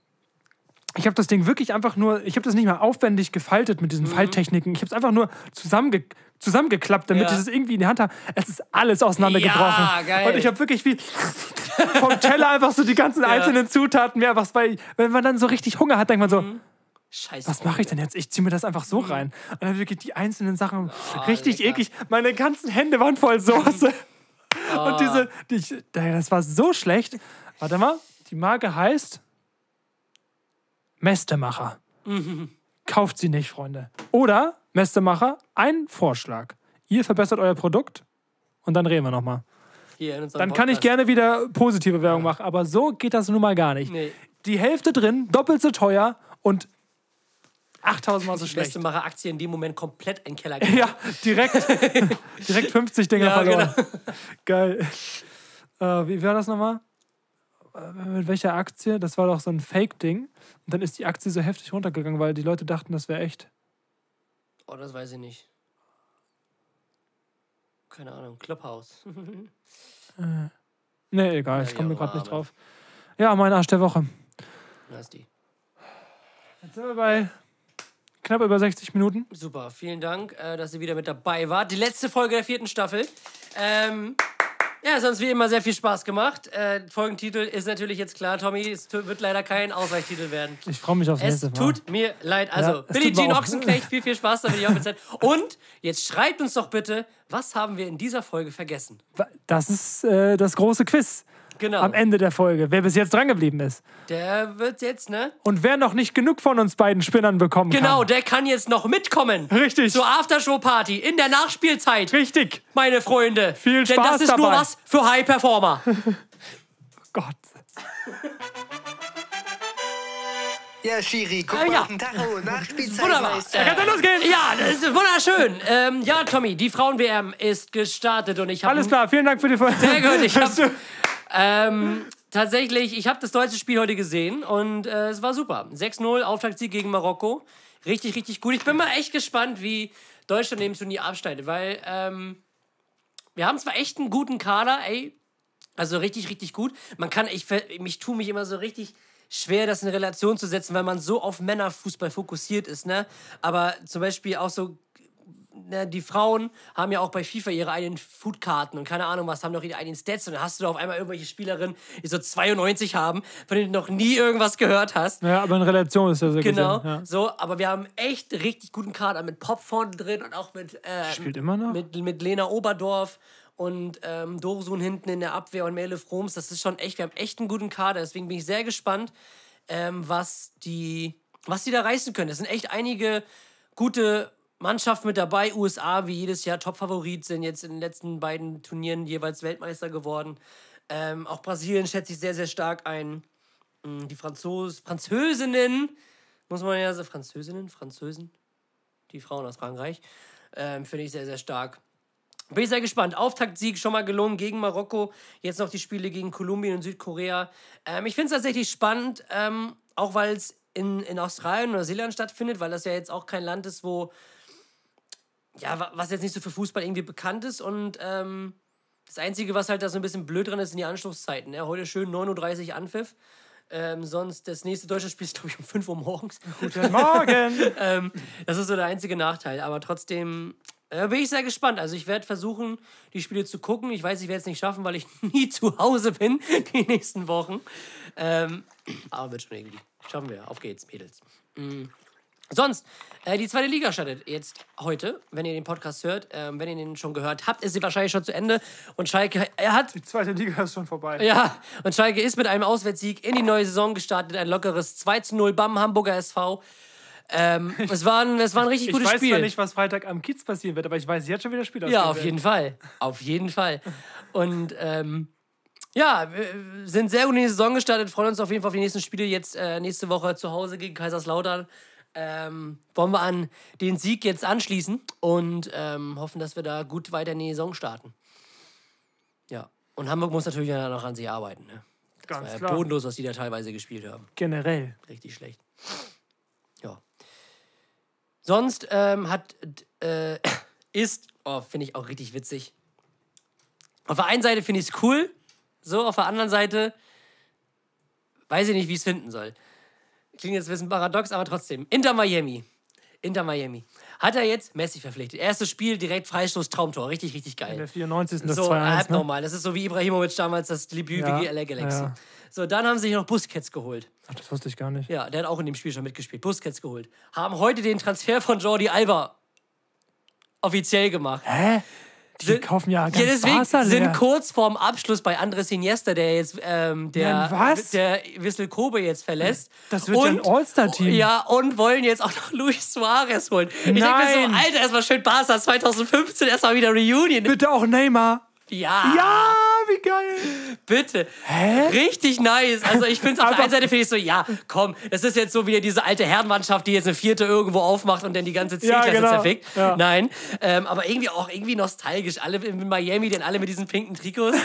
[SPEAKER 1] Ich habe das Ding wirklich einfach nur, ich habe das nicht mal aufwendig gefaltet mit diesen
[SPEAKER 2] Mhm.
[SPEAKER 1] Falttechniken. Ich habe es einfach nur zusammenge zusammengeklappt, damit
[SPEAKER 2] Ja.
[SPEAKER 1] ich das irgendwie in die Hand habe. Es ist alles auseinandergebrochen.
[SPEAKER 2] Ja, geil.
[SPEAKER 1] Und ich habe wirklich wie vom Teller einfach so die ganzen einzelnen Zutaten mir einfach, weil wenn man dann so richtig Hunger hat, denkt man so,
[SPEAKER 2] Mhm. Scheiße.
[SPEAKER 1] was mache ich denn jetzt? Ich ziehe mir das einfach so rein. Und dann wirklich die einzelnen Sachen richtig eklig. Meine ganzen Hände waren voll Soße. Und diese, die, ich- da- das war so schlecht. Warte mal, die Marke heißt Mästemacher. Kauft sie nicht, Freunde. Oder Mästemacher, ein Vorschlag. Ihr verbessert euer Produkt und dann reden wir nochmal.
[SPEAKER 2] Hier in unserem
[SPEAKER 1] Dann kann ich
[SPEAKER 2] Podcast.
[SPEAKER 1] gerne wieder positive Werbung machen, aber so geht das nun mal gar nicht.
[SPEAKER 2] Nee.
[SPEAKER 1] Die Hälfte drin, doppelt so teuer und 8000 Mal so
[SPEAKER 2] Die beste
[SPEAKER 1] schlecht.
[SPEAKER 2] mache Aktie in dem Moment komplett in den Keller. gehen.
[SPEAKER 1] Ja, direkt, direkt 50 Dinger
[SPEAKER 2] Ja, genau.
[SPEAKER 1] verloren. Geil. Äh, wie war das nochmal? Äh, Mit welcher Aktie? Das war doch so ein Fake-Ding. Und dann ist die Aktie so heftig runtergegangen, weil die Leute dachten, das wäre echt.
[SPEAKER 2] Oh, das weiß ich nicht. Keine Ahnung, Clubhouse.
[SPEAKER 1] Mhm. Nee, egal, ich
[SPEAKER 2] wie
[SPEAKER 1] komme mir
[SPEAKER 2] auch
[SPEAKER 1] gerade nicht
[SPEAKER 2] immer, aber-
[SPEAKER 1] drauf. Ja, mein Arsch der Woche.
[SPEAKER 2] Da ist die.
[SPEAKER 1] Jetzt sind wir bei knapp über 60 Minuten.
[SPEAKER 2] Super, vielen Dank, äh, dass ihr wieder mit dabei wart. Die letzte Folge der vierten Staffel. Ähm, ja, es hat uns wie immer sehr viel Spaß gemacht. Äh, Folgentitel ist natürlich jetzt klar, Tommy, es tu- wird leider kein Ausweichtitel werden.
[SPEAKER 1] Ich freue mich aufs
[SPEAKER 2] Es
[SPEAKER 1] nächste Mal.
[SPEAKER 2] tut mir leid. Also,
[SPEAKER 1] Ja, es
[SPEAKER 2] Billie
[SPEAKER 1] tut mir
[SPEAKER 2] Jean
[SPEAKER 1] auch-
[SPEAKER 2] Ochsenknecht, viel, viel Spaß damit. Ich hoffe, es hat- Und jetzt schreibt uns doch bitte, was haben wir in dieser Folge vergessen?
[SPEAKER 1] Das ist äh, das große Quiz
[SPEAKER 2] Genau.
[SPEAKER 1] am Ende der Folge, wer bis jetzt drangeblieben ist.
[SPEAKER 2] Der wird jetzt, ne?
[SPEAKER 1] Und wer noch nicht genug von uns beiden Spinnern bekommen
[SPEAKER 2] Genau,
[SPEAKER 1] kann.
[SPEAKER 2] der kann jetzt noch mitkommen.
[SPEAKER 1] Richtig.
[SPEAKER 2] Zur Aftershow-Party in der Nachspielzeit.
[SPEAKER 1] Richtig.
[SPEAKER 2] Meine Freunde.
[SPEAKER 1] Viel
[SPEAKER 2] Denn
[SPEAKER 1] Spaß
[SPEAKER 2] das ist nur
[SPEAKER 1] dabei.
[SPEAKER 2] was für High-Performer.
[SPEAKER 1] Oh Gott.
[SPEAKER 9] Ja, Schiri, guck
[SPEAKER 2] Ah,
[SPEAKER 9] mal
[SPEAKER 2] ja.
[SPEAKER 9] auf den Tacho. oh, Nachspielzeit.
[SPEAKER 2] Wunderbar.
[SPEAKER 9] Meister.
[SPEAKER 2] Da kann's ja losgehen. Ja, das ist wunderschön. Ähm, ja, Tommy, die Frauen-WM ist gestartet und ich habe
[SPEAKER 1] Alles klar, vielen Dank für die Folge.
[SPEAKER 2] Sehr gut, ich hab- ähm, tatsächlich, ich habe das deutsche Spiel heute gesehen und äh, es war super. 6-0, Auftaktsieg gegen Marokko. Richtig, richtig gut. Ich bin mal echt gespannt, wie Deutschland im Turnier abschneidet, weil ähm, wir haben zwar echt einen guten Kader, ey, also richtig, richtig gut. Man kann, ich, ver- mich tue mich immer so richtig schwer, das in Relation zu setzen, weil man so auf Männerfußball fokussiert ist, ne? Aber zum Beispiel auch so ne, die Frauen haben ja auch bei FIFA ihre eigenen Foodkarten und keine Ahnung was, haben noch ihre eigenen Stats und dann hast du da auf einmal irgendwelche Spielerinnen, die so 92 haben, von denen du noch nie irgendwas gehört hast.
[SPEAKER 1] Ja, aber in Relation ist ja sehr
[SPEAKER 2] Genau,
[SPEAKER 1] gut. Ja.
[SPEAKER 2] so, aber wir haben echt richtig guten Kader mit Pop vorne drin und auch mit, äh,
[SPEAKER 1] Spielt immer noch?
[SPEAKER 2] mit, mit Lena Oberdorf und ähm, Dorsun hinten in der Abwehr und Mele Froms. Das ist schon echt, wir haben echt einen guten Kader, deswegen bin ich sehr gespannt, ähm, was, die, was die da reißen können. Es sind echt einige gute Mannschaften mit dabei. USA, wie jedes Jahr, Topfavorit, sind jetzt in den letzten beiden Turnieren jeweils Weltmeister geworden. Ähm, auch Brasilien schätze ich sehr, sehr stark ein. Mm, Die Franzos, Französinnen, muss man ja sagen, Französinnen, Französen, die Frauen aus Frankreich, ähm, finde ich sehr, sehr stark. Bin ich sehr gespannt. Auftaktsieg schon mal gelungen gegen Marokko. Jetzt noch die Spiele gegen Kolumbien und Südkorea. Ähm, ich finde es tatsächlich spannend, ähm, auch weil es in, in Australien oder Neuseeland stattfindet, weil das ja jetzt auch kein Land ist, wo, ja, wa- was jetzt nicht so für Fußball irgendwie bekannt ist. Und ähm, das Einzige, was halt da so ein bisschen blöd dran ist, sind die Anschlusszeiten. Ne? Heute schön 9.30 Uhr Anpfiff. Ähm, sonst das nächste deutsche Spiel ist, glaube ich, um 5 Uhr morgens.
[SPEAKER 1] Guten Morgen.
[SPEAKER 2] ähm, das ist so der einzige Nachteil. Aber trotzdem äh, bin ich sehr gespannt. Also ich werde versuchen, die Spiele zu gucken. Ich weiß, ich werde es nicht schaffen, weil ich nie zu Hause bin die nächsten Wochen. Ähm, aber wird schon irgendwie. Schaffen wir. Auf geht's, Mädels. Mm. Sonst, äh, die zweite Liga startet jetzt heute, wenn ihr den Podcast hört. Ähm, wenn ihr den schon gehört habt, ist sie wahrscheinlich schon zu Ende. Und Schalke er hat
[SPEAKER 1] Die zweite Liga ist schon vorbei.
[SPEAKER 2] ja, und Schalke ist mit einem Auswärtssieg in die neue Saison gestartet. Ein lockeres 2 zu 0 beim Hamburger SV. Ähm, es, war ein, es war ein richtig
[SPEAKER 1] ich
[SPEAKER 2] gutes
[SPEAKER 1] weiß
[SPEAKER 2] Spiel.
[SPEAKER 1] zwar nicht, was Freitag am Kiez passieren wird, aber ich weiß jetzt schon, wie das Spiel
[SPEAKER 2] ja,
[SPEAKER 1] ausgehen
[SPEAKER 2] auf
[SPEAKER 1] wird.
[SPEAKER 2] jeden Fall. Auf jeden Fall. Und ähm, ja, wir sind sehr gut in die Saison gestartet, freuen uns auf jeden Fall auf die nächsten Spiele. Jetzt äh, nächste Woche zu Hause gegen Kaiserslautern. Ähm, wollen wir an den Sieg jetzt anschließen und ähm, hoffen, dass wir da gut weiter in die Saison starten. Ja. Und Hamburg muss natürlich dann noch an sich arbeiten. Ne?
[SPEAKER 1] Ganz
[SPEAKER 2] Äh,
[SPEAKER 1] klar.
[SPEAKER 2] bodenlos, was die da teilweise gespielt haben.
[SPEAKER 1] Generell.
[SPEAKER 2] Richtig schlecht. Ja. Sonst ähm, hat äh, ist, oh, finde ich auch richtig witzig. Auf der einen Seite finde ich es cool, so auf der anderen Seite weiß ich nicht, wie ich es finden soll. Klingt jetzt ein bisschen paradox, aber trotzdem. Inter Miami. Inter Miami. Hat er jetzt Messi verpflichtet. Erstes Spiel, direkt Freistoß, Traumtor. Richtig, richtig
[SPEAKER 1] In der
[SPEAKER 2] geil.
[SPEAKER 1] 94. das
[SPEAKER 2] So,
[SPEAKER 1] 2-1.
[SPEAKER 2] halb
[SPEAKER 1] Ne?
[SPEAKER 2] normal. Das ist so wie Ibrahimovic damals das Debüt
[SPEAKER 1] Ja,
[SPEAKER 2] gegen LA Galaxy.
[SPEAKER 1] ja.
[SPEAKER 2] So, dann haben sie sich noch Busquets geholt.
[SPEAKER 1] Ach, das wusste ich gar nicht.
[SPEAKER 2] Ja, der hat auch in dem Spiel schon mitgespielt. Busquets geholt. Haben heute den Transfer von Jordi Alba offiziell gemacht.
[SPEAKER 1] Hä? Die
[SPEAKER 2] Sind-
[SPEAKER 1] kaufen ja ganz
[SPEAKER 2] Ja, deswegen
[SPEAKER 1] Barca leer.
[SPEAKER 2] sind kurz vorm Abschluss bei Andres Iniesta, der jetzt ähm, der,
[SPEAKER 1] Nein, was?
[SPEAKER 2] der Wissel Kobe jetzt verlässt.
[SPEAKER 1] Das wird ja ein
[SPEAKER 2] Und-
[SPEAKER 1] All-Star-Team.
[SPEAKER 2] Ja, und wollen jetzt auch noch Luis Suarez holen. Ich denke mir
[SPEAKER 1] Nein.
[SPEAKER 2] so, Alter, erstmal schön Barca 2015, erstmal wieder Reunion.
[SPEAKER 1] Bitte auch Neymar.
[SPEAKER 2] Ja,
[SPEAKER 1] Ja, wie geil.
[SPEAKER 2] bitte. Richtig nice. Also ich finde es auf der einen Seite finde ich so, ja, komm, das ist jetzt so wieder diese alte Herrenmannschaft, die jetzt eine vierte irgendwo aufmacht und dann die ganze
[SPEAKER 1] Ja,
[SPEAKER 2] C-Klasse
[SPEAKER 1] genau.
[SPEAKER 2] zerfickt.
[SPEAKER 1] Ja.
[SPEAKER 2] Nein. Ähm, aber irgendwie auch irgendwie nostalgisch. Alle in Miami, denn alle mit diesen pinken Trikots.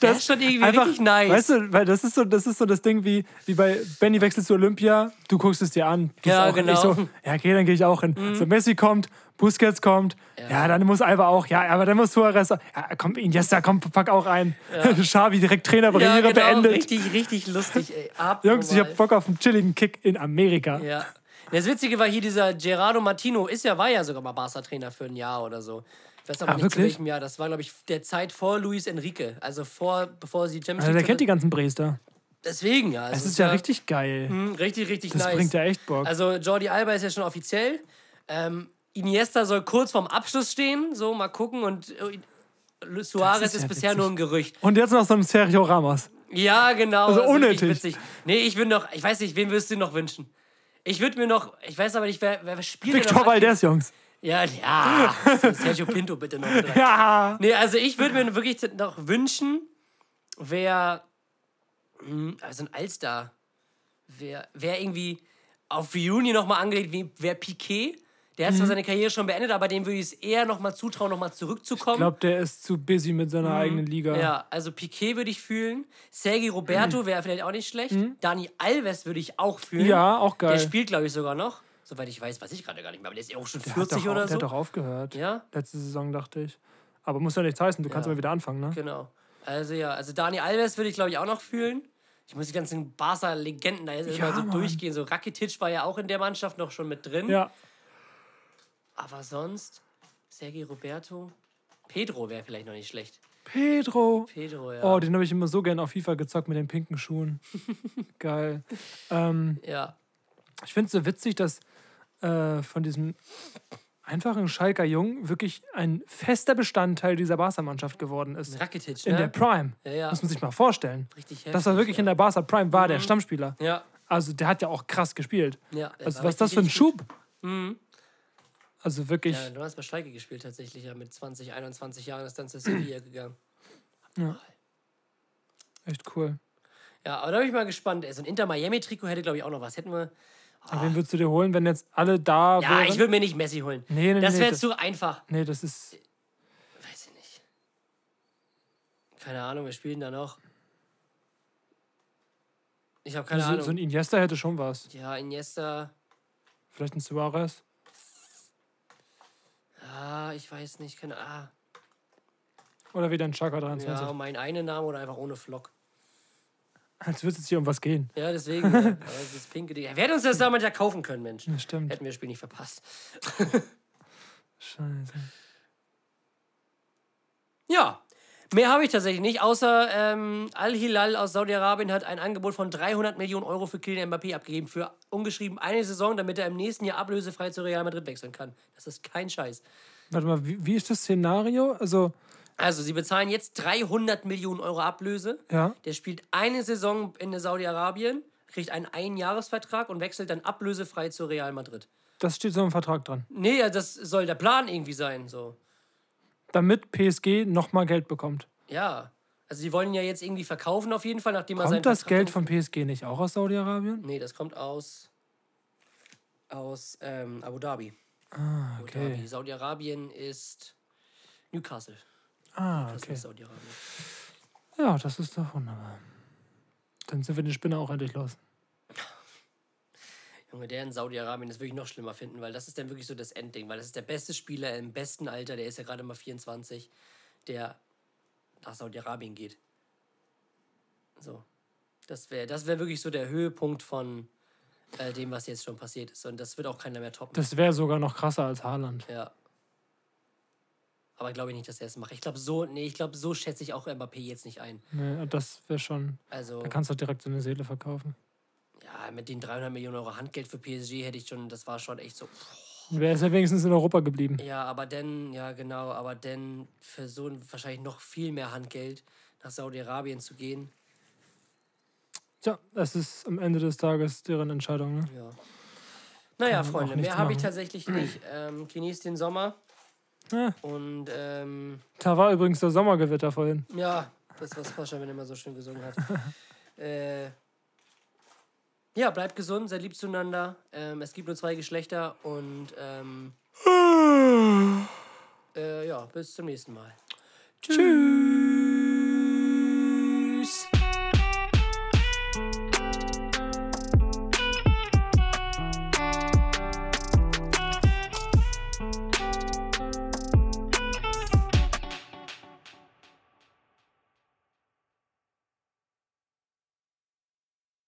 [SPEAKER 2] Das ist schon irgendwie
[SPEAKER 1] Einfach,
[SPEAKER 2] richtig nice.
[SPEAKER 1] Weißt du, weil das ist so das, ist so das Ding wie, wie bei Benny wechselt zu Olympia, du guckst es dir an. gehst
[SPEAKER 2] Ja,
[SPEAKER 1] auch hin.
[SPEAKER 2] genau. Mhm.
[SPEAKER 1] Ich so, ja, okay, dann gehe ich auch hin. So, Messi kommt, Busquets kommt, ja. dann muss Alba auch, ja, aber dann muss Suarez, auch. ja, komm, Iniesta, komm, pack auch ein. Xavi, direkt Trainer,
[SPEAKER 2] ja,
[SPEAKER 1] Karriere
[SPEAKER 2] genau,
[SPEAKER 1] beendet.
[SPEAKER 2] richtig, richtig lustig, ey. Abnormal.
[SPEAKER 1] Jungs, ich hab Bock auf einen chilligen Kick in Amerika. Also,
[SPEAKER 2] Ja. Das Witzige war hier, dieser Gerardo Martino ist ja, war ja sogar mal Barca-Trainer für ein Jahr oder so. Ich weiß aber
[SPEAKER 1] Ah,
[SPEAKER 2] nicht zu
[SPEAKER 1] wirklich?
[SPEAKER 2] welchem Jahr. Das war, glaube ich, der Zeit vor Luis Enrique. Also vor, bevor sie Champions
[SPEAKER 1] Also, der
[SPEAKER 2] League
[SPEAKER 1] kennt die ganzen Brester.
[SPEAKER 2] Deswegen, ja. Mhm.
[SPEAKER 1] Das
[SPEAKER 2] Also
[SPEAKER 1] ist ja richtig geil.
[SPEAKER 2] mh, richtig, richtig
[SPEAKER 1] Das
[SPEAKER 2] nice.
[SPEAKER 1] bringt ja echt Bock.
[SPEAKER 2] Also Jordi Alba ist ja schon offiziell. Ähm, Iniesta soll kurz vorm Abschluss stehen. So, mal gucken. Und äh, Suarez
[SPEAKER 1] ist
[SPEAKER 2] ist,
[SPEAKER 1] ja
[SPEAKER 2] bisher
[SPEAKER 1] witzig.
[SPEAKER 2] nur ein Gerücht.
[SPEAKER 1] Und jetzt noch so ein Sergio Ramos.
[SPEAKER 2] Ja, genau.
[SPEAKER 1] Also
[SPEAKER 2] wirklich
[SPEAKER 1] unnötig.
[SPEAKER 2] Witzig. Nee, ich würde noch, ich weiß nicht, wen würdest du noch wünschen? Ich würde mir noch, ich weiß aber nicht, wer, wer spielt denn
[SPEAKER 1] Victor
[SPEAKER 2] noch?
[SPEAKER 1] Valdez, Jungs.
[SPEAKER 2] Ja, ja. So, Sergio Pinto bitte noch. mit rein.
[SPEAKER 1] Ja.
[SPEAKER 2] Nee, also ich würde mir wirklich noch wünschen, wer. hm, Also ein Allstar. Wer, wer irgendwie auf Reunion nochmal angelegt, wie wer Piquet. Der
[SPEAKER 1] Mhm.
[SPEAKER 2] hat zwar seine Karriere schon beendet, aber dem würde ich es eher nochmal zutrauen, nochmal zurückzukommen.
[SPEAKER 1] Ich glaube, der ist zu busy mit seiner eigenen Liga.
[SPEAKER 2] Mhm. Ja, also Piquet würde ich fühlen. Sergi
[SPEAKER 1] Mhm.
[SPEAKER 2] Roberto wäre vielleicht auch nicht schlecht. Dani Alves würde ich auch fühlen.
[SPEAKER 1] Ja, auch geil.
[SPEAKER 2] Der spielt, glaube ich, sogar noch. Soweit ich weiß, weiß ich gerade gar nicht mehr. Aber der ist ja auch schon
[SPEAKER 1] Der hat
[SPEAKER 2] 40
[SPEAKER 1] doch, au-
[SPEAKER 2] oder
[SPEAKER 1] Der
[SPEAKER 2] so.
[SPEAKER 1] hat doch aufgehört.
[SPEAKER 2] Ja?
[SPEAKER 1] Letzte Saison, dachte ich. Aber muss ja nichts heißen, du kannst
[SPEAKER 2] Ja.
[SPEAKER 1] mal wieder anfangen, ne?
[SPEAKER 2] Genau. Also ja, also Dani Alves würde ich, glaube ich, auch noch fühlen. Ich muss die ganzen Barca-Legenden da jetzt erstmal so
[SPEAKER 1] Mann.
[SPEAKER 2] durchgehen. So Rakitic war ja auch in der Mannschaft noch schon mit drin.
[SPEAKER 1] Ja.
[SPEAKER 2] Aber sonst, Sergi Roberto, Pedro wäre vielleicht noch nicht schlecht.
[SPEAKER 1] Pedro.
[SPEAKER 2] Pedro, ja.
[SPEAKER 1] Oh, den habe ich immer so gern auf FIFA gezockt mit den pinken Schuhen. Geil.
[SPEAKER 2] ja.
[SPEAKER 1] Ich finde es so witzig, dass äh, von diesem einfachen Schalker Jung wirklich ein fester Bestandteil dieser Barca-Mannschaft geworden ist.
[SPEAKER 2] Rakitic,
[SPEAKER 1] In
[SPEAKER 2] ne?
[SPEAKER 1] der Prime.
[SPEAKER 2] ja.
[SPEAKER 1] Muss man sich mal vorstellen.
[SPEAKER 2] Richtig
[SPEAKER 1] Das war
[SPEAKER 2] heftig, Mhm.
[SPEAKER 1] wirklich in der Barca Prime, war der Stammspieler.
[SPEAKER 2] ja.
[SPEAKER 1] Also der hat ja auch krass gespielt.
[SPEAKER 2] Ja, der
[SPEAKER 1] also
[SPEAKER 2] war
[SPEAKER 1] was ist das für ein
[SPEAKER 2] richtig, richtig
[SPEAKER 1] Schub? Also wirklich.
[SPEAKER 2] Ja, du hast bei Schalke gespielt tatsächlich, ja, mit 20, 21 Jahren ist dann zu Sevilla gegangen.
[SPEAKER 1] Echt cool.
[SPEAKER 2] Ja, aber da bin ich mal gespannt. Ey, So ein Inter-Miami-Trikot hätte, glaube ich, auch noch was. Hätten wir.
[SPEAKER 1] Und wen würdest du dir holen, wenn jetzt alle da
[SPEAKER 2] Ah. Ja,
[SPEAKER 1] wären?
[SPEAKER 2] ich würde mir nicht Messi holen.
[SPEAKER 1] Nee, nee,
[SPEAKER 2] das
[SPEAKER 1] nee,
[SPEAKER 2] wäre
[SPEAKER 1] das-
[SPEAKER 2] zu einfach.
[SPEAKER 1] nee, das ist.
[SPEAKER 2] Weiß ich nicht. Keine Ahnung, wir spielen da noch. Ich habe keine
[SPEAKER 1] also So,
[SPEAKER 2] Ahnung.
[SPEAKER 1] so ein Iniesta hätte schon was.
[SPEAKER 2] ja, Iniesta.
[SPEAKER 1] Vielleicht ein Suarez.
[SPEAKER 2] Ah, ich weiß nicht. Keine Ahnung.
[SPEAKER 1] Oder wieder ein Chaka
[SPEAKER 2] Ah,
[SPEAKER 1] 23.
[SPEAKER 2] ja, mein einen Name oder einfach ohne Flock.
[SPEAKER 1] Als würde es hier um was gehen.
[SPEAKER 2] Ja, deswegen. ja. Aber das pinke Ding. Wer hätte uns das damals ja kaufen können, Mensch?
[SPEAKER 1] Das stimmt.
[SPEAKER 2] Hätten wir das Spiel nicht verpasst.
[SPEAKER 1] Scheiße.
[SPEAKER 2] Ja, mehr habe ich tatsächlich nicht, außer ähm, Al-Hilal aus Saudi-Arabien hat ein Angebot von 300 Millionen Euro für Kylian Mbappé abgegeben, für ungeschrieben eine Saison, damit er im nächsten Jahr ablösefrei zu Real Madrid wechseln kann. Das ist kein Scheiß.
[SPEAKER 1] Warte mal, wie, wie ist das Szenario? Also,
[SPEAKER 2] Also, sie bezahlen jetzt 300 Millionen Euro Ablöse.
[SPEAKER 1] ja.
[SPEAKER 2] Der spielt eine Saison in Saudi-Arabien, kriegt einen Einjahresvertrag und wechselt dann ablösefrei zu Real Madrid.
[SPEAKER 1] Das steht so im Vertrag dran.
[SPEAKER 2] Nee, ja, das soll der Plan irgendwie sein, so.
[SPEAKER 1] Damit PSG nochmal Geld bekommt.
[SPEAKER 2] Ja. Also, die wollen ihn ja jetzt irgendwie verkaufen, auf jeden Fall, nachdem er seinen
[SPEAKER 1] Kommt das
[SPEAKER 2] Vertrag
[SPEAKER 1] Geld von PSG nicht auch aus Saudi-Arabien?
[SPEAKER 2] Nee, das kommt aus, aus ähm, Abu Dhabi. Ah,
[SPEAKER 1] okay.
[SPEAKER 2] Dhabi. Saudi-Arabien ist Newcastle.
[SPEAKER 1] Ah,
[SPEAKER 2] Das
[SPEAKER 1] okay.
[SPEAKER 2] ist Saudi-Arabien.
[SPEAKER 1] Ja, das ist doch wunderbar. Dann sind wir den Spinner auch endlich los.
[SPEAKER 2] Junge, der in Saudi-Arabien, das würde ich noch schlimmer finden, weil das ist dann wirklich so das Endding, weil das ist der beste Spieler im besten Alter, der ist ja gerade mal 24, der nach Saudi-Arabien geht. So. Das wäre das wär wirklich so der Höhepunkt von äh, dem, was jetzt schon passiert ist. Und das wird auch keiner mehr toppen.
[SPEAKER 1] Das wäre sogar noch krasser als Haaland.
[SPEAKER 2] Ja. Aber glaube ich nicht, dass er es macht. Ich glaube, so, nee, ich glaube, so schätze ich auch Mbappé jetzt nicht ein.
[SPEAKER 1] Nee, das wäre schon.
[SPEAKER 2] Also,
[SPEAKER 1] Da kannst du direkt seine Seele verkaufen.
[SPEAKER 2] ja, mit den 300 Millionen Euro Handgeld für PSG hätte ich schon, das war schon echt so. pff.
[SPEAKER 1] Wäre es ja wenigstens in Europa geblieben.
[SPEAKER 2] Ja, aber dann, ja, genau, aber dann für so ein wahrscheinlich noch viel mehr Handgeld nach Saudi-Arabien zu gehen.
[SPEAKER 1] Tja, es ist am Ende des Tages deren Entscheidung. Ne?
[SPEAKER 2] Ja. Naja,
[SPEAKER 1] man auch
[SPEAKER 2] Freunde,
[SPEAKER 1] nichts
[SPEAKER 2] mehr habe ich
[SPEAKER 1] machen.
[SPEAKER 2] tatsächlich nicht. Ähm, genießt den Sommer.
[SPEAKER 1] Ja.
[SPEAKER 2] Und ähm,
[SPEAKER 1] Da war übrigens der Sommergewitter vorhin.
[SPEAKER 2] ja, das, was Pascha mir immer so schön gesungen hat. äh, ja, bleibt gesund, seid lieb zueinander. Ähm, es gibt nur zwei Geschlechter und ähm, äh, ja, bis zum nächsten Mal. Tschüss.